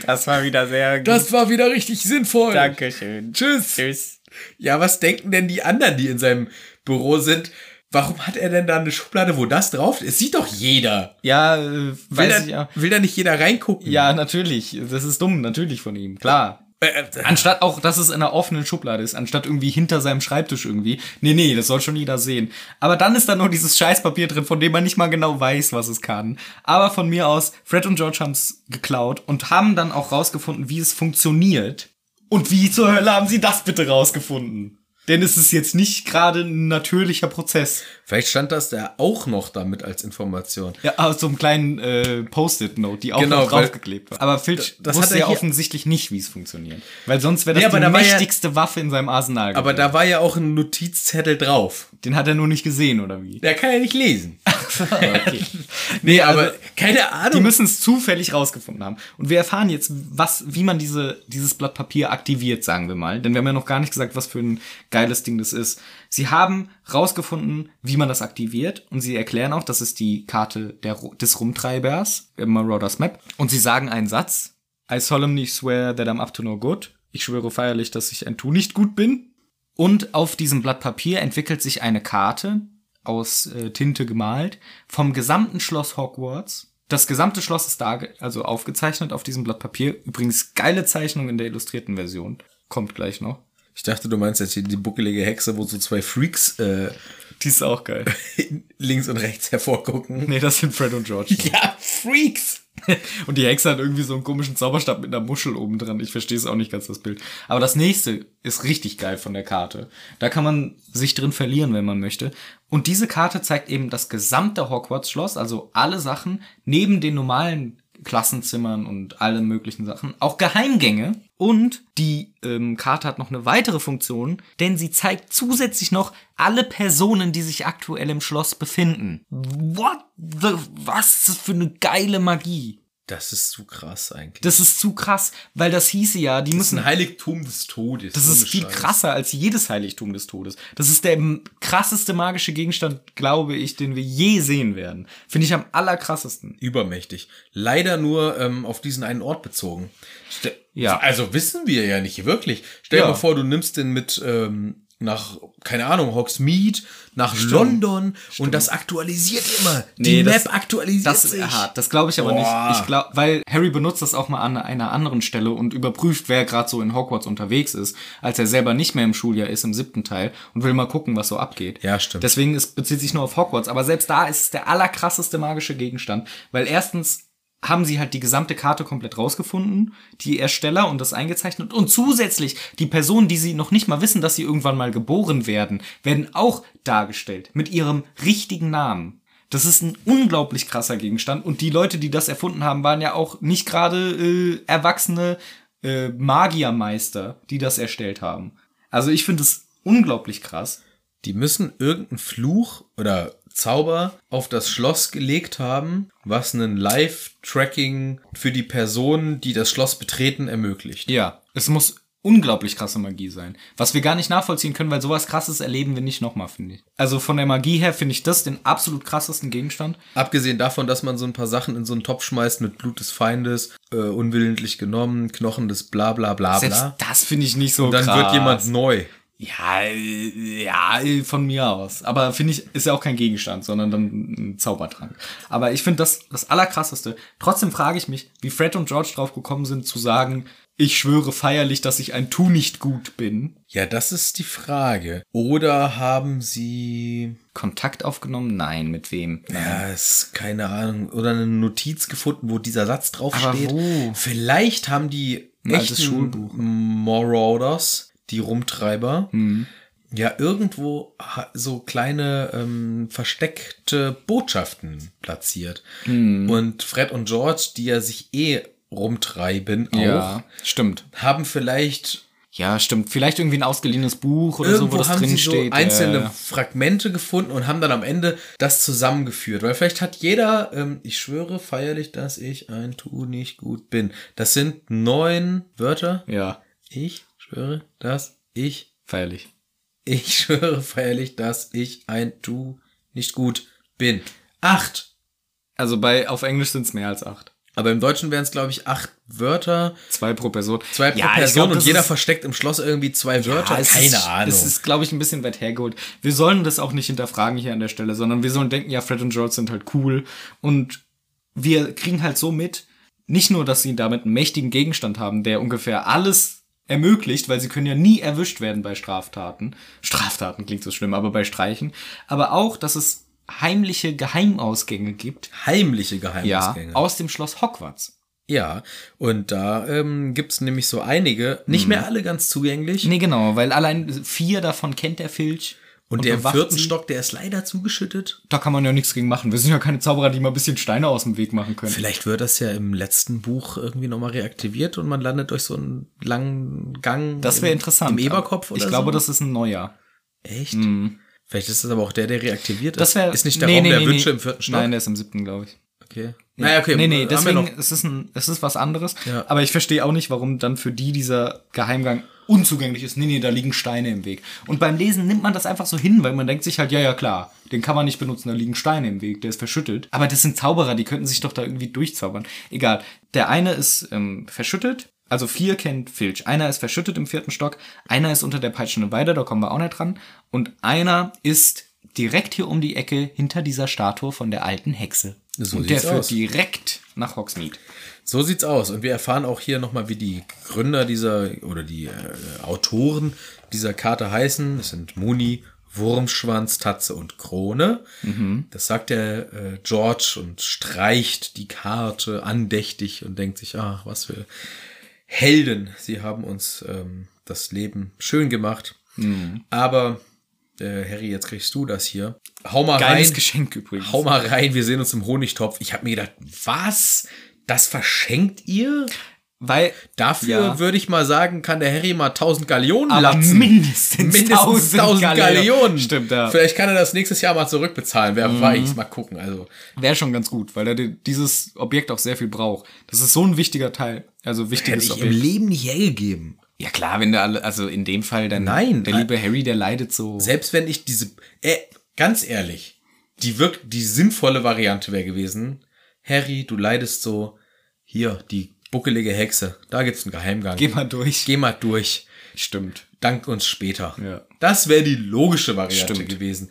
[SPEAKER 1] Das war wieder sehr gut.
[SPEAKER 2] Das war wieder richtig sinnvoll.
[SPEAKER 1] Dankeschön.
[SPEAKER 2] Tschüss.
[SPEAKER 1] Tschüss.
[SPEAKER 2] Ja, was denken denn die anderen, die in seinem Büro sind? Warum hat er denn da eine Schublade, wo das drauf ist? Sieht doch jeder.
[SPEAKER 1] Ja, äh,
[SPEAKER 2] Will,
[SPEAKER 1] weiß ich
[SPEAKER 2] da,
[SPEAKER 1] ja.
[SPEAKER 2] will da nicht jeder reingucken?
[SPEAKER 1] Ja, natürlich. Das ist dumm, natürlich von ihm, klar.
[SPEAKER 2] Äh, äh,
[SPEAKER 1] Anstatt auch, dass es in einer offenen Schublade ist, anstatt irgendwie hinter seinem Schreibtisch irgendwie. Nee, nee, das soll schon jeder sehen. Aber dann ist da nur dieses Scheißpapier drin, von dem man nicht mal genau weiß, was es kann. Aber von mir aus, Fred und George haben es geklaut und haben dann auch rausgefunden, wie es funktioniert. Und wie zur Hölle haben sie das bitte rausgefunden? Denn es ist jetzt nicht gerade ein natürlicher Prozess.
[SPEAKER 2] Vielleicht stand das da auch noch damit als Information.
[SPEAKER 1] Ja, aus so einem kleinen äh, Post-it-Note, die auch
[SPEAKER 2] Genau,
[SPEAKER 1] noch
[SPEAKER 2] weil-
[SPEAKER 1] draufgeklebt war. Aber Filch
[SPEAKER 2] das hat
[SPEAKER 1] wusste
[SPEAKER 2] er
[SPEAKER 1] ja
[SPEAKER 2] hier-
[SPEAKER 1] offensichtlich nicht, wie es funktioniert. Weil sonst wäre das
[SPEAKER 2] Nee, aber
[SPEAKER 1] die
[SPEAKER 2] da war ja-
[SPEAKER 1] mächtigste Waffe in seinem Arsenal.
[SPEAKER 2] Aber
[SPEAKER 1] gewesen.
[SPEAKER 2] da war ja auch ein Notizzettel drauf.
[SPEAKER 1] Den hat er nur nicht gesehen, oder wie?
[SPEAKER 2] Der kann ja nicht lesen.
[SPEAKER 1] okay. Also,
[SPEAKER 2] Nee, aber keine
[SPEAKER 1] Die
[SPEAKER 2] Ahnung.
[SPEAKER 1] müssen es zufällig rausgefunden haben. Und wir erfahren jetzt, was, wie man diese, dieses Blatt Papier aktiviert, sagen wir mal. Denn wir haben ja noch gar nicht gesagt, was für ein geiles Ding das ist. Sie haben rausgefunden, wie man das aktiviert. Und sie erklären auch, das ist die Karte der, Ru- des Rumtreibers, äh, Marauders Map. Und sie sagen einen Satz. I solemnly swear that I'm up to no good. Ich schwöre feierlich, dass ich ein Tu nicht gut bin. Und auf diesem Blatt Papier entwickelt sich eine Karte, aus äh, Tinte gemalt, vom gesamten Schloss Hogwarts. Das gesamte Schloss ist da, also aufgezeichnet auf diesem Blatt Papier. Übrigens geile Zeichnung in der illustrierten Version. Kommt gleich noch.
[SPEAKER 2] Ich dachte, du meinst jetzt hier die buckelige Hexe, wo so zwei Freaks äh,
[SPEAKER 1] Die ist auch geil.
[SPEAKER 2] links und rechts hervorgucken.
[SPEAKER 1] Nee, das sind Fred und George.
[SPEAKER 2] Ja, Freaks.
[SPEAKER 1] Und die Hexe hat irgendwie so einen komischen Zauberstab mit einer Muschel oben dran. Ich verstehe es auch nicht ganz, das Bild. Aber das nächste ist richtig geil von der Karte. Da kann man sich drin verlieren, wenn man möchte. Und diese Karte zeigt eben das gesamte Hogwarts-Schloss, also alle Sachen, neben den normalen Klassenzimmern und alle möglichen Sachen, auch Geheimgänge. Und die ähm, Karte hat noch eine weitere Funktion, denn sie zeigt zusätzlich noch alle Personen, die sich aktuell im Schloss befinden. What the, was für eine geile Magie.
[SPEAKER 2] Das ist zu krass eigentlich.
[SPEAKER 1] Das ist zu krass, weil das hieße ja, die
[SPEAKER 2] Das ist
[SPEAKER 1] müssen.
[SPEAKER 2] ein Heiligtum des Todes.
[SPEAKER 1] Das ist viel krasser als jedes Heiligtum des Todes. Das ist der m- krasseste magische Gegenstand, glaube ich, den wir je sehen werden. Finde ich am allerkrassesten.
[SPEAKER 2] Übermächtig. Leider nur ähm, auf diesen einen Ort bezogen. Ste
[SPEAKER 1] Ja.
[SPEAKER 2] Also wissen wir ja nicht wirklich. Stell dir
[SPEAKER 1] Ja.
[SPEAKER 2] mal vor, du nimmst den mit ähm, nach, keine Ahnung, Hogsmeade, nach London und das aktualisiert immer.
[SPEAKER 1] Nee,
[SPEAKER 2] Die
[SPEAKER 1] das-
[SPEAKER 2] Map aktualisiert
[SPEAKER 1] Das
[SPEAKER 2] sich.
[SPEAKER 1] ist hart. Das glaube ich aber
[SPEAKER 2] Boah.
[SPEAKER 1] nicht. Ich glaube, weil Harry benutzt das auch mal an einer anderen Stelle und überprüft, wer gerade so in Hogwarts unterwegs ist, als er selber nicht mehr im Schuljahr ist, im siebten Teil, und will mal gucken, was so abgeht.
[SPEAKER 2] Ja, stimmt.
[SPEAKER 1] Deswegen ist, bezieht sich nur auf Hogwarts. Aber selbst da ist es der allerkrasseste magische Gegenstand, weil erstens haben sie halt die gesamte Karte komplett rausgefunden, die Ersteller und das eingezeichnet und zusätzlich die Personen, die sie noch nicht mal wissen, dass sie irgendwann mal geboren werden, werden auch dargestellt mit ihrem richtigen Namen. Das ist ein unglaublich krasser Gegenstand und die Leute, die das erfunden haben, waren ja auch nicht gerade äh, erwachsene äh, Magiermeister, die das erstellt haben. Also ich finde es unglaublich krass.
[SPEAKER 2] Die müssen irgendeinen Fluch oder Zauber auf das Schloss gelegt haben, was einen Live-Tracking für die Personen, die das Schloss betreten, ermöglicht.
[SPEAKER 1] Ja, es muss unglaublich krasse Magie sein. Was wir gar nicht nachvollziehen können, weil sowas krasses erleben wir nicht nochmal, finde ich. Also von der Magie her finde ich das den absolut krassesten Gegenstand.
[SPEAKER 2] Abgesehen davon, dass man so ein paar Sachen in so einen Topf schmeißt mit Blut des Feindes, äh, unwillentlich genommen, Knochen des bla bla bla
[SPEAKER 1] Selbst
[SPEAKER 2] bla.
[SPEAKER 1] das finde ich nicht so
[SPEAKER 2] Dann
[SPEAKER 1] krass.
[SPEAKER 2] wird jemand neu.
[SPEAKER 1] Ja, äh, ja, äh, von mir aus. Aber finde ich, ist ja auch kein Gegenstand, sondern dann ein Zaubertrank. Aber ich finde das das Allerkrasseste. Trotzdem frage ich mich, wie Fred und George drauf gekommen sind zu sagen, ich schwöre feierlich, dass ich ein Tu nicht gut bin.
[SPEAKER 2] Ja, das ist die Frage. Oder haben sie,
[SPEAKER 1] Kontakt aufgenommen? Nein, mit wem?
[SPEAKER 2] ja, ist keine Ahnung, oder eine Notiz gefunden, wo dieser Satz draufsteht.
[SPEAKER 1] Aber wo?
[SPEAKER 2] Vielleicht haben die
[SPEAKER 1] Ein altes
[SPEAKER 2] echten
[SPEAKER 1] Schulbuch.
[SPEAKER 2] Marauders, die Rumtreiber,
[SPEAKER 1] Hm.
[SPEAKER 2] ja irgendwo ha- so kleine ähm, versteckte Botschaften platziert.
[SPEAKER 1] Hm.
[SPEAKER 2] Und Fred und George, die ja sich eh rumtreiben auch,
[SPEAKER 1] Ja, stimmt.
[SPEAKER 2] haben vielleicht
[SPEAKER 1] Ja, stimmt. Vielleicht irgendwie ein ausgeliehenes Buch oder so, wo
[SPEAKER 2] irgendwo
[SPEAKER 1] das
[SPEAKER 2] haben
[SPEAKER 1] drin
[SPEAKER 2] sie
[SPEAKER 1] steht.
[SPEAKER 2] so einzelne
[SPEAKER 1] Äh,
[SPEAKER 2] Fragmente gefunden und haben dann am Ende das zusammengeführt. Weil vielleicht hat jeder, ähm, ich schwöre feierlich, dass ich ein Tu nicht gut bin. Das sind neun Wörter.
[SPEAKER 1] ja,
[SPEAKER 2] Ich schwöre, dass ich,
[SPEAKER 1] feierlich.
[SPEAKER 2] ich schwöre feierlich, dass ich ein Tu nicht gut bin. Acht.
[SPEAKER 1] Also bei auf Englisch sind es mehr als acht.
[SPEAKER 2] Aber im Deutschen wären es, glaube ich, acht Wörter,
[SPEAKER 1] Zwei pro Person.
[SPEAKER 2] zwei pro
[SPEAKER 1] Ja, ich
[SPEAKER 2] Person
[SPEAKER 1] glaub,
[SPEAKER 2] und
[SPEAKER 1] das
[SPEAKER 2] jeder
[SPEAKER 1] ist-
[SPEAKER 2] versteckt im Schloss irgendwie zwei Wörter.
[SPEAKER 1] Ja, Ah, es
[SPEAKER 2] Keine
[SPEAKER 1] ist,
[SPEAKER 2] Ahnung.
[SPEAKER 1] Es ist, glaube ich, ein bisschen weit hergeholt. Wir sollen das auch nicht hinterfragen hier an der Stelle, sondern wir sollen denken, ja, Fred und George sind halt cool. Und wir kriegen halt so mit, nicht nur, dass sie damit einen mächtigen Gegenstand haben, der ungefähr alles ermöglicht, weil sie können ja nie erwischt werden bei Straftaten. Straftaten klingt so schlimm, aber bei Streichen. Aber auch, dass es heimliche Geheimausgänge gibt.
[SPEAKER 2] Heimliche
[SPEAKER 1] Ja,
[SPEAKER 2] Geheimnisgänge.
[SPEAKER 1] aus dem Schloss Hogwarts.
[SPEAKER 2] Ja, und da ähm, gibt es nämlich so einige, nicht mehr alle ganz zugänglich.
[SPEAKER 1] Mhm. Nee, genau, weil allein vier davon kennt der Filch.
[SPEAKER 2] Und, der im
[SPEAKER 1] bewacht
[SPEAKER 2] vierten
[SPEAKER 1] sie.
[SPEAKER 2] Stock, der ist leider zugeschüttet.
[SPEAKER 1] Da kann man ja nichts gegen machen. Wir sind ja keine Zauberer, die mal ein bisschen Steine aus dem Weg machen können.
[SPEAKER 2] Vielleicht wird das ja im letzten Buch irgendwie nochmal reaktiviert und man landet durch so einen langen Gang.
[SPEAKER 1] Das
[SPEAKER 2] im-
[SPEAKER 1] wäre interessant.
[SPEAKER 2] Im Eberkopf
[SPEAKER 1] aber
[SPEAKER 2] oder
[SPEAKER 1] Ich glaube,
[SPEAKER 2] so.
[SPEAKER 1] das ist ein neuer.
[SPEAKER 2] Echt? Vielleicht ist das aber auch der, der reaktiviert
[SPEAKER 1] Das
[SPEAKER 2] ist.
[SPEAKER 1] wäre
[SPEAKER 2] ist nicht der Raum der Wünsche im vierten Stock?
[SPEAKER 1] Nein, der ist im siebten, glaube ich.
[SPEAKER 2] Okay. Naja, okay.
[SPEAKER 1] Nee, nee,
[SPEAKER 2] haben wir
[SPEAKER 1] deswegen
[SPEAKER 2] noch.
[SPEAKER 1] es ist ein, es ist was anderes.
[SPEAKER 2] Ja.
[SPEAKER 1] Aber ich verstehe auch nicht, warum dann für die dieser Geheimgang unzugänglich ist. Nee, nee, da liegen Steine im Weg. Und beim Lesen nimmt man das einfach so hin, weil man denkt sich halt, ja, ja, klar, den kann man nicht benutzen, da liegen Steine im Weg, der ist verschüttet. Aber das sind Zauberer, die könnten sich doch da irgendwie durchzaubern. Egal. Der eine ist ähm, verschüttet. Also vier kennt Filch. Einer ist verschüttet im vierten Stock, einer ist unter der peitschenden Weide, da kommen wir auch nicht dran. Und einer ist direkt hier um die Ecke hinter dieser Statue von der alten Hexe.
[SPEAKER 2] So
[SPEAKER 1] Und der
[SPEAKER 2] sieht's
[SPEAKER 1] führt
[SPEAKER 2] aus.
[SPEAKER 1] direkt nach Hogsmeade.
[SPEAKER 2] So sieht's aus. Und wir erfahren auch hier nochmal, wie die Gründer dieser oder die äh, Autoren dieser Karte heißen. Das sind Muni, Wurmschwanz, Tatze und Krone. Das sagt der äh, George und streicht die Karte andächtig und denkt sich, ach, was für Helden. Sie haben uns ähm, das Leben schön gemacht. Aber äh, Harry, jetzt kriegst du das hier. Hau mal
[SPEAKER 1] Geiles
[SPEAKER 2] rein.
[SPEAKER 1] Geschenk übrigens.
[SPEAKER 2] Hau mal rein, wir sehen uns im Honigtopf. Ich habe mir gedacht, was? Das verschenkt ihr?
[SPEAKER 1] Weil
[SPEAKER 2] Dafür
[SPEAKER 1] Ja.
[SPEAKER 2] würde ich mal sagen, kann der Harry mal 1000 Gallionen
[SPEAKER 1] Aber
[SPEAKER 2] latzen.
[SPEAKER 1] mindestens 1000 Gallionen.
[SPEAKER 2] Stimmt,
[SPEAKER 1] Stimmt,
[SPEAKER 2] ja.
[SPEAKER 1] ja. Mhm.
[SPEAKER 2] Vielleicht kann er das nächstes Jahr mal zurückbezahlen. Wer weiß, mal gucken. Also,
[SPEAKER 1] wäre schon ganz gut, weil er di- dieses Objekt auch sehr viel braucht. Das ist so ein wichtiger Teil. Also
[SPEAKER 2] hätte
[SPEAKER 1] wichtiges
[SPEAKER 2] ich im
[SPEAKER 1] Objekt.
[SPEAKER 2] Leben nicht hergegeben.
[SPEAKER 1] Ja klar, wenn der alle, also in dem Fall dann
[SPEAKER 2] Nein,
[SPEAKER 1] der
[SPEAKER 2] äh,
[SPEAKER 1] liebe Harry, der leidet so.
[SPEAKER 2] Selbst wenn ich diese, äh, ganz ehrlich, die wirk die sinnvolle Variante wäre gewesen, Harry, du leidest so, hier, die buckelige Hexe, da gibt's einen Geheimgang.
[SPEAKER 1] Geh mal durch.
[SPEAKER 2] Geh mal durch.
[SPEAKER 1] Stimmt.
[SPEAKER 2] Dank uns später.
[SPEAKER 1] Ja.
[SPEAKER 2] Das wäre die logische Variante
[SPEAKER 1] Stimmt.
[SPEAKER 2] gewesen.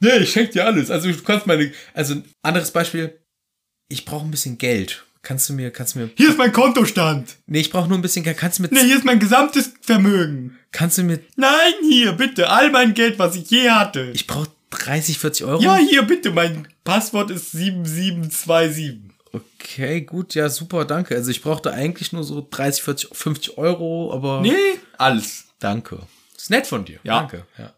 [SPEAKER 2] Nee, ich schenk dir alles. Also du kannst meine. Also ein anderes Beispiel. Ich brauche ein bisschen Geld. Kannst du mir, kannst du mir.
[SPEAKER 1] Hier ist mein Kontostand.
[SPEAKER 2] Nee, ich brauche nur ein bisschen Geld. Kannst du mir,
[SPEAKER 1] hier ist mein gesamtes Vermögen.
[SPEAKER 2] kannst du mir.
[SPEAKER 1] Nein, hier, bitte. All mein Geld, was ich je hatte.
[SPEAKER 2] Ich brauche 30, 40 Euro.
[SPEAKER 1] hier, bitte. Mein Passwort ist 7727.
[SPEAKER 2] Okay, gut, ja, super, danke. Also ich brauchte eigentlich nur so 30, 40, 50 Euro, aber.
[SPEAKER 1] Nee, alles.
[SPEAKER 2] Danke. Ist nett von dir.
[SPEAKER 1] Ja.
[SPEAKER 2] Danke. Ja.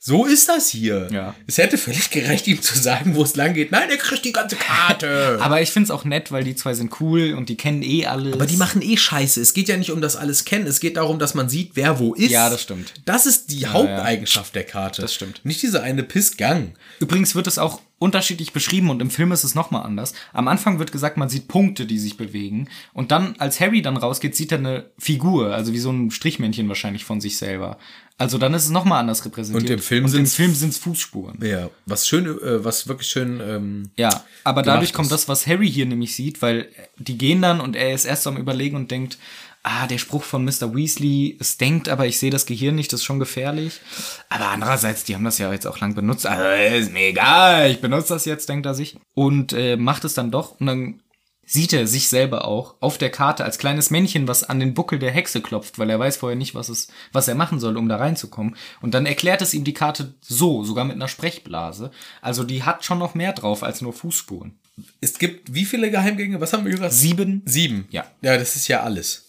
[SPEAKER 2] So ist das hier.
[SPEAKER 1] Ja.
[SPEAKER 2] Es hätte völlig gereicht, ihm zu sagen, wo es lang geht. Nein, er kriegt die ganze Karte.
[SPEAKER 1] Aber ich find's auch nett, weil die zwei sind cool und die kennen eh alles.
[SPEAKER 2] Aber die machen eh Scheiße. Es geht ja nicht um das alles kennen. Es geht darum, dass man sieht, wer wo ist.
[SPEAKER 1] Ja, das stimmt.
[SPEAKER 2] Das ist die Haupteigenschaft der Karte. Das
[SPEAKER 1] stimmt.
[SPEAKER 2] Nicht dieser eine Pissgang.
[SPEAKER 1] Übrigens wird es auch unterschiedlich beschrieben und im Film ist es nochmal anders. Am Anfang wird gesagt, man sieht Punkte, die sich bewegen. Und dann, als Harry dann rausgeht, sieht er eine Figur, also wie so ein Strichmännchen wahrscheinlich von sich selber. Also dann ist es nochmal anders repräsentiert.
[SPEAKER 2] Und im Film
[SPEAKER 1] und im
[SPEAKER 2] sind's-
[SPEAKER 1] Film sind's Fußspuren.
[SPEAKER 2] Ja, was schön, äh, was wirklich schön. Ähm,
[SPEAKER 1] Ja, aber dadurch
[SPEAKER 2] ist.
[SPEAKER 1] kommt das, was Harry hier nämlich sieht, weil die gehen dann und er ist erst so am Überlegen und denkt, ah, der Spruch von Mr. Weasley, es denkt, aber ich sehe das Gehirn nicht, das ist schon gefährlich. Aber andererseits, die haben das ja jetzt auch lang benutzt, also ist mir egal, ich benutze das jetzt, denkt er sich. Und äh, macht es dann doch und dann sieht er sich selber auch auf der Karte als kleines Männchen, was an den Buckel der Hexe klopft, weil er weiß vorher nicht, was, es, was er machen soll, um da reinzukommen. Und dann erklärt es ihm die Karte so, sogar mit einer Sprechblase. Also die hat schon noch mehr drauf als nur Fußspuren.
[SPEAKER 2] es gibt wie viele Geheimgänge? Was haben wir gesagt?
[SPEAKER 1] Sieben?
[SPEAKER 2] Sieben.
[SPEAKER 1] Ja.
[SPEAKER 2] Ja, das ist ja alles.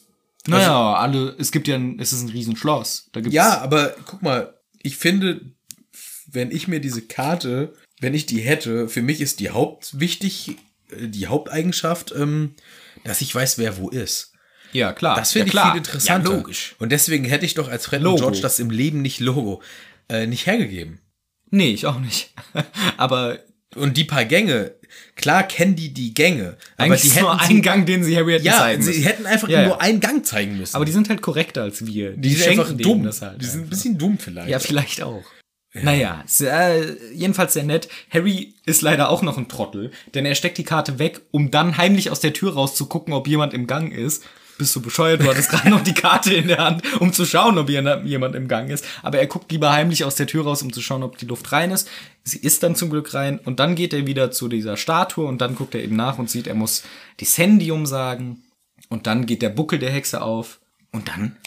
[SPEAKER 1] Naja, alle, es gibt ja, ein, es ist ein Riesenschloss. Da gibt's,
[SPEAKER 2] Also Ja, aber guck mal, ich finde, wenn ich mir diese Karte, wenn ich die hätte, für mich ist die hauptwichtig, äh, die Haupteigenschaft, ähm, dass ich weiß, wer wo ist.
[SPEAKER 1] ja klar.
[SPEAKER 2] Das
[SPEAKER 1] ja,
[SPEAKER 2] finde ich
[SPEAKER 1] klar.
[SPEAKER 2] viel interessanter.
[SPEAKER 1] Ja, logisch.
[SPEAKER 2] Und deswegen hätte ich doch als Fred und
[SPEAKER 1] Logo.
[SPEAKER 2] George das im Leben nicht Logo äh, nicht hergegeben.
[SPEAKER 1] Nee, ich auch nicht. aber
[SPEAKER 2] Und die paar Gänge, klar kennen die die Gänge, aber
[SPEAKER 1] eigentlich
[SPEAKER 2] die
[SPEAKER 1] ist nur
[SPEAKER 2] hätten
[SPEAKER 1] ein Gang, den sie Harry hätten
[SPEAKER 2] ja,
[SPEAKER 1] zeigen
[SPEAKER 2] sie
[SPEAKER 1] müssen.
[SPEAKER 2] hätten einfach
[SPEAKER 1] Ja,
[SPEAKER 2] nur
[SPEAKER 1] ja.
[SPEAKER 2] einen Gang zeigen müssen.
[SPEAKER 1] Aber die sind halt korrekter als wir.
[SPEAKER 2] die, sind einfach
[SPEAKER 1] denen
[SPEAKER 2] dumm.
[SPEAKER 1] Das halt
[SPEAKER 2] die sind ein
[SPEAKER 1] einfach.
[SPEAKER 2] bisschen dumm vielleicht.
[SPEAKER 1] Ja, vielleicht auch. Naja, sehr, jedenfalls sehr nett. Harry ist leider auch noch ein Trottel, denn er steckt die Karte weg, um dann heimlich aus der Tür rauszugucken, ob jemand im Gang ist. Bist du bescheuert? Du hattest gerade noch die Karte in der Hand, um zu schauen, ob hier jemand im Gang ist. Aber er guckt lieber heimlich aus der Tür raus, um zu schauen, ob die Luft rein ist. Sie ist dann zum Glück rein und dann geht er wieder zu dieser Statue und dann guckt er eben nach und sieht, er muss Dissendium sagen. Und dann geht der Buckel der Hexe auf und dann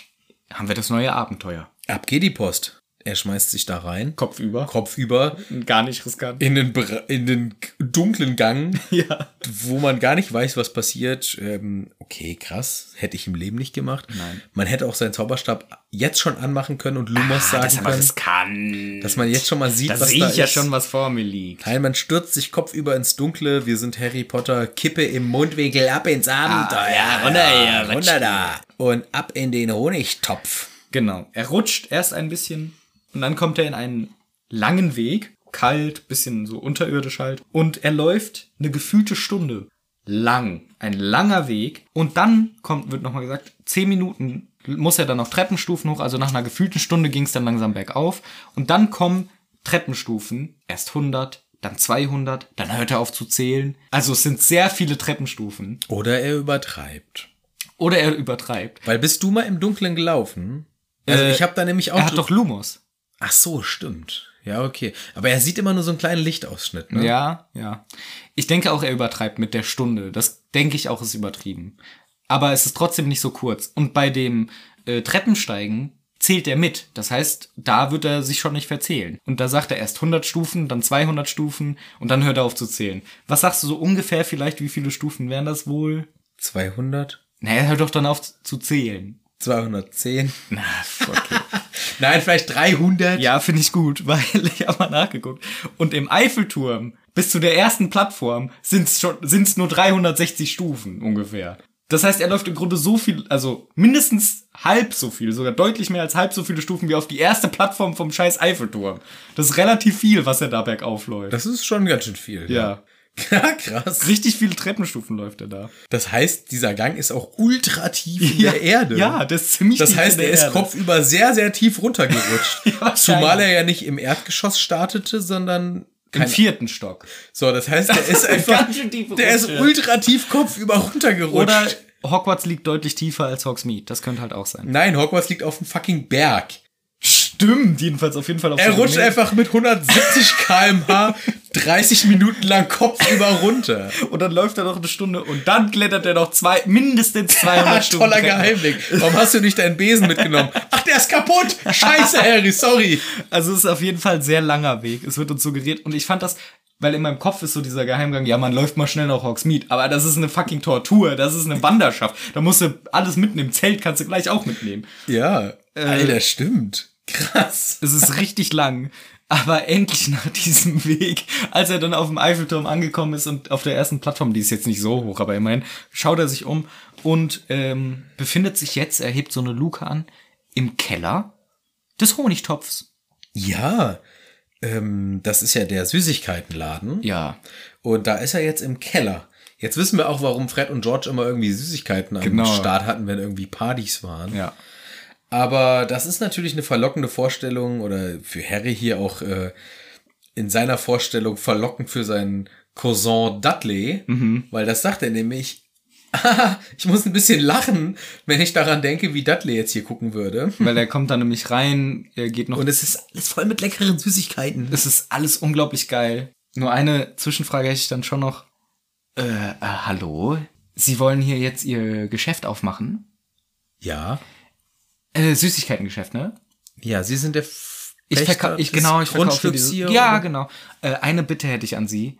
[SPEAKER 1] haben wir das neue Abenteuer.
[SPEAKER 2] Ab geht die Post. Er schmeißt sich da rein,
[SPEAKER 1] Kopf über.
[SPEAKER 2] kopfüber,
[SPEAKER 1] Gar nicht riskant.
[SPEAKER 2] in den, Bere- in den dunklen Gang,
[SPEAKER 1] Ja.
[SPEAKER 2] wo man gar nicht weiß, was passiert. Ähm, okay, krass. Hätte ich im Leben nicht gemacht.
[SPEAKER 1] Nein. Ah,
[SPEAKER 2] Man hätte auch seinen Zauberstab jetzt schon anmachen können und Lumos sagen
[SPEAKER 1] das ist aber
[SPEAKER 2] können,
[SPEAKER 1] riskant.
[SPEAKER 2] dass man jetzt schon mal sieht,
[SPEAKER 1] da
[SPEAKER 2] was
[SPEAKER 1] sehe
[SPEAKER 2] da
[SPEAKER 1] ich ja
[SPEAKER 2] ist.
[SPEAKER 1] schon, was vor mir liegt.
[SPEAKER 2] Nein, man stürzt sich kopfüber ins Dunkle. Wir sind Harry Potter, Kippe im Mundwinkel, ab ins Abenteuer.
[SPEAKER 1] Ah, ja,
[SPEAKER 2] Ah,
[SPEAKER 1] runter hier, was
[SPEAKER 2] runter da. Und ab in den Honigtopf.
[SPEAKER 1] Genau. Er rutscht erst ein bisschen und dann kommt er in einen langen Weg, kalt, bisschen so unterirdisch halt. Und er läuft eine gefühlte Stunde lang. Ein langer Weg. Und dann kommt, wird nochmal gesagt, zehn Minuten muss er dann noch Treppenstufen hoch. Also nach einer gefühlten Stunde ging es dann langsam bergauf. Und dann kommen Treppenstufen. Erst 100, dann 200, dann hört er auf zu zählen. Also es sind sehr viele Treppenstufen.
[SPEAKER 2] Oder er übertreibt.
[SPEAKER 1] Oder er übertreibt.
[SPEAKER 2] Weil bist du mal im Dunkeln gelaufen? Also
[SPEAKER 1] Äh,
[SPEAKER 2] ich habe da nämlich auch.
[SPEAKER 1] Er hat doch Lumos.
[SPEAKER 2] Ach so, stimmt. Ja, okay. Aber er sieht immer nur so einen kleinen Lichtausschnitt, ne?
[SPEAKER 1] Ja, ja. Ich denke auch, er übertreibt mit der Stunde. Das denke ich auch, ist übertrieben. Aber es ist trotzdem nicht so kurz. Und bei dem äh, Treppensteigen zählt er mit. Das heißt, da wird er sich schon nicht verzählen. Und da sagt er erst 100 Stufen, dann 200 Stufen und dann hört er auf zu zählen. Was sagst du so ungefähr vielleicht, wie viele Stufen wären das wohl?
[SPEAKER 2] 200,
[SPEAKER 1] Naja, hört doch dann auf zu zählen.
[SPEAKER 2] 210.
[SPEAKER 1] Na, okay.
[SPEAKER 2] Nein, vielleicht 300.
[SPEAKER 1] Ja, finde ich gut, weil ich habe mal nachgeguckt. Und im Eiffelturm bis zu der ersten Plattform sind's schon sind's nur 360 Stufen ungefähr. Das heißt, er läuft im Grunde so viel, also mindestens halb so viel, sogar deutlich mehr als halb so viele Stufen wie auf die erste Plattform vom scheiß Eiffelturm. Das ist relativ viel, was er da bergauf läuft.
[SPEAKER 2] Das ist schon ganz schön viel.
[SPEAKER 1] Ja.
[SPEAKER 2] Ja, krass.
[SPEAKER 1] Richtig viele Treppenstufen läuft er da.
[SPEAKER 2] Das heißt, dieser Gang ist auch ultra tief in der Erde.
[SPEAKER 1] Ja, das ist ziemlich
[SPEAKER 2] Das
[SPEAKER 1] tief
[SPEAKER 2] heißt,
[SPEAKER 1] in der
[SPEAKER 2] er ist
[SPEAKER 1] Erde.
[SPEAKER 2] kopfüber sehr, sehr tief runtergerutscht.
[SPEAKER 1] wahrscheinlich.
[SPEAKER 2] Zumal er ja nicht im Erdgeschoss startete, sondern
[SPEAKER 1] im vierten Stock.
[SPEAKER 2] so, das heißt, er ist
[SPEAKER 1] ist eine
[SPEAKER 2] einfach,
[SPEAKER 1] ganz schön tiefe
[SPEAKER 2] der ist
[SPEAKER 1] Rutsche.
[SPEAKER 2] ultra tief kopfüber runtergerutscht.
[SPEAKER 1] Oder Hogwarts liegt deutlich tiefer als Hogsmeade. Das könnte halt auch sein.
[SPEAKER 2] Nein, Hogwarts liegt auf dem fucking Berg.
[SPEAKER 1] Stimmt, jedenfalls auf jeden Fall auf
[SPEAKER 2] Er
[SPEAKER 1] so
[SPEAKER 2] rutscht
[SPEAKER 1] einem-
[SPEAKER 2] einfach mit 170 km/h 30 Minuten lang kopfüber runter.
[SPEAKER 1] Und dann läuft er noch eine Stunde und dann klettert er noch zwei, mindestens 200 Stunden.
[SPEAKER 2] Ah, Toller
[SPEAKER 1] Treppen.
[SPEAKER 2] Geheimweg. Warum hast du nicht deinen Besen mitgenommen? Ach, der ist kaputt. Scheiße, Harry, sorry.
[SPEAKER 1] Also es ist auf jeden Fall ein sehr langer Weg. Es wird uns suggeriert. Und ich fand das, weil in meinem Kopf ist so dieser Geheimgang, ja, man läuft mal schnell nach Hogsmeade. Aber das ist eine fucking Tortur. Das ist eine Wanderschaft. Da musst du alles mitnehmen. Zelt kannst du gleich auch mitnehmen.
[SPEAKER 2] Ja,
[SPEAKER 1] Äh.
[SPEAKER 2] Alter, stimmt. Krass.
[SPEAKER 1] Es ist richtig lang. Aber endlich nach diesem Weg, als er dann auf dem Eiffelturm angekommen ist und auf der ersten Plattform, die ist jetzt nicht so hoch, aber immerhin, schaut er sich um und ähm, befindet sich jetzt, er hebt so eine Luke an, im Keller des Honigtopfs.
[SPEAKER 2] Ja, ähm, das ist ja der Süßigkeitenladen.
[SPEAKER 1] Ja.
[SPEAKER 2] Und da ist er jetzt im Keller. Jetzt wissen wir auch, warum Fred und George immer irgendwie Süßigkeiten am
[SPEAKER 1] Genau.
[SPEAKER 2] Start hatten, wenn irgendwie Partys waren.
[SPEAKER 1] Ja.
[SPEAKER 2] Aber das ist natürlich eine verlockende Vorstellung oder für Harry hier auch äh, in seiner Vorstellung verlockend für seinen Cousin Dudley,
[SPEAKER 1] Mhm.
[SPEAKER 2] weil das sagt er nämlich. ich muss ein bisschen lachen, wenn ich daran denke, wie Dudley jetzt hier gucken würde.
[SPEAKER 1] Weil er kommt dann nämlich rein, er geht noch.
[SPEAKER 2] Und es ist alles voll mit leckeren Süßigkeiten.
[SPEAKER 1] es ist alles unglaublich geil. Nur eine Zwischenfrage hätte ich dann schon noch. Äh, äh, hallo? Sie wollen hier jetzt Ihr Geschäft aufmachen?
[SPEAKER 2] Ja.
[SPEAKER 1] Äh, Süßigkeitengeschäft, ne?
[SPEAKER 2] Ja, Sie sind der. F-
[SPEAKER 1] Ich
[SPEAKER 2] Pächter
[SPEAKER 1] verkaufe, ich,
[SPEAKER 2] des
[SPEAKER 1] genau, ich verkaufe
[SPEAKER 2] Grundstücks
[SPEAKER 1] dieses,
[SPEAKER 2] hier.
[SPEAKER 1] Ja,
[SPEAKER 2] oder?
[SPEAKER 1] genau. Äh, eine Bitte hätte ich an Sie.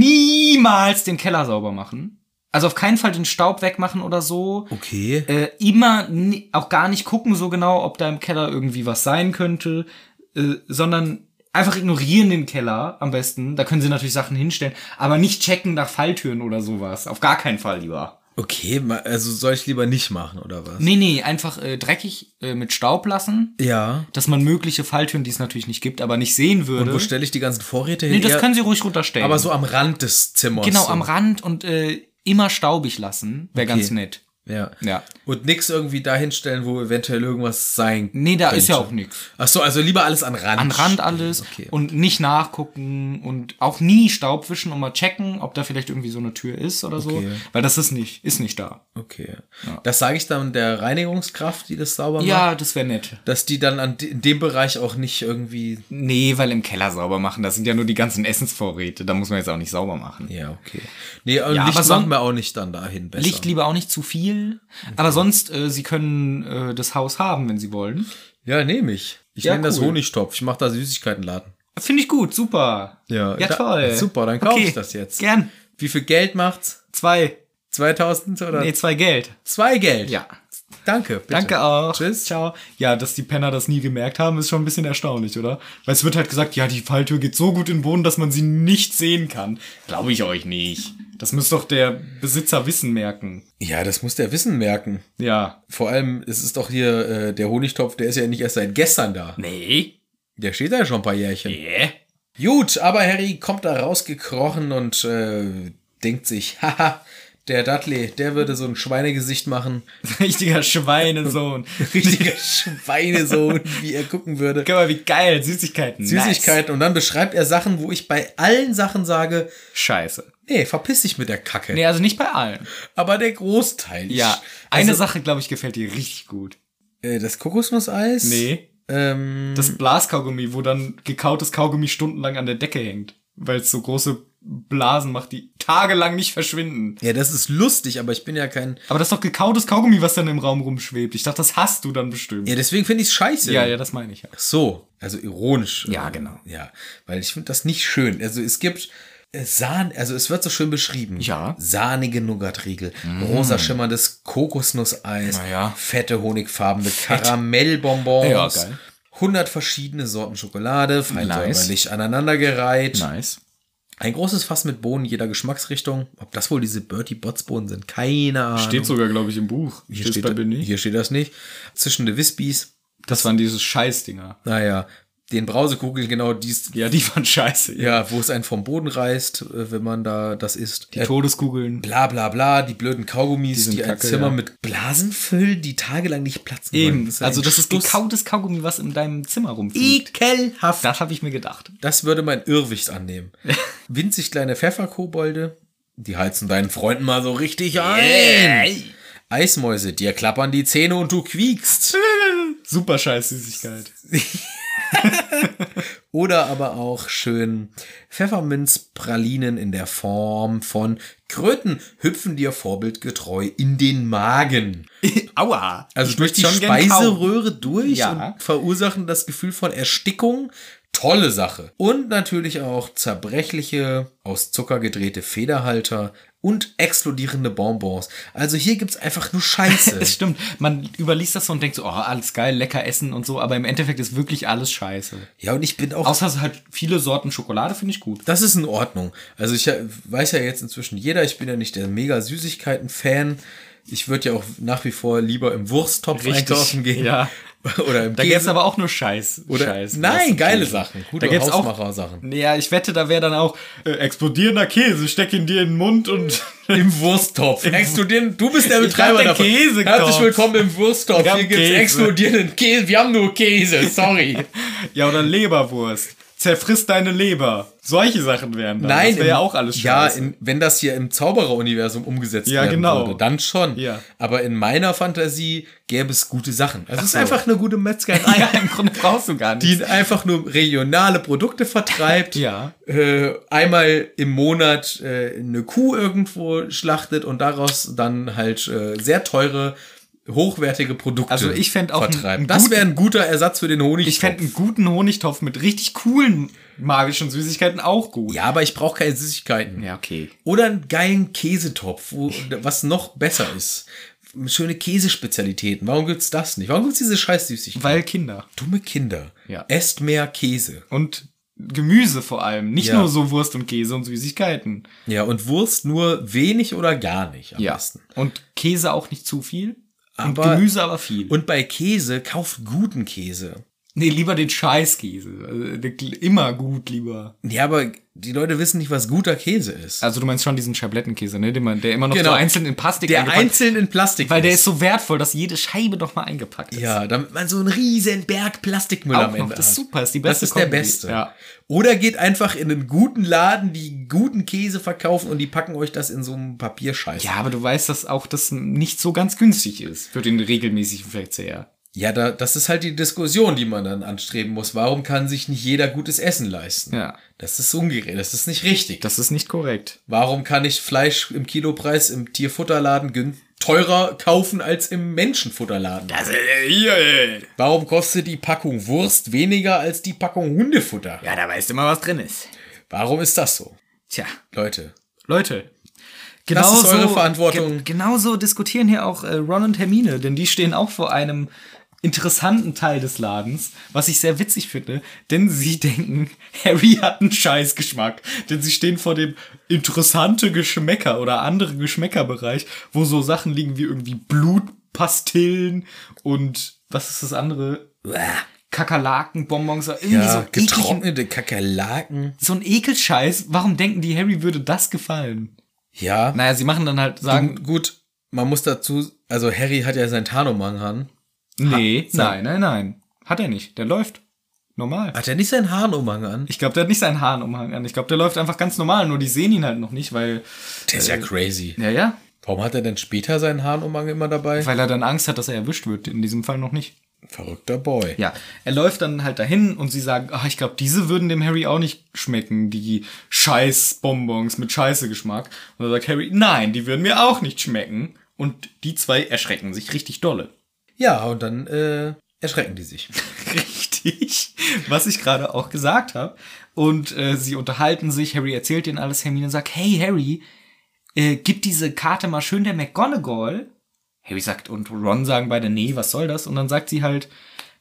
[SPEAKER 1] Niemals den Keller sauber machen. Also auf keinen Fall den Staub wegmachen oder so.
[SPEAKER 2] Okay.
[SPEAKER 1] Äh, immer ni- auch gar nicht gucken so genau, ob da im Keller irgendwie was sein könnte, äh, sondern einfach ignorieren den Keller am besten. Da können Sie natürlich Sachen hinstellen, aber nicht checken nach Falltüren oder sowas. Auf gar keinen Fall lieber.
[SPEAKER 2] Okay, ma- also soll ich lieber nicht machen, oder was?
[SPEAKER 1] Nee, nee, einfach äh, dreckig äh, mit Staub lassen,
[SPEAKER 2] Ja.
[SPEAKER 1] dass man mögliche Falltüren, die es natürlich nicht gibt, aber nicht sehen würde.
[SPEAKER 2] Wo stelle ich die ganzen Vorräte hin?
[SPEAKER 1] Nee, das
[SPEAKER 2] Eher-
[SPEAKER 1] können sie ruhig runterstellen.
[SPEAKER 2] aber so am Rand des Zimmers.
[SPEAKER 1] genau
[SPEAKER 2] so.
[SPEAKER 1] am Rand und äh, immer staubig lassen, wäre ganz nett.
[SPEAKER 2] Ja.
[SPEAKER 1] Ja.
[SPEAKER 2] Und nix irgendwie dahinstellen, wo eventuell irgendwas sein
[SPEAKER 1] Nee, da ist ja
[SPEAKER 2] könnte.
[SPEAKER 1] auch nix.
[SPEAKER 2] Ach so, also lieber alles an Rand.
[SPEAKER 1] Am Rand alles
[SPEAKER 2] Okay.
[SPEAKER 1] und nicht nachgucken und auch nie Staub wischen und mal checken, ob da vielleicht irgendwie so eine Tür ist oder so,
[SPEAKER 2] Okay.
[SPEAKER 1] weil das ist nicht, ist nicht da.
[SPEAKER 2] Okay. Das sage ich dann der Reinigungskraft, die das sauber macht.
[SPEAKER 1] Ja, das wäre nett.
[SPEAKER 2] Dass die dann an de- in dem Bereich auch nicht irgendwie.
[SPEAKER 1] Nee, weil im Keller sauber machen, das sind ja nur die ganzen Essensvorräte, da muss man jetzt auch nicht sauber machen.
[SPEAKER 2] Ja, okay. Nee, und
[SPEAKER 1] Ja,
[SPEAKER 2] Licht
[SPEAKER 1] aber son-
[SPEAKER 2] machen wir auch nicht dann dahin besser.
[SPEAKER 1] Licht lieber auch nicht zu viel, aber sonst, äh, sie können äh, das Haus haben, wenn sie wollen.
[SPEAKER 2] Ja, nehme ich. Ich
[SPEAKER 1] Ja,
[SPEAKER 2] nenne das
[SPEAKER 1] cool.
[SPEAKER 2] Honigtopf. Ich mache da Süßigkeitenladen.
[SPEAKER 1] Finde ich gut, super.
[SPEAKER 2] Ja,
[SPEAKER 1] ja
[SPEAKER 2] da-
[SPEAKER 1] toll.
[SPEAKER 2] super, dann kauf ich das jetzt.
[SPEAKER 1] Gern.
[SPEAKER 2] Wie viel Geld macht's?
[SPEAKER 1] Zwei.
[SPEAKER 2] 2000 oder?
[SPEAKER 1] Nee, zwei Geld.
[SPEAKER 2] Zwei Geld.
[SPEAKER 1] Ja.
[SPEAKER 2] Danke. Bitte.
[SPEAKER 1] Danke auch.
[SPEAKER 2] Tschüss.
[SPEAKER 1] Ciao. Ja, dass die Penner das nie gemerkt haben, ist schon ein bisschen erstaunlich, oder? Weil es wird halt gesagt, ja, die Falltür geht so gut in den Boden, dass man sie nicht sehen kann. Glaube ich euch nicht. Das muss doch der Besitzer wissen merken.
[SPEAKER 2] Ja, das muss der Wissen merken.
[SPEAKER 1] Ja.
[SPEAKER 2] Vor allem, es ist doch hier äh, der Honigtopf, der ist ja nicht erst seit gestern da.
[SPEAKER 1] Nee.
[SPEAKER 2] Der steht da ja schon ein paar Jährchen.
[SPEAKER 1] Yeah.
[SPEAKER 2] Gut, aber Harry kommt da rausgekrochen und äh, denkt sich, haha, der Dudley, der würde so ein Schweinegesicht machen.
[SPEAKER 1] Richtiger Schweinesohn.
[SPEAKER 2] Richtiger Schweinesohn, wie er gucken würde.
[SPEAKER 1] Guck mal, wie geil. Süßigkeiten.
[SPEAKER 2] Süßigkeiten. Und dann beschreibt er Sachen, wo ich bei allen Sachen sage,
[SPEAKER 1] Nice. Scheiße.
[SPEAKER 2] nee, verpiss dich mit der Kacke.
[SPEAKER 1] Nee, also nicht bei allen.
[SPEAKER 2] Aber der Großteil.
[SPEAKER 1] Ja.
[SPEAKER 2] Ich-
[SPEAKER 1] Eine
[SPEAKER 2] also,
[SPEAKER 1] Sache, glaube ich, gefällt dir richtig gut.
[SPEAKER 2] Äh, das Kokosnusseis?
[SPEAKER 1] Nee.
[SPEAKER 2] Ähm,
[SPEAKER 1] Das Blaskaugummi, wo dann gekautes Kaugummi stundenlang an der Decke hängt, weil es so große Blasen macht, die tagelang nicht verschwinden.
[SPEAKER 2] ja, das ist lustig, aber ich bin ja kein.
[SPEAKER 1] Aber das ist doch gekautes Kaugummi, was dann im Raum rumschwebt. Ich dachte, das hast du dann bestimmt.
[SPEAKER 2] Ja, deswegen finde ich es scheiße.
[SPEAKER 1] Ja, ja, das meine ich. ja.
[SPEAKER 2] Ach so, also ironisch.
[SPEAKER 1] Ja,
[SPEAKER 2] Äh,
[SPEAKER 1] genau.
[SPEAKER 2] Ja, weil ich finde das nicht schön. Also es gibt äh, Sahne, also es wird so schön beschrieben.
[SPEAKER 1] Ja. Mm.
[SPEAKER 2] Sahnige Nougatriegel, rosa schimmerndes Kokosnusseis,
[SPEAKER 1] Na ja.
[SPEAKER 2] fette honigfarbene Karamellbonbons,
[SPEAKER 1] Ja, geil.
[SPEAKER 2] 100 verschiedene Sorten Schokolade,
[SPEAKER 1] Nice.
[SPEAKER 2] feinsäuberlich aneinandergereiht.
[SPEAKER 1] Nice.
[SPEAKER 2] Ein großes Fass mit Bohnen jeder Geschmacksrichtung. Ob das wohl diese Bertie Bots Bohnen sind, keine Ahnung.
[SPEAKER 1] Steht sogar, glaube ich, im Buch.
[SPEAKER 2] hier
[SPEAKER 1] Steht's
[SPEAKER 2] steht,
[SPEAKER 1] bei Benny.
[SPEAKER 2] hier steht das nicht. Zischende Wispies.
[SPEAKER 1] Das waren diese Scheißdinger.
[SPEAKER 2] Naja, den Brausekugeln genau dies,
[SPEAKER 1] Ja, die waren scheiße.
[SPEAKER 2] ja, wo es einen vom Boden reißt, äh, wenn man da das isst.
[SPEAKER 1] Die
[SPEAKER 2] Äh,
[SPEAKER 1] Todeskugeln.
[SPEAKER 2] bla bla bla, die blöden Kaugummis,
[SPEAKER 1] sind
[SPEAKER 2] die, ein
[SPEAKER 1] kacke,
[SPEAKER 2] Zimmer
[SPEAKER 1] ja.
[SPEAKER 2] mit Blasen füllen, die tagelang nicht platzen wollen.
[SPEAKER 1] Eben.
[SPEAKER 2] ist
[SPEAKER 1] also
[SPEAKER 2] ein
[SPEAKER 1] das ist
[SPEAKER 2] Stuss.
[SPEAKER 1] gekautes Kaugummi, was in deinem Zimmer rumfliegt.
[SPEAKER 2] ekelhaft.
[SPEAKER 1] Das habe ich mir gedacht.
[SPEAKER 2] Das würde mein Irrwicht annehmen. Winzig kleine Pfefferkobolde, die heizen deinen Freunden mal so richtig ein. Eismäuse, dir klappern die Zähne und du quiekst.
[SPEAKER 1] Super scheiß Süßigkeit.
[SPEAKER 2] Oder aber auch schön Pfefferminzpralinen in der Form von Kröten hüpfen dir vorbildgetreu in den Magen.
[SPEAKER 1] Aua.
[SPEAKER 2] Also
[SPEAKER 1] Ich
[SPEAKER 2] durch
[SPEAKER 1] möchte
[SPEAKER 2] die
[SPEAKER 1] schon gern kauen.
[SPEAKER 2] Speiseröhre durch
[SPEAKER 1] Ja.
[SPEAKER 2] und verursachen das Gefühl von Erstickung. Tolle Sache. Und natürlich auch zerbrechliche, aus Zucker gedrehte Federhalter und explodierende Bonbons. Also hier gibt's einfach nur Scheiße.
[SPEAKER 1] Das stimmt. Man überliest das so und denkt so, oh, alles geil, lecker essen und so, aber im Endeffekt ist wirklich alles scheiße.
[SPEAKER 2] ja, und ich bin auch
[SPEAKER 1] Außer es halt viele Sorten Schokolade finde ich gut.
[SPEAKER 2] Das ist in Ordnung. Also ich äh, weiß ja jetzt inzwischen jeder, ich bin ja nicht der mega Süßigkeiten-Fan. Ich würde ja auch nach wie vor lieber im Wursttopf
[SPEAKER 1] Richtig,
[SPEAKER 2] einkaufen gehen.
[SPEAKER 1] ja.
[SPEAKER 2] Oder im
[SPEAKER 1] Da gäbe es
[SPEAKER 2] Käse.
[SPEAKER 1] aber auch nur Scheiß.
[SPEAKER 2] Oder-
[SPEAKER 1] Scheiß
[SPEAKER 2] Nein, geile
[SPEAKER 1] Käse.
[SPEAKER 2] Sachen. Gute
[SPEAKER 1] da gibt's
[SPEAKER 2] Hausmacher-Sachen.
[SPEAKER 1] Auch, ja, ich wette, da wäre dann auch äh, explodierender Käse, steck ihn dir in den Mund und
[SPEAKER 2] Im Wursttopf. Explodieren. Du bist der
[SPEAKER 1] Ich
[SPEAKER 2] Betreiber
[SPEAKER 1] hab den
[SPEAKER 2] davon.
[SPEAKER 1] Käse
[SPEAKER 2] Herzlich
[SPEAKER 1] gekauft.
[SPEAKER 2] willkommen im Wursttopf.
[SPEAKER 1] Wir haben
[SPEAKER 2] Hier gibt's
[SPEAKER 1] Käse.
[SPEAKER 2] explodierenden Käse. Wir haben nur Käse. Sorry.
[SPEAKER 1] ja, oder Leberwurst. Zerfriss deine Leber. Solche Sachen wären da.
[SPEAKER 2] Nein,
[SPEAKER 1] Das wäre
[SPEAKER 2] im-
[SPEAKER 1] ja auch alles
[SPEAKER 2] Ja,
[SPEAKER 1] scheiße.
[SPEAKER 2] in, wenn das hier im Zauberer-Universum umgesetzt
[SPEAKER 1] Ja,
[SPEAKER 2] werden
[SPEAKER 1] genau.
[SPEAKER 2] würde, dann schon.
[SPEAKER 1] Ja.
[SPEAKER 2] Aber in meiner Fantasie gäbe es gute Sachen. Also es ist
[SPEAKER 1] so.
[SPEAKER 2] einfach eine gute Metzgerei.
[SPEAKER 1] ja, im Grunde brauchst du gar nichts.
[SPEAKER 2] die einfach nur regionale Produkte vertreibt.
[SPEAKER 1] Ja.
[SPEAKER 2] Äh, einmal im Monat äh, eine Kuh irgendwo schlachtet und daraus dann halt äh, sehr teure, hochwertige Produkte
[SPEAKER 1] Also ich fänd auch einen-
[SPEAKER 2] vertreibt.
[SPEAKER 1] einen
[SPEAKER 2] das
[SPEAKER 1] guten-
[SPEAKER 2] wäre ein guter Ersatz für den Honig.
[SPEAKER 1] ich fände einen guten Honigtopf mit richtig coolen magischen Süßigkeiten auch gut.
[SPEAKER 2] ja, aber ich brauche keine Süßigkeiten.
[SPEAKER 1] ja okay.
[SPEAKER 2] Oder einen geilen Käsetopf, wo, was noch besser ist. Schöne Käsespezialitäten. Warum gibt's das nicht? Warum gibt's diese scheiß Süßigkeiten?
[SPEAKER 1] Weil Kinder.
[SPEAKER 2] Dumme Kinder.
[SPEAKER 1] Ja.
[SPEAKER 2] Esst mehr Käse.
[SPEAKER 1] Und Gemüse vor allem. Nicht
[SPEAKER 2] Ja.
[SPEAKER 1] nur so Wurst und Käse und Süßigkeiten.
[SPEAKER 2] Ja, und Wurst nur wenig oder gar nicht am besten.
[SPEAKER 1] Und Käse auch nicht zu viel.
[SPEAKER 2] Aber-
[SPEAKER 1] und Gemüse aber viel.
[SPEAKER 2] Und bei Käse kauft guten Käse.
[SPEAKER 1] nee, lieber den Scheißkäse. Also, den gl- immer gut lieber.
[SPEAKER 2] Ja, aber die Leute wissen nicht, was guter Käse ist.
[SPEAKER 1] Also du meinst schon diesen Schablettenkäse, ne? Den man, der immer noch
[SPEAKER 2] Genau.
[SPEAKER 1] so einzeln in Plastik
[SPEAKER 2] der
[SPEAKER 1] eingepackt-
[SPEAKER 2] einzeln in Plastik
[SPEAKER 1] Weil der ist so wertvoll, dass jede Scheibe noch mal eingepackt ist.
[SPEAKER 2] Ja, damit man so einen riesen Berg Plastikmüll
[SPEAKER 1] Auch
[SPEAKER 2] am
[SPEAKER 1] noch,
[SPEAKER 2] Ende
[SPEAKER 1] das ist
[SPEAKER 2] hat.
[SPEAKER 1] super, ist die
[SPEAKER 2] Das
[SPEAKER 1] beste
[SPEAKER 2] ist der
[SPEAKER 1] Kombi.
[SPEAKER 2] beste.
[SPEAKER 1] Ja.
[SPEAKER 2] Oder geht einfach in einen guten Laden, die guten Käse verkaufen und die packen euch das in so einem Papierscheiß.
[SPEAKER 1] Ja, aber du weißt, dass auch das nicht so ganz günstig ist für den regelmäßigen Verzehr.
[SPEAKER 2] ja da, das ist halt die Diskussion, die man dann anstreben muss. Warum kann sich nicht jeder gutes Essen leisten?
[SPEAKER 1] Ja.
[SPEAKER 2] Das ist ungerecht, das ist nicht richtig.
[SPEAKER 1] Das ist nicht korrekt.
[SPEAKER 2] Warum kann ich Fleisch im Kilopreis im Tierfutterladen gün teurer kaufen als im Menschenfutterladen.
[SPEAKER 1] Also, äh, hier, äh.
[SPEAKER 2] Warum kostet die Packung Wurst weniger als die Packung Hundefutter?
[SPEAKER 1] Ja, da weißt du mal, was drin ist.
[SPEAKER 2] Warum ist das so?
[SPEAKER 1] Tja,
[SPEAKER 2] Leute,
[SPEAKER 1] Leute. Genau
[SPEAKER 2] Das ist eure Verantwortung.
[SPEAKER 1] Ge genauso diskutieren hier auch äh, Ron und Hermine, denn die stehen auch vor einem interessanten Teil des Ladens, was ich sehr witzig finde, denn sie denken, Harry hat einen Scheißgeschmack, denn sie stehen vor dem interessante Geschmäcker oder andere Geschmäckerbereich, wo so Sachen liegen wie irgendwie Blutpastillen und was ist das andere? Kakerlaken, Bonbons, irgendwie so
[SPEAKER 2] ja,
[SPEAKER 1] eklig-
[SPEAKER 2] getrocknete Kakerlaken.
[SPEAKER 1] so ein Ekelscheiß. Warum denken die, Harry würde das gefallen?
[SPEAKER 2] Ja,
[SPEAKER 1] Naja, sie machen dann halt sagen,
[SPEAKER 2] Gut, gut, man muss dazu, also Harry hat ja seinen Tarnumhang an.
[SPEAKER 1] nee,
[SPEAKER 2] so.
[SPEAKER 1] nein, nein, nein. Hat er nicht. Der läuft. Normal.
[SPEAKER 2] Hat er nicht seinen Haarnumhang an?
[SPEAKER 1] Ich glaube, der hat nicht seinen Hahnumhang an. Ich glaube, der läuft einfach ganz normal, nur die sehen ihn halt noch nicht, weil,
[SPEAKER 2] Der ist ja crazy.
[SPEAKER 1] ja, ja,
[SPEAKER 2] Warum hat er denn später seinen Haarnumhang immer dabei?
[SPEAKER 1] weil er dann Angst hat, dass er erwischt wird. In diesem Fall noch nicht.
[SPEAKER 2] Verrückter Boy.
[SPEAKER 1] Ja, er läuft dann halt dahin und sie sagen, ah, ich glaube, diese würden dem Harry auch nicht schmecken, die Scheiß-Bonbons mit Scheiße-Geschmack. Und dann sagt Harry, nein, die würden mir auch nicht schmecken. Und die zwei erschrecken sich richtig dolle.
[SPEAKER 2] Ja, und dann äh, erschrecken die sich.
[SPEAKER 1] Richtig, was ich gerade auch gesagt habe. Und äh, sie unterhalten sich, Harry erzählt ihnen alles, Hermine sagt, hey Harry, äh, gib diese Karte mal schön der McGonagall. Harry sagt, und Ron sagen beide, nee, was soll das? Und dann sagt sie halt,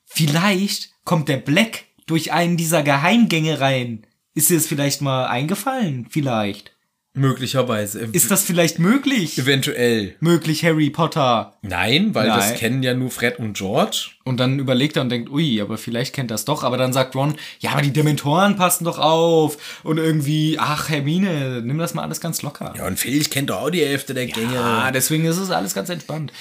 [SPEAKER 1] vielleicht kommt der Black durch einen dieser Geheimgänge rein. Ist dir das vielleicht mal eingefallen? Vielleicht.
[SPEAKER 2] Möglicherweise. Ev-
[SPEAKER 1] Ist das vielleicht möglich?
[SPEAKER 2] eventuell.
[SPEAKER 1] Möglich, Harry Potter.
[SPEAKER 2] Nein, weil
[SPEAKER 1] Nein.
[SPEAKER 2] das kennen ja nur Fred und George.
[SPEAKER 1] Und dann überlegt er und denkt, ui, aber vielleicht kennt das doch. Aber dann sagt Ron, ja, aber die Dementoren passen doch auf. Und irgendwie, ach, Hermine, nimm das mal alles ganz locker.
[SPEAKER 2] Ja, und Felix kennt doch auch die Hälfte der
[SPEAKER 1] Ja,
[SPEAKER 2] Gänge.
[SPEAKER 1] Ah, deswegen ist es alles ganz entspannt.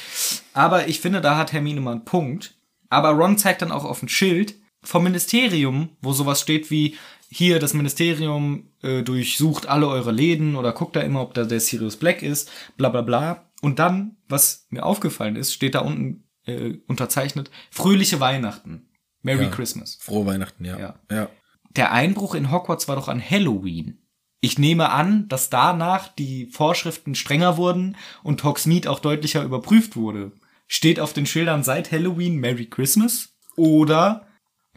[SPEAKER 1] Aber ich finde, da hat Hermine mal einen Punkt. Aber Ron zeigt dann auch auf ein Schild vom Ministerium, wo sowas steht wie, hier, das Ministerium äh, durchsucht alle eure Läden oder guckt da immer, ob da der Sirius Black ist, bla bla bla. Und dann, was mir aufgefallen ist, steht da unten äh, unterzeichnet, fröhliche Weihnachten. Merry Christmas.
[SPEAKER 2] Frohe Weihnachten, ja.
[SPEAKER 1] Ja.
[SPEAKER 2] ja.
[SPEAKER 1] Der Einbruch in Hogwarts war doch an Halloween. Ich nehme an, dass danach die Vorschriften strenger wurden und Hogsmeade auch deutlicher überprüft wurde. Steht auf den Schildern seit Halloween Merry Christmas? Oder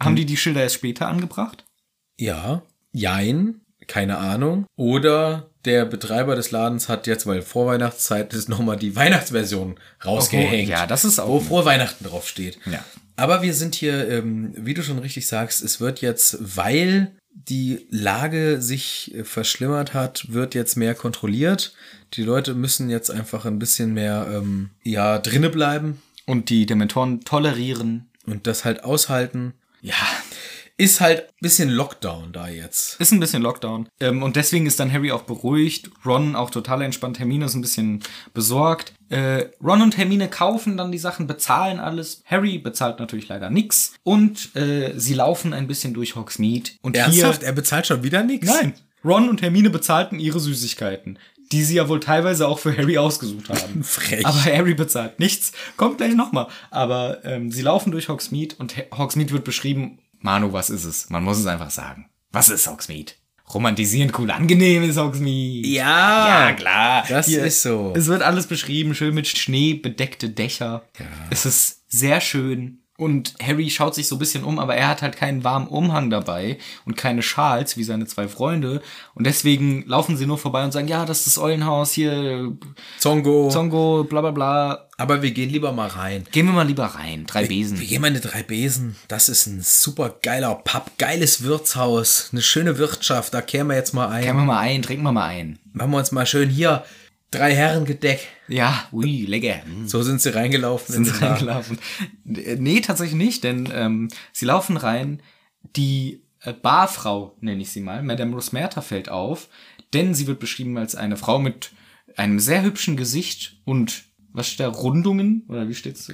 [SPEAKER 1] haben die die Schilder erst später angebracht?
[SPEAKER 2] Ja, jein, keine Ahnung. Oder der Betreiber des Ladens hat jetzt, weil Vorweihnachtszeit ist, nochmal die Weihnachtsversion rausgehängt.
[SPEAKER 1] Oh, ja, das ist auch
[SPEAKER 2] Wo
[SPEAKER 1] nett.
[SPEAKER 2] frohe Weihnachten draufsteht.
[SPEAKER 1] Ja.
[SPEAKER 2] Aber wir sind hier, ähm, wie du schon richtig sagst, es wird jetzt, weil die Lage sich äh, verschlimmert hat, wird jetzt mehr kontrolliert. Die Leute müssen jetzt einfach ein bisschen mehr, ähm, ja, drinne bleiben
[SPEAKER 1] Und die Dementoren tolerieren.
[SPEAKER 2] und das halt aushalten.
[SPEAKER 1] Ja,
[SPEAKER 2] Ist halt ein bisschen Lockdown da jetzt.
[SPEAKER 1] ist ein bisschen Lockdown. Ähm, und deswegen ist dann Harry auch beruhigt, Ron auch total entspannt, Hermine ist ein bisschen besorgt. Äh, Ron und Hermine kaufen dann die Sachen, bezahlen alles. Harry bezahlt natürlich leider nichts. Und äh, sie laufen ein bisschen durch Hogsmeade. Und
[SPEAKER 2] Ernsthaft? Er bezahlt schon wieder nichts?
[SPEAKER 1] hier... Nein, Ron und Hermine bezahlten ihre Süßigkeiten, die sie ja wohl teilweise auch für Harry ausgesucht haben.
[SPEAKER 2] Frech.
[SPEAKER 1] Aber Harry bezahlt nichts. Kommt gleich nochmal. Aber ähm, sie laufen durch Hogsmeade und He- Hogsmeade wird beschrieben. Manu, was ist es? Man muss es einfach sagen. Was ist Hogsmeade? Romantisierend, cool, angenehm ist Hogsmeade.
[SPEAKER 2] Ja.
[SPEAKER 1] Ja, klar.
[SPEAKER 2] Das ist so.
[SPEAKER 1] Es wird alles beschrieben, schön mit Schnee bedeckte Dächer. Es ist sehr schön. Und Harry schaut sich so ein bisschen um, aber er hat halt keinen warmen Umhang dabei und keine Schals wie seine zwei Freunde. Und deswegen laufen sie nur vorbei und sagen, ja, das ist das Eulenhaus hier,
[SPEAKER 2] Zongo.
[SPEAKER 1] Zongo, bla bla bla.
[SPEAKER 2] Aber wir gehen lieber mal rein.
[SPEAKER 1] Gehen wir mal lieber rein. Drei
[SPEAKER 2] Wir
[SPEAKER 1] Besen.
[SPEAKER 2] gehen mal in die drei Besen. Das ist ein super geiler Pub, geiles Wirtshaus, eine schöne Wirtschaft. Da kehren wir jetzt mal ein.
[SPEAKER 1] Gehen wir mal ein, trinken wir mal ein.
[SPEAKER 2] Machen wir uns mal schön hier drei Herren gedeckt.
[SPEAKER 1] Ja, ui, lecker.
[SPEAKER 2] So Hm. sind sie reingelaufen.
[SPEAKER 1] sind
[SPEAKER 2] in
[SPEAKER 1] sie
[SPEAKER 2] den Laden.
[SPEAKER 1] reingelaufen. Äh, Nee, tatsächlich nicht, denn ähm, sie laufen rein. Die äh, Barfrau, nenne ich sie mal, Madame Rosmerta fällt auf, denn sie wird beschrieben als eine Frau mit einem sehr hübschen Gesicht und was steht da? Rundungen? Oder wie steht's? da?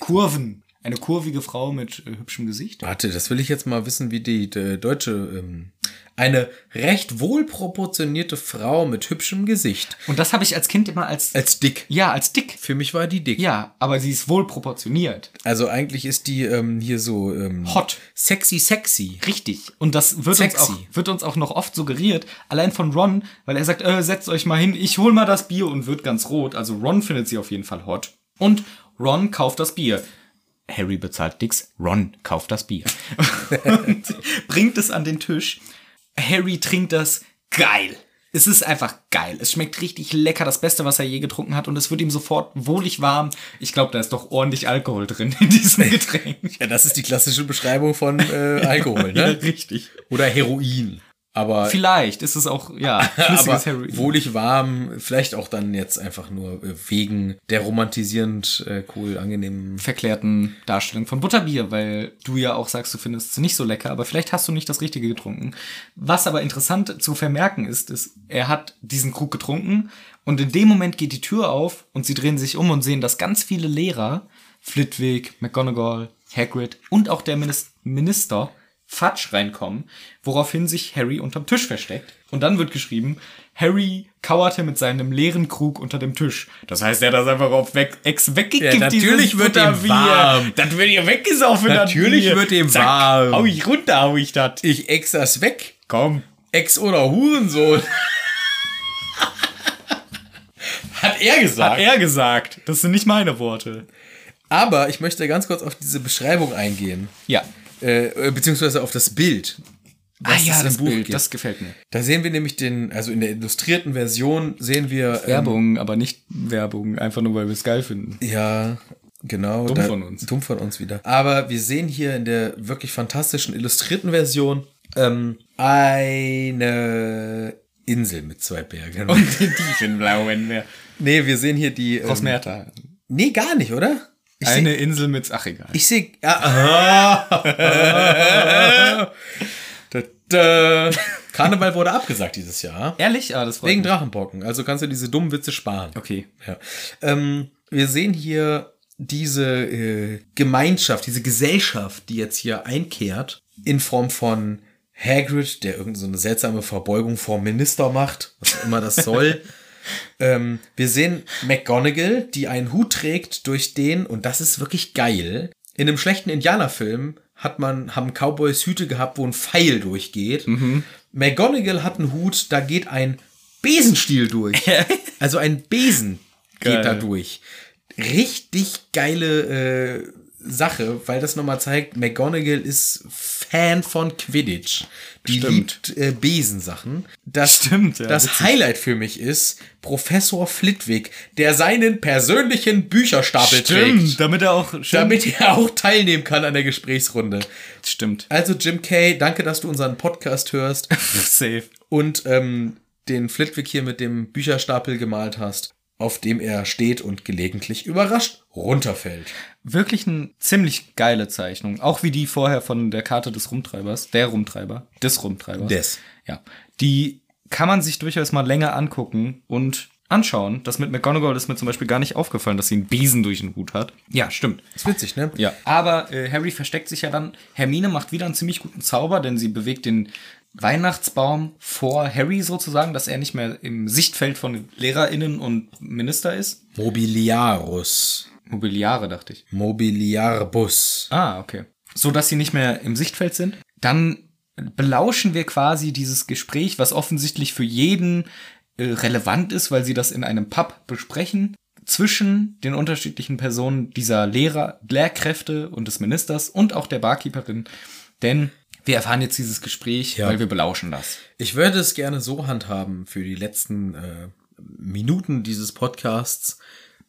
[SPEAKER 1] Kurven. Eine kurvige Frau mit äh, hübschem Gesicht.
[SPEAKER 2] Warte, das will ich jetzt mal wissen, wie die, äh, deutsche. Ähm, eine recht wohlproportionierte Frau mit hübschem Gesicht.
[SPEAKER 1] Und das habe ich als Kind immer als,
[SPEAKER 2] Als dick.
[SPEAKER 1] ja, als dick.
[SPEAKER 2] Für mich war die dick.
[SPEAKER 1] Ja, aber sie ist wohl proportioniert.
[SPEAKER 2] Also eigentlich ist die ähm, hier so ähm,
[SPEAKER 1] Hot.
[SPEAKER 2] sexy, sexy.
[SPEAKER 1] Richtig. Und das wird uns,
[SPEAKER 2] Sexy.
[SPEAKER 1] auch, wird uns auch noch oft suggeriert, allein von Ron, weil er sagt, äh, setzt euch mal hin, ich hol mal das Bier und wird ganz rot. Also Ron findet sie auf jeden Fall hot. Und Ron kauft das Bier. Harry bezahlt nix, Ron kauft das Bier. und bringt es an den Tisch. Harry trinkt das geil. Es ist einfach geil. Es schmeckt richtig lecker, das Beste, was er je getrunken hat. Und es wird ihm sofort wohlig warm. Ich glaube, da ist doch ordentlich Alkohol drin in diesem Getränk.
[SPEAKER 2] Ja, das ist die klassische Beschreibung von äh, Alkohol,
[SPEAKER 1] Ja,
[SPEAKER 2] ne?
[SPEAKER 1] richtig.
[SPEAKER 2] Oder Heroin. Aber,
[SPEAKER 1] Vielleicht ist es auch, ja,
[SPEAKER 2] aber
[SPEAKER 1] flüssiges Heroin.
[SPEAKER 2] wohlig warm, vielleicht auch dann jetzt einfach nur äh, wegen der romantisierend äh, cool angenehmen.
[SPEAKER 1] verklärten Darstellung von Butterbier, weil du ja auch sagst, du findest es nicht so lecker, aber vielleicht hast du nicht das Richtige getrunken. Was aber interessant zu vermerken ist, ist, er hat diesen Krug getrunken und in dem Moment geht die Tür auf und sie drehen sich um und sehen, dass ganz viele Lehrer, Flitwick, McGonagall, Hagrid und auch der Minis Minister Fatsch reinkommen, woraufhin sich Harry unterm Tisch versteckt. Und dann wird geschrieben, Harry kauerte mit seinem leeren Krug unter dem Tisch. Das heißt, er hat das einfach auf weg, Ex weggekippt.
[SPEAKER 2] Ja, natürlich
[SPEAKER 1] dieses
[SPEAKER 2] wird ihm
[SPEAKER 1] Butterbier.
[SPEAKER 2] warm.
[SPEAKER 1] Das wird ihr weggesaufen.
[SPEAKER 2] Natürlich
[SPEAKER 1] das Bier.
[SPEAKER 2] wird ihm
[SPEAKER 1] Zack,
[SPEAKER 2] warm.
[SPEAKER 1] Hau ich runter, hau ich das.
[SPEAKER 2] Ich ex das weg.
[SPEAKER 1] Komm.
[SPEAKER 2] Ex oder Hurensohn. Hat er gesagt.
[SPEAKER 1] Hat er gesagt. Das sind nicht meine Worte.
[SPEAKER 2] Aber ich möchte ganz kurz auf diese Beschreibung eingehen.
[SPEAKER 1] Ja.
[SPEAKER 2] Äh, äh, beziehungsweise auf das Bild.
[SPEAKER 1] Ah
[SPEAKER 2] Was es
[SPEAKER 1] ja,
[SPEAKER 2] im
[SPEAKER 1] das
[SPEAKER 2] Buch
[SPEAKER 1] Bild,
[SPEAKER 2] gibt.
[SPEAKER 1] das gefällt mir.
[SPEAKER 2] Da sehen wir nämlich den, also in der illustrierten Version sehen wir. ähm,
[SPEAKER 1] Werbung, aber nicht Werbung, einfach nur, weil wir es geil finden.
[SPEAKER 2] Ja, genau. Dumm
[SPEAKER 1] von uns.
[SPEAKER 2] Dumm von uns wieder. Aber wir sehen hier in der wirklich fantastischen illustrierten Version ähm, eine Insel mit zwei Bergen.
[SPEAKER 1] die tiefen blauen Meer.
[SPEAKER 2] nee, wir sehen hier die. Ähm,
[SPEAKER 1] Merta.
[SPEAKER 2] nee, gar nicht, oder? Ich sehe.
[SPEAKER 1] Eine Insel mit, ach egal.
[SPEAKER 2] Ich ah, sehe. Ah, da,
[SPEAKER 1] äh,
[SPEAKER 2] da. Karneval wurde abgesagt dieses Jahr.
[SPEAKER 1] Ehrlich? Ah, das freut
[SPEAKER 2] Wegen
[SPEAKER 1] mich.
[SPEAKER 2] Drachenbocken. Also kannst du diese dummen Witze sparen.
[SPEAKER 1] Okay.
[SPEAKER 2] Ja. Ähm, wir sehen hier diese äh, Gemeinschaft, diese Gesellschaft, die jetzt hier einkehrt, in Form von Hagrid, der irgendeine so eine seltsame Verbeugung vor dem Minister macht, was auch immer das soll. ähm, wir sehen McGonagall, die einen Hut trägt durch den, und das ist wirklich geil. In einem schlechten Indianerfilm hat man, haben Cowboys Hüte gehabt, wo ein Pfeil durchgeht.
[SPEAKER 1] Mhm.
[SPEAKER 2] McGonagall hat einen Hut, da geht ein Besenstiel durch. also ein Besen
[SPEAKER 1] Geil.
[SPEAKER 2] geht da durch. Richtig geile äh, Sache, weil das nochmal zeigt, McGonagall ist Fan von Quidditch. Die
[SPEAKER 1] Stimmt.
[SPEAKER 2] liebt äh, Besensachen. Das,
[SPEAKER 1] Stimmt, ja,
[SPEAKER 2] Das
[SPEAKER 1] witzig.
[SPEAKER 2] Highlight für mich ist Professor Flitwick, der seinen persönlichen Bücherstapel trägt.
[SPEAKER 1] damit er auch. Stimmt.
[SPEAKER 2] Damit er auch teilnehmen kann an der Gesprächsrunde.
[SPEAKER 1] stimmt.
[SPEAKER 2] Also Jim Kay, danke, dass du unseren Podcast hörst
[SPEAKER 1] Safe.
[SPEAKER 2] und ähm, den Flitwick hier mit dem Bücherstapel gemalt hast, auf dem er steht und gelegentlich überrascht runterfällt.
[SPEAKER 1] Wirklich eine ziemlich geile Zeichnung. Auch wie die vorher von der Karte des Rumtreibers. Der Rumtreiber. Des Rumtreibers.
[SPEAKER 2] Des.
[SPEAKER 1] Ja. Die kann man sich durchaus mal länger angucken und anschauen. Das mit McGonagall ist mir zum Beispiel gar nicht aufgefallen, dass sie einen Besen durch den Hut hat. Ja, stimmt.
[SPEAKER 2] Ist witzig, ne?
[SPEAKER 1] Ja. Aber äh, Harry versteckt sich ja dann. Hermine macht wieder einen ziemlich guten Zauber, denn sie bewegt den Weihnachtsbaum vor Harry sozusagen, dass er nicht mehr im Sichtfeld von LehrerInnen und Minister ist.
[SPEAKER 2] Mobiliarus.
[SPEAKER 1] Mobiliare, dachte ich.
[SPEAKER 2] Mobiliarbus.
[SPEAKER 1] Ah, okay. So dass sie nicht mehr im Sichtfeld sind. Dann belauschen wir quasi dieses Gespräch, was offensichtlich für jeden äh, relevant ist, weil sie das in einem Pub besprechen, zwischen den unterschiedlichen Personen dieser Lehrer, Lehrkräfte und des Ministers und auch der Barkeeperin. Denn wir erfahren jetzt dieses Gespräch,
[SPEAKER 2] Ja.
[SPEAKER 1] weil wir belauschen das.
[SPEAKER 2] Ich würde es gerne so handhaben für die letzten äh, Minuten dieses Podcasts.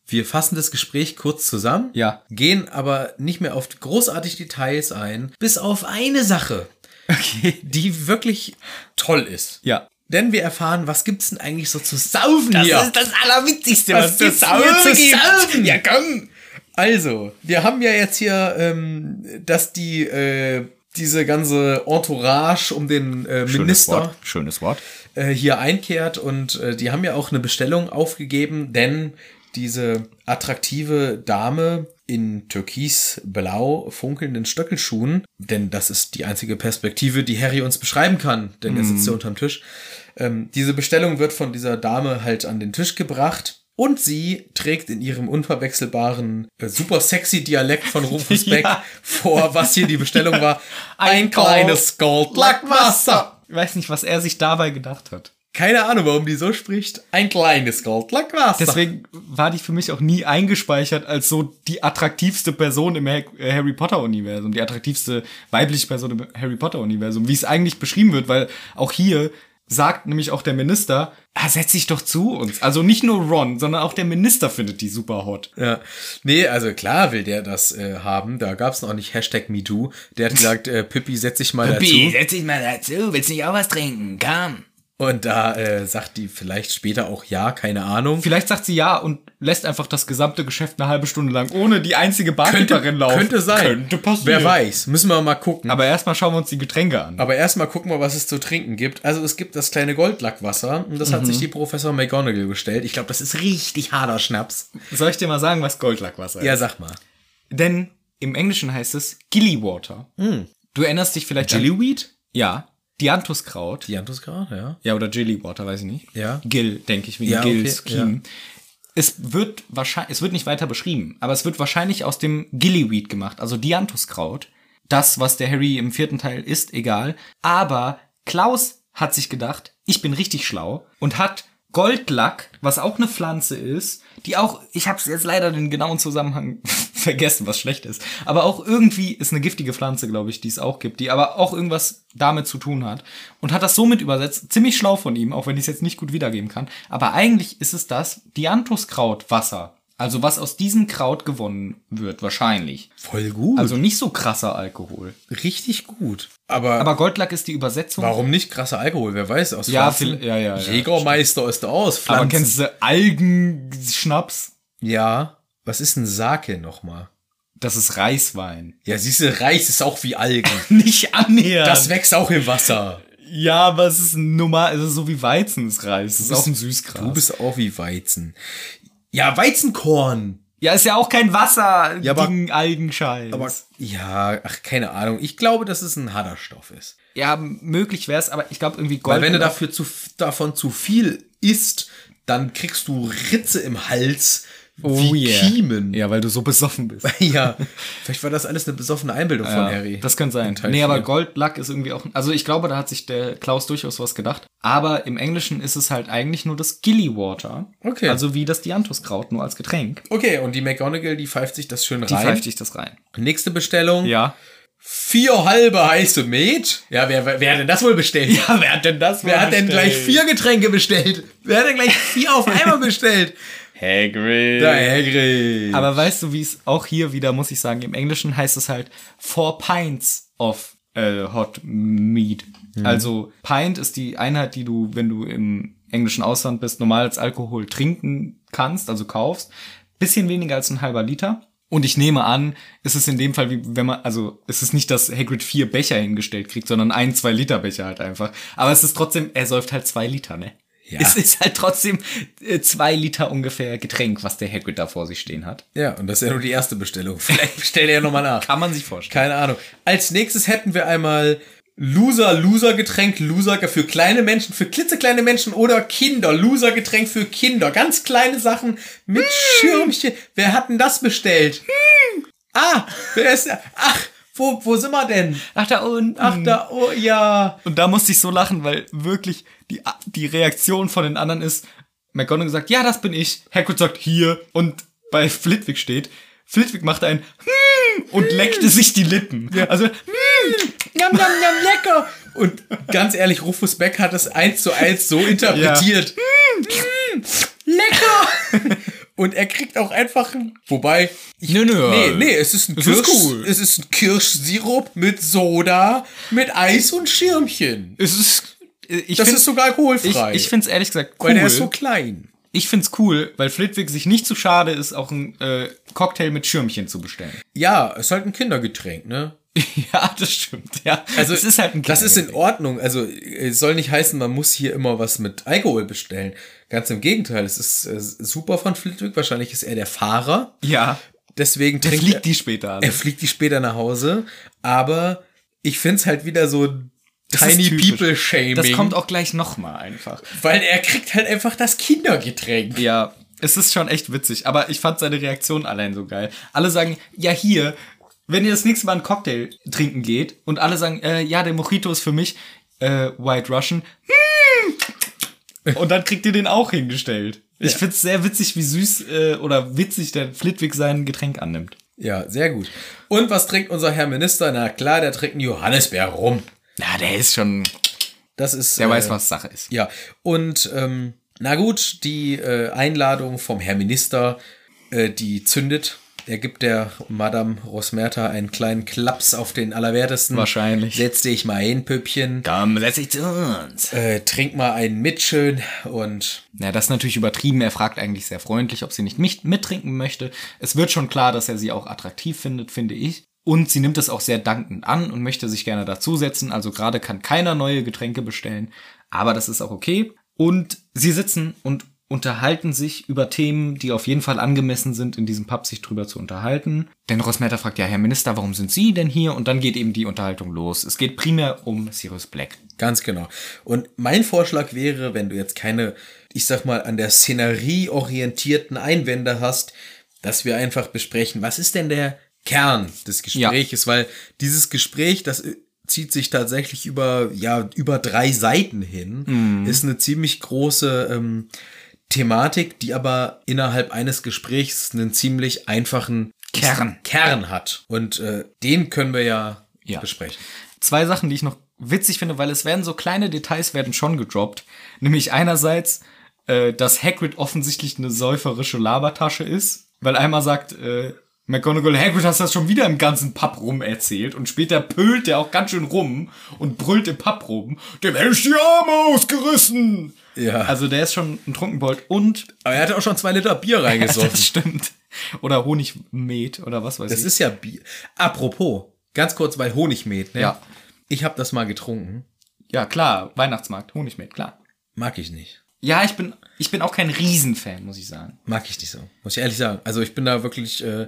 [SPEAKER 2] Wir fassen das Gespräch kurz zusammen,
[SPEAKER 1] Ja.
[SPEAKER 2] gehen aber nicht mehr auf großartig Details ein, bis auf eine Sache,
[SPEAKER 1] Okay.
[SPEAKER 2] die wirklich toll ist.
[SPEAKER 1] Ja.
[SPEAKER 2] Denn wir erfahren, was gibt's denn eigentlich so zu saufen hier?
[SPEAKER 1] das Allerwitzigste, das
[SPEAKER 2] was gibt's hier zu saufen?
[SPEAKER 1] Ja, komm.
[SPEAKER 2] Also, wir haben ja jetzt hier, ähm, dass die äh, diese ganze Entourage um den äh, Minister
[SPEAKER 1] Schönes Wort.
[SPEAKER 2] äh, hier einkehrt und äh, die haben ja auch eine Bestellung aufgegeben, denn diese attraktive Dame in türkisblau funkelnden Stöckelschuhen, denn das ist die einzige Perspektive, die Harry uns beschreiben kann, denn er sitzt ja unterm Tisch. Ähm, diese Bestellung wird von dieser Dame halt an den Tisch gebracht. Und sie trägt in ihrem unverwechselbaren, äh, super sexy Dialekt von Rufus Beck
[SPEAKER 1] Ja.
[SPEAKER 2] vor, was hier die Bestellung war.
[SPEAKER 1] Ein
[SPEAKER 2] Ein, kleines Gold Lackwasser.
[SPEAKER 1] Ich weiß nicht, was er sich dabei gedacht hat.
[SPEAKER 2] Keine Ahnung, warum die so spricht. Ein kleines Gold Lackwasser.
[SPEAKER 1] Deswegen war die für mich auch nie eingespeichert als so die attraktivste Person im Ha- äh, Harry Potter Universum, die attraktivste weibliche Person im Harry Potter Universum, wie es eigentlich beschrieben wird, weil auch hier sagt nämlich auch der Minister, ah, setz dich doch zu uns. Also nicht nur Ron, sondern auch der Minister findet die super hot.
[SPEAKER 2] Ja. Nee, also klar will der das äh, haben. Da gab's noch nicht Hashtag MeToo. Der hat gesagt, äh, Pippi, setz dich mal dazu.
[SPEAKER 3] setz dich mal dazu. Willst nicht auch was trinken? Komm.
[SPEAKER 2] Und da äh, sagt die vielleicht später auch ja, keine Ahnung.
[SPEAKER 1] Vielleicht sagt sie ja und lässt einfach das gesamte Geschäft eine halbe Stunde lang ohne die einzige Barkeeperin laufen.
[SPEAKER 2] könnte sein.
[SPEAKER 1] Könnte passieren.
[SPEAKER 2] Wer weiß. Müssen wir mal gucken.
[SPEAKER 1] Aber erstmal schauen wir uns die Getränke an.
[SPEAKER 2] Aber erstmal gucken wir, was es zu trinken gibt. Also es gibt das kleine Goldlackwasser und
[SPEAKER 1] Mhm.
[SPEAKER 2] das hat sich die Professor McGonagall bestellt. Ich glaube, das ist richtig harter Schnaps.
[SPEAKER 1] Soll ich dir mal sagen, was Goldlackwasser ist?
[SPEAKER 2] Ja, sag mal.
[SPEAKER 1] Denn im Englischen heißt es Gillywater.
[SPEAKER 2] Hm.
[SPEAKER 1] Du erinnerst dich vielleicht an...
[SPEAKER 2] Gillyweed?
[SPEAKER 1] Ja, Dianthuskraut.
[SPEAKER 2] Dianthusgrad, ja.
[SPEAKER 1] Ja, oder Gillywater, weiß ich nicht.
[SPEAKER 2] Ja.
[SPEAKER 1] Gill, denke ich, wegen
[SPEAKER 2] Ja, okay,
[SPEAKER 1] Gills Kiemen. Es wird wahrscheinlich, es wird nicht weiter beschrieben, aber es wird wahrscheinlich aus dem Gillyweed gemacht, also Dianthuskraut. Das, was der Harry im vierten Teil isst, egal. Aber Klaus hat sich gedacht, ich bin richtig schlau und hat Goldlack, was auch eine Pflanze ist, die auch, ich habe jetzt leider den genauen Zusammenhang vergessen, was schlecht ist, aber auch irgendwie ist eine giftige Pflanze, glaube ich, die es auch gibt, die aber auch irgendwas damit zu tun hat und hat das somit übersetzt, ziemlich schlau von ihm, auch wenn ich es jetzt nicht gut wiedergeben kann, aber eigentlich ist es das Dianthuskrautwasser, also was aus diesem Kraut gewonnen wird wahrscheinlich.
[SPEAKER 2] Voll gut.
[SPEAKER 1] Also nicht so krasser Alkohol.
[SPEAKER 2] richtig gut. Aber,
[SPEAKER 1] Aber Goldlack ist die Übersetzung.
[SPEAKER 2] warum nicht krasser Alkohol? Wer weiß, aus
[SPEAKER 1] Ja,
[SPEAKER 2] Pflanzen-
[SPEAKER 1] viel- ja, ja, ja,
[SPEAKER 2] Jägermeister ist da aus.
[SPEAKER 1] Aber
[SPEAKER 2] Pflanzen.
[SPEAKER 1] kennst du Algenschnaps?
[SPEAKER 2] ja. Was ist ein Sake nochmal?
[SPEAKER 1] Das ist Reiswein.
[SPEAKER 2] Ja, siehst du, Reis ist auch wie Algen.
[SPEAKER 1] Nicht annähernd.
[SPEAKER 2] Das wächst auch im Wasser.
[SPEAKER 1] ja, aber es ist normal, es ist so wie Weizensreis. Es ist
[SPEAKER 2] bist-
[SPEAKER 1] auch ein Süßgras.
[SPEAKER 2] Du bist auch wie Weizen. Ja, Weizenkorn.
[SPEAKER 1] ja, ist ja auch kein Wasser
[SPEAKER 2] Ja, aber-
[SPEAKER 1] gegen Algenscheiß.
[SPEAKER 2] Aber ja, ach, keine Ahnung. Ich glaube, dass es ein harter Stoff ist.
[SPEAKER 1] ja, möglich wäre es, aber ich glaube irgendwie Gold.
[SPEAKER 2] Weil wenn du dafür zu, davon zu viel isst, dann kriegst du Ritze im Hals
[SPEAKER 1] oh,
[SPEAKER 2] wie
[SPEAKER 1] yeah.
[SPEAKER 2] Kiemen.
[SPEAKER 1] Ja, weil du so besoffen bist.
[SPEAKER 2] Ja, vielleicht war das alles eine besoffene Einbildung von Harry.
[SPEAKER 1] Das kann sein.
[SPEAKER 2] Teil
[SPEAKER 1] Nee,
[SPEAKER 2] vier.
[SPEAKER 1] aber Goldlack ist irgendwie auch. Also ich glaube, da hat sich der Klaus durchaus was gedacht. Aber im Englischen ist es halt eigentlich nur das Gillywater.
[SPEAKER 2] Okay.
[SPEAKER 1] Also wie das Dianthuskraut, nur als Getränk.
[SPEAKER 2] Okay, und die McGonagall, die pfeift sich das schön
[SPEAKER 1] Die
[SPEAKER 2] rein.
[SPEAKER 1] pfeift dich das rein.
[SPEAKER 2] Nächste Bestellung.
[SPEAKER 1] Ja.
[SPEAKER 2] Vier halbe heiße Met. Ja, wer, wer, wer hat denn das wohl bestellt?
[SPEAKER 1] Ja, wer hat denn das?
[SPEAKER 2] wer hat denn gleich vier Getränke bestellt? Wer hat denn gleich vier auf einmal bestellt?
[SPEAKER 1] Hagrid.
[SPEAKER 2] Der Hagrid.
[SPEAKER 1] Aber weißt du, wie es auch hier wieder, muss ich sagen, im Englischen heißt es halt four pints of äh, hot meat. Also pint ist die Einheit, die du, wenn du im englischen Ausland bist, normal als Alkohol trinken kannst, also kaufst. Bisschen weniger als ein halber Liter. Und ich nehme an, ist es in dem Fall, wie wenn man, also es ist nicht, dass Hagrid vier Becher hingestellt kriegt, sondern ein, zwei Liter Becher halt einfach. Aber es ist trotzdem, er säuft halt zwei Liter, ne?
[SPEAKER 2] Ja.
[SPEAKER 1] Es ist halt trotzdem äh, zwei Liter ungefähr Getränk, was der Hagrid da vor sich stehen hat.
[SPEAKER 2] Ja, und das ist ja nur die erste Bestellung. Vielleicht bestellt er ja nochmal nach.
[SPEAKER 1] man sich vorstellen.
[SPEAKER 2] Keine Ahnung. Als nächstes hätten wir einmal Loser, Loser Getränk, Loser für kleine Menschen, für klitzekleine Menschen oder Kinder. Loser Getränk für Kinder. Ganz kleine Sachen mit Schirmchen. Wer hat denn das bestellt? Ah, wer ist da? Ach, wo, wo sind wir denn?
[SPEAKER 1] Ach, da unten.
[SPEAKER 2] Ach, da, oh ja.
[SPEAKER 1] Und da musste ich so lachen, weil wirklich die, die Reaktion von den anderen ist, McGonagall sagt, ja, das bin ich. Hagrid sagt, hier. Und bei Flitwick steht, Flitwick macht ein hm und leckte sich die Lippen. Also, hm.
[SPEAKER 2] Yam, yam, yam, lecker. Und ganz ehrlich, Rufus Beck hat es eins zu eins so interpretiert. Hm. lecker. Und er kriegt auch einfach, wobei,
[SPEAKER 1] Nö, nö.
[SPEAKER 2] Nee, nee, es ist ein
[SPEAKER 1] Das
[SPEAKER 2] Kirsch,
[SPEAKER 1] ist cool.
[SPEAKER 2] es ist ein Kirschsirup mit Soda, mit Eis und Schirmchen.
[SPEAKER 1] Es ist, äh, ich
[SPEAKER 2] Das
[SPEAKER 1] find-
[SPEAKER 2] ist sogar
[SPEAKER 1] ich,
[SPEAKER 2] alkoholfrei.
[SPEAKER 1] ich find's ehrlich gesagt cool.
[SPEAKER 2] weil der ist so klein.
[SPEAKER 1] ich find's cool, weil Flitwick sich nicht zu schade ist, auch einen äh, Cocktail mit Schirmchen zu bestellen.
[SPEAKER 2] Ja, ist halt ein Kindergetränk, ne?
[SPEAKER 1] ja, das stimmt, ja.
[SPEAKER 2] Also
[SPEAKER 1] es ist halt ein
[SPEAKER 2] Das ist
[SPEAKER 1] Kindergetränk.
[SPEAKER 2] in Ordnung. Also es soll nicht heißen, man muss hier immer was mit Alkohol bestellen. Ganz im Gegenteil, es ist äh, super von Flitwick. Wahrscheinlich ist er der Fahrer.
[SPEAKER 1] Ja.
[SPEAKER 2] Deswegen
[SPEAKER 1] Der
[SPEAKER 2] trinkt
[SPEAKER 1] fliegt die später an.
[SPEAKER 2] er fliegt die später nach Hause, aber ich find's halt wieder so
[SPEAKER 1] ist
[SPEAKER 2] Tiny
[SPEAKER 1] typisch.
[SPEAKER 2] People Shaming.
[SPEAKER 1] Das kommt auch gleich nochmal einfach.
[SPEAKER 2] weil er kriegt halt einfach das Kindergetränk.
[SPEAKER 1] Ja, es ist schon echt witzig, aber ich fand seine Reaktion allein so geil. Alle sagen, ja hier, wenn ihr das nächste Mal einen Cocktail trinken geht und alle sagen, äh, ja, der Mojito ist für mich, äh, White Russian, hm. und dann kriegt ihr den auch hingestellt. Ich find's sehr witzig, wie süß äh, oder witzig der Flitwick sein Getränk annimmt.
[SPEAKER 2] Ja, sehr gut. Und was trinkt unser Herr Minister? Na klar, der trinkt einen Johannisbeer rum.
[SPEAKER 1] Na, der ist schon,
[SPEAKER 2] Das ist.
[SPEAKER 1] der weiß,
[SPEAKER 2] äh,
[SPEAKER 1] was Sache ist.
[SPEAKER 2] Ja, und ähm, na gut, die äh, Einladung vom Herr Minister, äh, die zündet. Er gibt der Madame Rosmerta einen kleinen Klaps auf den Allerwertesten.
[SPEAKER 1] Wahrscheinlich.
[SPEAKER 2] Setz dich mal hin, Püppchen.
[SPEAKER 3] Komm, setz dich zu uns.
[SPEAKER 2] Äh, trink mal einen mit schön und
[SPEAKER 1] Na, das ist natürlich übertrieben. Er fragt eigentlich sehr freundlich, ob sie nicht mich- mittrinken möchte. Es wird schon klar, dass er sie auch attraktiv findet, finde ich. Und sie nimmt das auch sehr dankend an und möchte sich gerne dazusetzen. Also gerade kann keiner neue Getränke bestellen. Aber das ist auch okay. Und sie sitzen und unterhalten sich über Themen, die auf jeden Fall angemessen sind, in diesem Pub sich drüber zu unterhalten. Denn Rosmerta fragt ja, Herr Minister, warum sind Sie denn hier? Und dann geht eben die Unterhaltung los. Es geht primär um Sirius Black.
[SPEAKER 2] Ganz genau. Und mein Vorschlag wäre, wenn du jetzt keine, ich sag mal, an der Szenerie orientierten Einwände hast, dass wir einfach besprechen, was ist denn der Kern des Gespräches? Weil dieses Gespräch, das äh, zieht sich tatsächlich über, ja, über drei Seiten hin,
[SPEAKER 1] Mhm.
[SPEAKER 2] ist eine ziemlich große ähm, Thematik, die aber innerhalb eines Gesprächs einen ziemlich einfachen
[SPEAKER 1] Kern.
[SPEAKER 2] Kern hat. Und äh, den können wir ja,
[SPEAKER 1] Ja.
[SPEAKER 2] besprechen.
[SPEAKER 1] zwei Sachen, die ich noch witzig finde, weil es werden so kleine Details werden schon gedroppt. Nämlich einerseits, äh, dass Hagrid offensichtlich eine säuferische Labertasche ist, weil einmal sagt äh, McGonagall, Hagrid hast das schon wieder im ganzen Pub rum erzählt und später pölt er auch ganz schön rum und brüllt im Pub rum, dem hätte ich die Arme ausgerissen.
[SPEAKER 2] Ja.
[SPEAKER 1] Also der ist schon ein Trunkenbold und
[SPEAKER 2] Aber er hatte auch schon zwei Liter Bier reingesoffen.
[SPEAKER 1] das stimmt. Oder Honigmet oder was weiß
[SPEAKER 2] Das
[SPEAKER 1] ich.
[SPEAKER 2] ist ja Bier. Apropos, ganz kurz, weil Honigmet, ne?
[SPEAKER 1] Ja.
[SPEAKER 2] Ich habe das mal getrunken.
[SPEAKER 1] ja klar, Weihnachtsmarkt, Honigmet, klar.
[SPEAKER 2] Mag ich nicht.
[SPEAKER 1] Ja, ich bin, ich bin auch kein Riesenfan, muss ich sagen.
[SPEAKER 2] Mag ich nicht so. Muss ich ehrlich sagen. Also ich bin da wirklich, äh,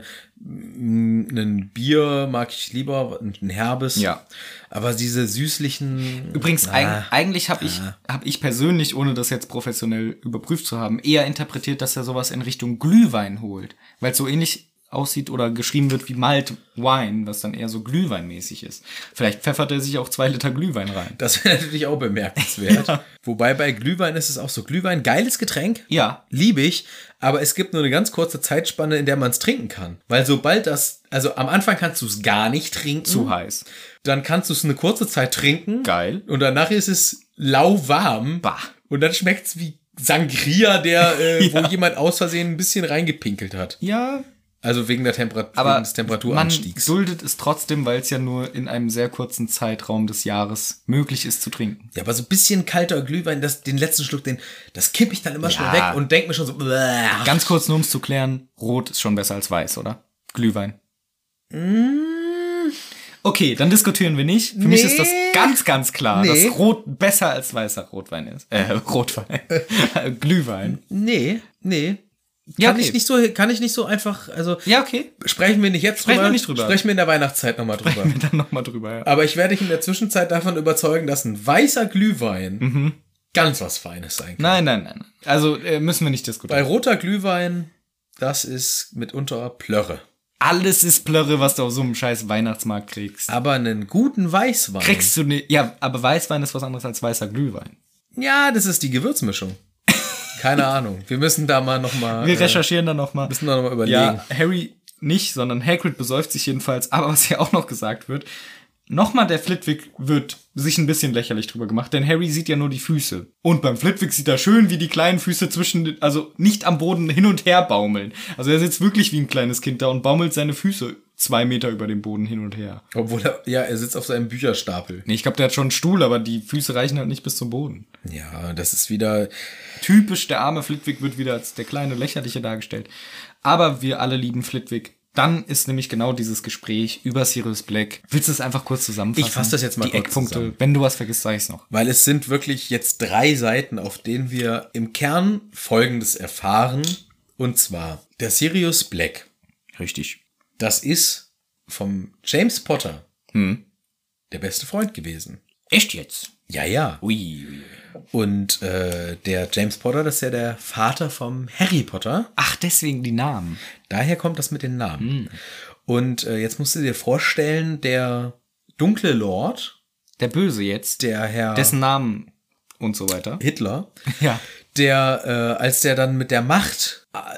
[SPEAKER 2] ein Bier mag ich lieber, ein herbes.
[SPEAKER 1] Ja.
[SPEAKER 2] Aber diese süßlichen.
[SPEAKER 1] Übrigens, eig eigentlich habe ich, hab ich persönlich, ohne das jetzt professionell überprüft zu haben, eher interpretiert, dass er sowas in Richtung Glühwein holt. Weil es so ähnlich aussieht oder geschrieben wird wie Malt Wine, was dann eher so Glühweinmäßig ist. Vielleicht pfeffert er sich auch zwei Liter Glühwein rein.
[SPEAKER 2] Das wäre natürlich auch bemerkenswert. Wobei bei Glühwein ist es auch so. Glühwein, geiles Getränk.
[SPEAKER 1] Ja.
[SPEAKER 2] Liebe ich. Aber es gibt nur eine ganz kurze Zeitspanne, in der man es trinken kann. Weil sobald das, also am Anfang kannst du es gar nicht trinken.
[SPEAKER 1] Zu heiß.
[SPEAKER 2] dann kannst du es eine kurze Zeit trinken.
[SPEAKER 1] Geil.
[SPEAKER 2] Und danach ist es lauwarm.
[SPEAKER 1] Bah.
[SPEAKER 2] Und dann schmeckt es wie Sangria, der, äh, wo jemand aus Versehen ein bisschen reingepinkelt hat.
[SPEAKER 1] Ja,
[SPEAKER 2] Also wegen der Temperat
[SPEAKER 1] aber
[SPEAKER 2] wegen des Temperaturanstiegs.
[SPEAKER 1] man duldet es trotzdem, weil es ja nur in einem sehr kurzen Zeitraum des Jahres möglich ist zu trinken.
[SPEAKER 2] ja, aber so ein bisschen kalter Glühwein, das, den letzten Schluck, den, das kippe ich dann immer schnell
[SPEAKER 1] Ja.
[SPEAKER 2] weg und denke mir schon so, "Bäh."
[SPEAKER 1] Ganz kurz nur um es zu klären, rot ist schon besser als weiß, oder? Glühwein. Okay, dann diskutieren wir nicht. Für mich ist das
[SPEAKER 2] Nee.
[SPEAKER 1] ganz, ganz klar,
[SPEAKER 2] Nee.
[SPEAKER 1] dass rot besser als weißer Rotwein ist. Äh, Rotwein. Glühwein.
[SPEAKER 2] nee, nee.
[SPEAKER 1] Ja,
[SPEAKER 2] kann
[SPEAKER 1] okay.
[SPEAKER 2] ich nicht so, kann ich nicht so einfach, also
[SPEAKER 1] Ja, okay.
[SPEAKER 2] sprechen wir nicht jetzt
[SPEAKER 1] Sprechen wir
[SPEAKER 2] drüber,
[SPEAKER 1] nicht drüber.
[SPEAKER 2] sprechen wir in der Weihnachtszeit nochmal drüber.
[SPEAKER 1] Wir dann nochmal drüber. Ja.
[SPEAKER 2] Aber ich werde dich in der Zwischenzeit davon überzeugen, dass ein weißer Glühwein
[SPEAKER 1] Mhm.
[SPEAKER 2] ganz was Feines sein kann.
[SPEAKER 1] Nein, nein, nein. Also äh, müssen wir nicht
[SPEAKER 2] Bei
[SPEAKER 1] diskutieren.
[SPEAKER 2] roter Glühwein, das ist mitunter Plörre.
[SPEAKER 1] Alles ist Plörre, was du auf so einem scheiß Weihnachtsmarkt kriegst.
[SPEAKER 2] Aber einen guten Weißwein.
[SPEAKER 1] Kriegst du nicht. Ja, aber Weißwein ist was anderes als weißer Glühwein.
[SPEAKER 2] Ja, das ist die Gewürzmischung. Keine Ahnung. Wir müssen da mal nochmal
[SPEAKER 1] Wir recherchieren dann nochmal.
[SPEAKER 2] müssen da noch mal überlegen.
[SPEAKER 1] Ja, Harry nicht, sondern Hagrid besäuft sich jedenfalls. Aber was ja auch noch gesagt wird, nochmal der Flitwick wird sich ein bisschen lächerlich drüber gemacht, denn Harry sieht ja nur die Füße. Und beim Flitwick sieht er schön, wie die kleinen Füße zwischen, also nicht am Boden hin und her baumeln. Also er sitzt wirklich wie ein kleines Kind da und baumelt seine Füße zwei Meter über dem Boden hin und her.
[SPEAKER 2] Obwohl er, ja, er sitzt auf seinem Bücherstapel.
[SPEAKER 1] Nee, ich glaube, der hat schon einen Stuhl, aber die Füße reichen halt nicht bis zum Boden.
[SPEAKER 2] Ja, das ist wieder,
[SPEAKER 1] Typisch, der arme Flitwick wird wieder als der kleine Lächerliche dargestellt. Aber wir alle lieben Flitwick. Dann ist nämlich genau dieses Gespräch über Sirius Black. Willst du es einfach kurz zusammenfassen?
[SPEAKER 2] Ich fass das jetzt mal
[SPEAKER 1] Die
[SPEAKER 2] kurz
[SPEAKER 1] Eckpunkte.
[SPEAKER 2] zusammen.
[SPEAKER 1] Wenn du was vergisst, sag ich's noch.
[SPEAKER 2] weil es sind wirklich jetzt drei Seiten, auf denen wir im Kern Folgendes erfahren. Und zwar der Sirius Black
[SPEAKER 1] Richtig.
[SPEAKER 2] Das ist vom James Potter
[SPEAKER 1] Hm.
[SPEAKER 2] der beste Freund gewesen.
[SPEAKER 1] Echt jetzt?
[SPEAKER 2] Ja, ja.
[SPEAKER 1] Ui. ui.
[SPEAKER 2] Und äh, der James Potter, das ist ja der Vater vom Harry Potter.
[SPEAKER 1] Ach, deswegen die Namen.
[SPEAKER 2] Daher kommt das mit den Namen. Und äh, jetzt musst du dir vorstellen, der dunkle Lord,
[SPEAKER 1] Der Böse jetzt.
[SPEAKER 2] der Herr
[SPEAKER 1] Dessen Namen und so weiter.
[SPEAKER 2] Hitler,
[SPEAKER 1] Ja.
[SPEAKER 2] der, äh, als der dann mit der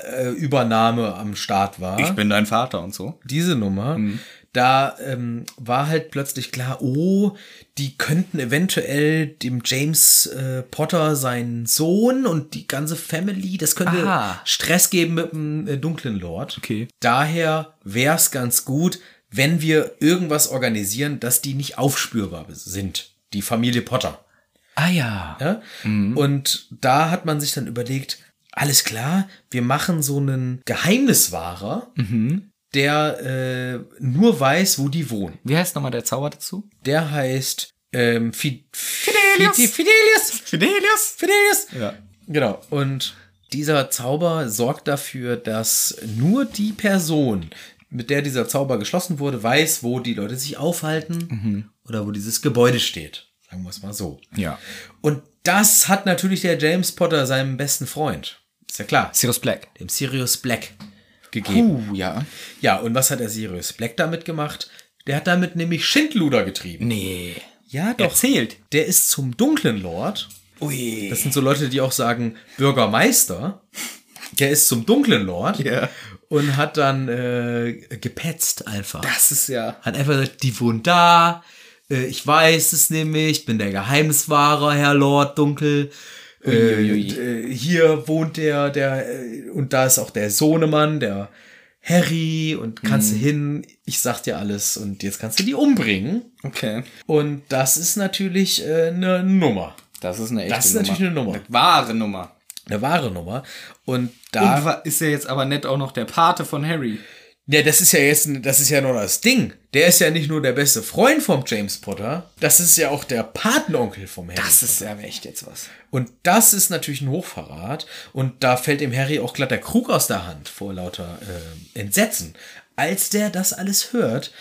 [SPEAKER 2] Machtübernahme am Start war,
[SPEAKER 1] Ich bin dein Vater und so.
[SPEAKER 2] diese Nummer,
[SPEAKER 1] Mhm.
[SPEAKER 2] da ähm, war halt plötzlich klar, oh, die könnten eventuell dem James äh, Potter seinen Sohn und die ganze Family, das könnte
[SPEAKER 1] Aha.
[SPEAKER 2] Stress geben mit dem äh, dunklen Lord.
[SPEAKER 1] Okay.
[SPEAKER 2] Daher wäre es ganz gut, wenn wir irgendwas organisieren, dass die nicht aufspürbar sind, die Familie Potter.
[SPEAKER 1] Ah ja.
[SPEAKER 2] Ja? Und da hat man sich dann überlegt, alles klar, wir machen so einen Geheimniswahrer, der äh, nur weiß, wo die wohnen.
[SPEAKER 1] Wie heißt nochmal der Zauber dazu?
[SPEAKER 2] Der heißt ähm, Fi- Fide- Fidelius.
[SPEAKER 1] Fidelius.
[SPEAKER 2] Fidelius.
[SPEAKER 1] Ja.
[SPEAKER 2] Genau. Und dieser Zauber sorgt dafür, dass nur die Person, mit der dieser Zauber geschlossen wurde, weiß, wo die Leute sich aufhalten oder wo dieses Gebäude steht. Sagen wir es mal so.
[SPEAKER 1] Mhm. Ja.
[SPEAKER 2] Und das hat natürlich der James Potter seinem besten Freund. Ist ja klar.
[SPEAKER 1] Sirius Black.
[SPEAKER 2] Dem Sirius Black gegeben.
[SPEAKER 1] Uh, ja.
[SPEAKER 2] Ja, und was hat der Sirius Black damit gemacht? Der hat damit nämlich Schindluder getrieben.
[SPEAKER 1] Nee.
[SPEAKER 2] Ja, doch.
[SPEAKER 1] Erzählt.
[SPEAKER 2] Der ist zum dunklen Lord.
[SPEAKER 1] Ui.
[SPEAKER 2] Das sind so Leute, die auch sagen Bürgermeister. Der ist zum dunklen Lord
[SPEAKER 1] Ja.
[SPEAKER 2] und hat dann äh, gepetzt einfach.
[SPEAKER 1] Das ist ja.
[SPEAKER 2] Hat einfach gesagt, die wohnt da. Äh, ich weiß es nämlich. Ich bin der Geheimniswahrer, Herr Lord Dunkel. Äh, d- hier wohnt der, der, äh, und da ist auch der Sohnemann, der Harry, und kannst
[SPEAKER 1] Mhm.
[SPEAKER 2] du hin, ich sag dir alles, und jetzt kannst du die umbringen.
[SPEAKER 1] Okay.
[SPEAKER 2] Und das ist natürlich äh, eine Nummer.
[SPEAKER 1] Das ist eine echte
[SPEAKER 2] Das ist natürlich eine Nummer.
[SPEAKER 1] wahre Nummer.
[SPEAKER 2] Eine wahre Nummer. Und da.
[SPEAKER 1] Und wa- ist ja jetzt aber nett auch noch der Pate von Harry.
[SPEAKER 2] Ja, das ist ja jetzt, das ist ja nur das Ding. Der ist ja nicht nur der beste Freund vom James Potter, das ist ja auch der Patenonkel vom Harry.
[SPEAKER 1] ist ja echt jetzt was.
[SPEAKER 2] Und das ist natürlich ein Hochverrat. Und da fällt dem Harry auch glatt der Krug aus der Hand vor lauter äh, Entsetzen. Als der das alles hört,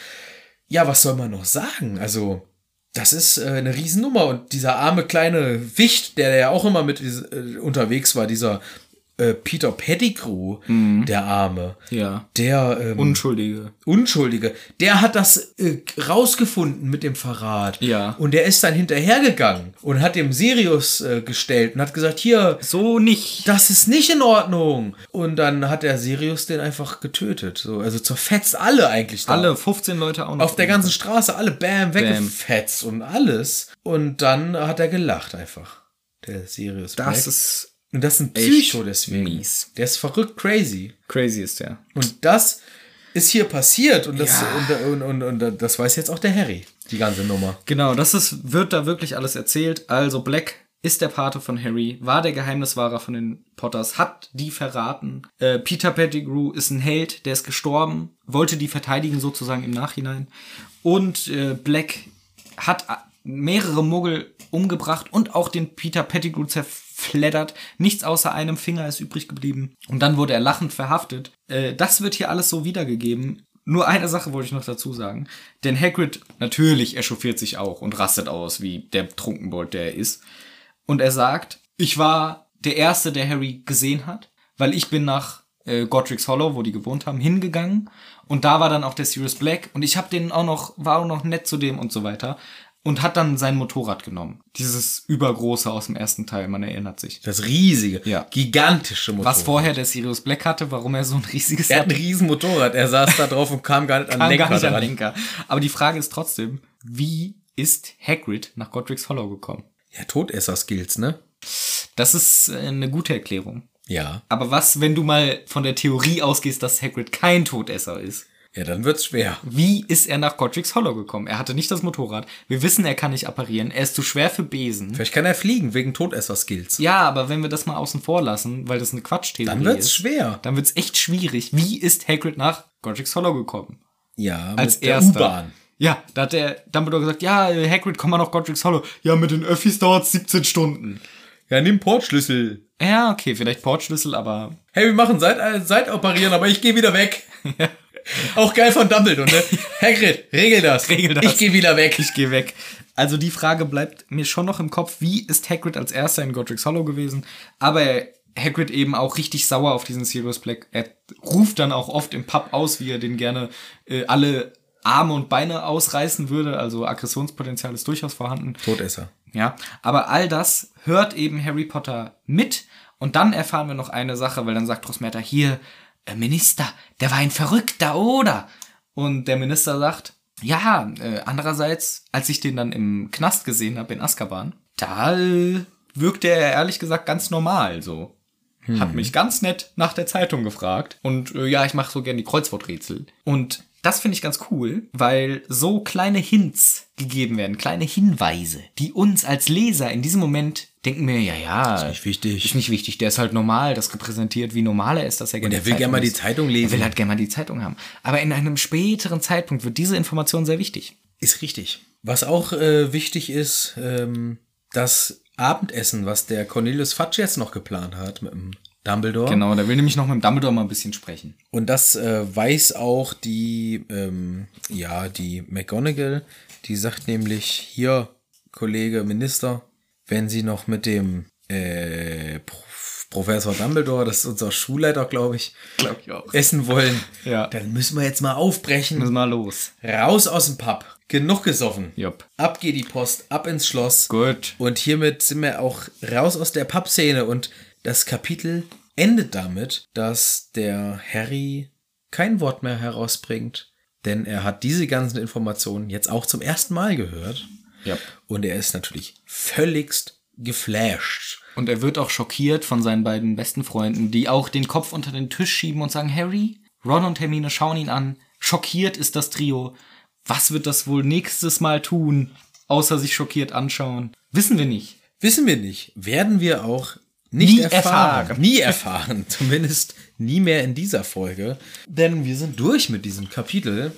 [SPEAKER 2] ja, was soll man noch sagen? Also, das ist äh, eine Riesennummer. Und dieser arme kleine Wicht, der ja auch immer mit äh, unterwegs war, dieser äh, Peter Pettigrew, der Arme,
[SPEAKER 1] Ja.
[SPEAKER 2] der ähm,
[SPEAKER 1] Unschuldige.
[SPEAKER 2] Unschuldige, der hat das äh, rausgefunden mit dem Verrat.
[SPEAKER 1] Ja.
[SPEAKER 2] Und der ist dann hinterhergegangen und hat dem Sirius äh, gestellt und hat gesagt, hier,
[SPEAKER 1] So nicht.
[SPEAKER 2] das ist nicht in Ordnung. Und dann hat der Sirius den einfach getötet. So, also zerfetzt alle eigentlich. Da.
[SPEAKER 1] Alle 15 Leute auch noch.
[SPEAKER 2] Auf der ganzen Straße, alle bam, weggefetzt und alles. Und dann hat er gelacht einfach. Der Sirius.
[SPEAKER 1] Das
[SPEAKER 2] Black.
[SPEAKER 1] ist
[SPEAKER 2] und das ist ein
[SPEAKER 1] echt
[SPEAKER 2] Psycho deswegen.
[SPEAKER 1] mies.
[SPEAKER 2] Der ist verrückt crazy.
[SPEAKER 1] crazy ist der.
[SPEAKER 2] Und das ist hier passiert und das, und, und, und, und das weiß jetzt auch der Harry, die ganze Nummer.
[SPEAKER 1] Genau, das ist, wird da wirklich alles erzählt. Also Black ist der Pate von Harry, war der Geheimniswahrer von den Potters, hat die verraten. Äh, Peter Pettigrew ist ein Held, der ist gestorben, wollte die verteidigen sozusagen im Nachhinein. Und äh, Black hat a- mehrere Muggel umgebracht und auch den Peter Pettigrew zerfleddert. Nichts außer einem Finger ist übrig geblieben. Und dann wurde er lachend verhaftet. Äh, das wird hier alles so wiedergegeben. Nur eine Sache wollte ich noch dazu sagen. Denn Hagrid natürlich echauffiert sich auch und rastet aus, wie der Trunkenbold, der er ist. Und er sagt, ich war der Erste, der Harry gesehen hat, weil ich bin nach äh, Godric's Hollow, wo die gewohnt haben, hingegangen. Und da war dann auch der Sirius Black und ich hab den auch noch, war auch noch nett zu dem und so weiter. Und hat dann sein Motorrad genommen. Dieses übergroße aus dem ersten Teil, man erinnert sich.
[SPEAKER 2] Das riesige,
[SPEAKER 1] Ja.
[SPEAKER 2] gigantische Motorrad.
[SPEAKER 1] Was vorher der Sirius Black hatte, warum er so ein riesiges
[SPEAKER 2] er hat ein riesen Motorrad, er saß da drauf und kam gar nicht an den
[SPEAKER 1] kam
[SPEAKER 2] Lenker
[SPEAKER 1] gar nicht an
[SPEAKER 2] dran.
[SPEAKER 1] den Lenker. Aber die Frage ist trotzdem, wie ist Hagrid nach Godric's Hollow gekommen?
[SPEAKER 2] Ja, Todesser-Skills, ne?
[SPEAKER 1] Das ist äh, eine gute Erklärung.
[SPEAKER 2] Ja.
[SPEAKER 1] Aber was, wenn du mal von der Theorie ausgehst, dass Hagrid kein Todesser ist?
[SPEAKER 2] Ja, dann wird's schwer.
[SPEAKER 1] Wie ist er nach Godric's Hollow gekommen? Er hatte nicht das Motorrad. Wir wissen, er kann nicht apparieren. Er ist zu schwer für Besen.
[SPEAKER 2] Vielleicht kann er fliegen wegen Todesser-Skills.
[SPEAKER 1] Ja, aber wenn wir das mal außen vor lassen, weil das eine Quatschtheorie
[SPEAKER 2] Dann wird's
[SPEAKER 1] ist,
[SPEAKER 2] schwer.
[SPEAKER 1] dann wird's echt schwierig. Wie ist Hagrid nach Godric's Hollow gekommen?
[SPEAKER 2] Ja, mit
[SPEAKER 1] als
[SPEAKER 2] der
[SPEAKER 1] erster.
[SPEAKER 2] U-Bahn.
[SPEAKER 1] Ja, da hat der Dumbledore gesagt, ja, äh, Hagrid, komm mal nach Godric's Hollow. Ja, mit den Öffis dauert's 17 Stunden.
[SPEAKER 2] Ja, nimm Portschlüssel.
[SPEAKER 1] Ja, okay, vielleicht Portschlüssel, aber
[SPEAKER 2] Hey, wir machen Seit- äh, Seitoperieren, aber ich gehe wieder weg. Auch geil von Dumbledore, ne? Hagrid, regel das.
[SPEAKER 1] Regel das.
[SPEAKER 2] Ich gehe wieder weg.
[SPEAKER 1] Ich gehe weg. Also die Frage bleibt mir schon noch im Kopf, wie ist Hagrid als erster in Godric's Hollow gewesen? Aber Hagrid eben auch richtig sauer auf diesen Sirius Black. Er ruft dann auch oft im Pub aus, wie er den gerne äh, alle Arme und Beine ausreißen würde. Also Aggressionspotenzial ist durchaus vorhanden.
[SPEAKER 2] Todesser.
[SPEAKER 1] Ja, aber all das hört eben Harry Potter mit. Und dann erfahren wir noch eine Sache, weil dann sagt Rosmerta hier, äh, Minister, der war ein Verrückter, oder? Und der Minister sagt, ja, äh, andererseits, als ich den dann im Knast gesehen habe in Azkaban, da äh, wirkte er ehrlich gesagt ganz normal so.
[SPEAKER 2] Hm.
[SPEAKER 1] Hat mich ganz nett nach der Zeitung gefragt. Und äh, ja, ich mache so gern die Kreuzworträtsel. Und das finde ich ganz cool, weil so kleine Hints gegeben werden, kleine Hinweise, die uns als Leser in diesem Moment denken wir, ja, ja, ist
[SPEAKER 2] nicht wichtig.
[SPEAKER 1] Ist nicht wichtig, der ist halt normal, das repräsentiert, wie normal er ist, dass er gerne
[SPEAKER 2] Und er will gerne mal die Zeitung lesen.
[SPEAKER 1] Er will halt gerne mal die Zeitung haben. Aber in einem späteren Zeitpunkt wird diese Information sehr wichtig.
[SPEAKER 2] Ist richtig. Was auch äh, wichtig ist, ähm, das Abendessen, was der Cornelius Fudge jetzt noch geplant hat mit dem Dumbledore.
[SPEAKER 1] Genau, da will nämlich noch mit dem Dumbledore mal ein bisschen sprechen.
[SPEAKER 2] Und das äh, weiß auch die, ähm, ja, die McGonagall. Die sagt nämlich, hier, Kollege Minister, wenn Sie noch mit dem äh, Prof- Professor Dumbledore, das ist unser Schulleiter, glaube ich,
[SPEAKER 1] Glaube ich auch.
[SPEAKER 2] essen wollen,
[SPEAKER 1] Ja.
[SPEAKER 2] dann müssen wir jetzt mal aufbrechen.
[SPEAKER 1] Müssen wir mal los.
[SPEAKER 2] Raus aus dem Pub. Genug gesoffen.
[SPEAKER 1] Jupp.
[SPEAKER 2] Ab geht die Post, ab ins Schloss.
[SPEAKER 1] Gut.
[SPEAKER 2] Und hiermit sind wir auch raus aus der Pub-Szene. Und das Kapitel endet damit, dass der Harry kein Wort mehr herausbringt. Denn er hat diese ganzen Informationen jetzt auch zum ersten Mal gehört.
[SPEAKER 1] Ja.
[SPEAKER 2] Und er ist natürlich völligst geflasht.
[SPEAKER 1] Und er wird auch schockiert von seinen beiden besten Freunden, die auch den Kopf unter den Tisch schieben und sagen, Harry, Ron und Hermine schauen ihn an. Schockiert ist das Trio. Was wird das wohl nächstes Mal tun, außer sich schockiert anschauen? Wissen wir nicht.
[SPEAKER 2] Wissen wir nicht. Werden wir auch nicht
[SPEAKER 1] Nie
[SPEAKER 2] erfahren.
[SPEAKER 1] erfahren.
[SPEAKER 2] Nie erfahren. Zumindest nie mehr in dieser Folge. Denn wir sind durch mit diesem Kapitel.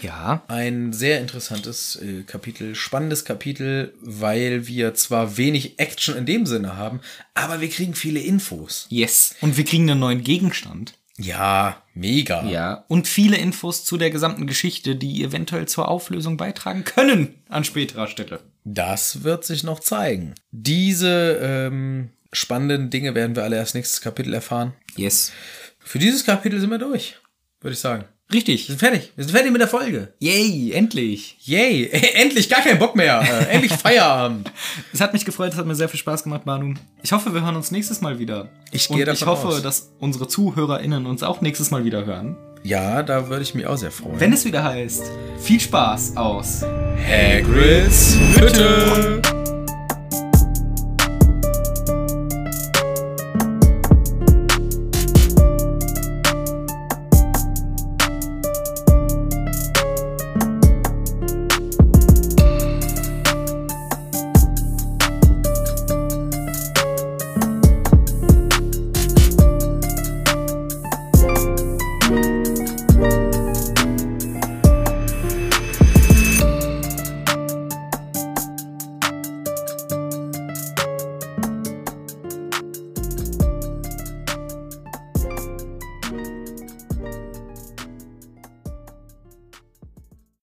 [SPEAKER 1] Ja.
[SPEAKER 2] Ein sehr interessantes äh, Kapitel, spannendes Kapitel, weil wir zwar wenig Action in dem Sinne haben, aber wir kriegen viele Infos.
[SPEAKER 1] Yes. Und wir kriegen einen neuen Gegenstand.
[SPEAKER 2] Ja, mega.
[SPEAKER 1] Ja. Und viele Infos zu der gesamten Geschichte, die eventuell zur Auflösung beitragen können an späterer Stelle.
[SPEAKER 2] Das wird sich noch zeigen. Diese ähm, spannenden Dinge werden wir alle erst nächstes Kapitel erfahren.
[SPEAKER 1] Yes.
[SPEAKER 2] Für dieses Kapitel sind wir durch, würde ich sagen. Wir
[SPEAKER 1] Richtig.
[SPEAKER 2] sind fertig. Wir sind fertig mit der Folge.
[SPEAKER 1] Yay, endlich.
[SPEAKER 2] Yay. Endlich gar keinen Bock mehr. Äh, endlich Feierabend.
[SPEAKER 1] Es hat mich gefreut, es hat mir sehr viel Spaß gemacht, Manu. Ich hoffe, wir hören uns nächstes Mal wieder.
[SPEAKER 2] Ich
[SPEAKER 1] Und
[SPEAKER 2] gehe
[SPEAKER 1] ich
[SPEAKER 2] davon
[SPEAKER 1] hoffe,
[SPEAKER 2] aus.
[SPEAKER 1] dass unsere ZuhörerInnen uns auch nächstes Mal wieder hören.
[SPEAKER 2] Ja, da würde ich mich auch sehr freuen.
[SPEAKER 1] Wenn es wieder heißt, viel Spaß aus.
[SPEAKER 2] Hagrids Hütte.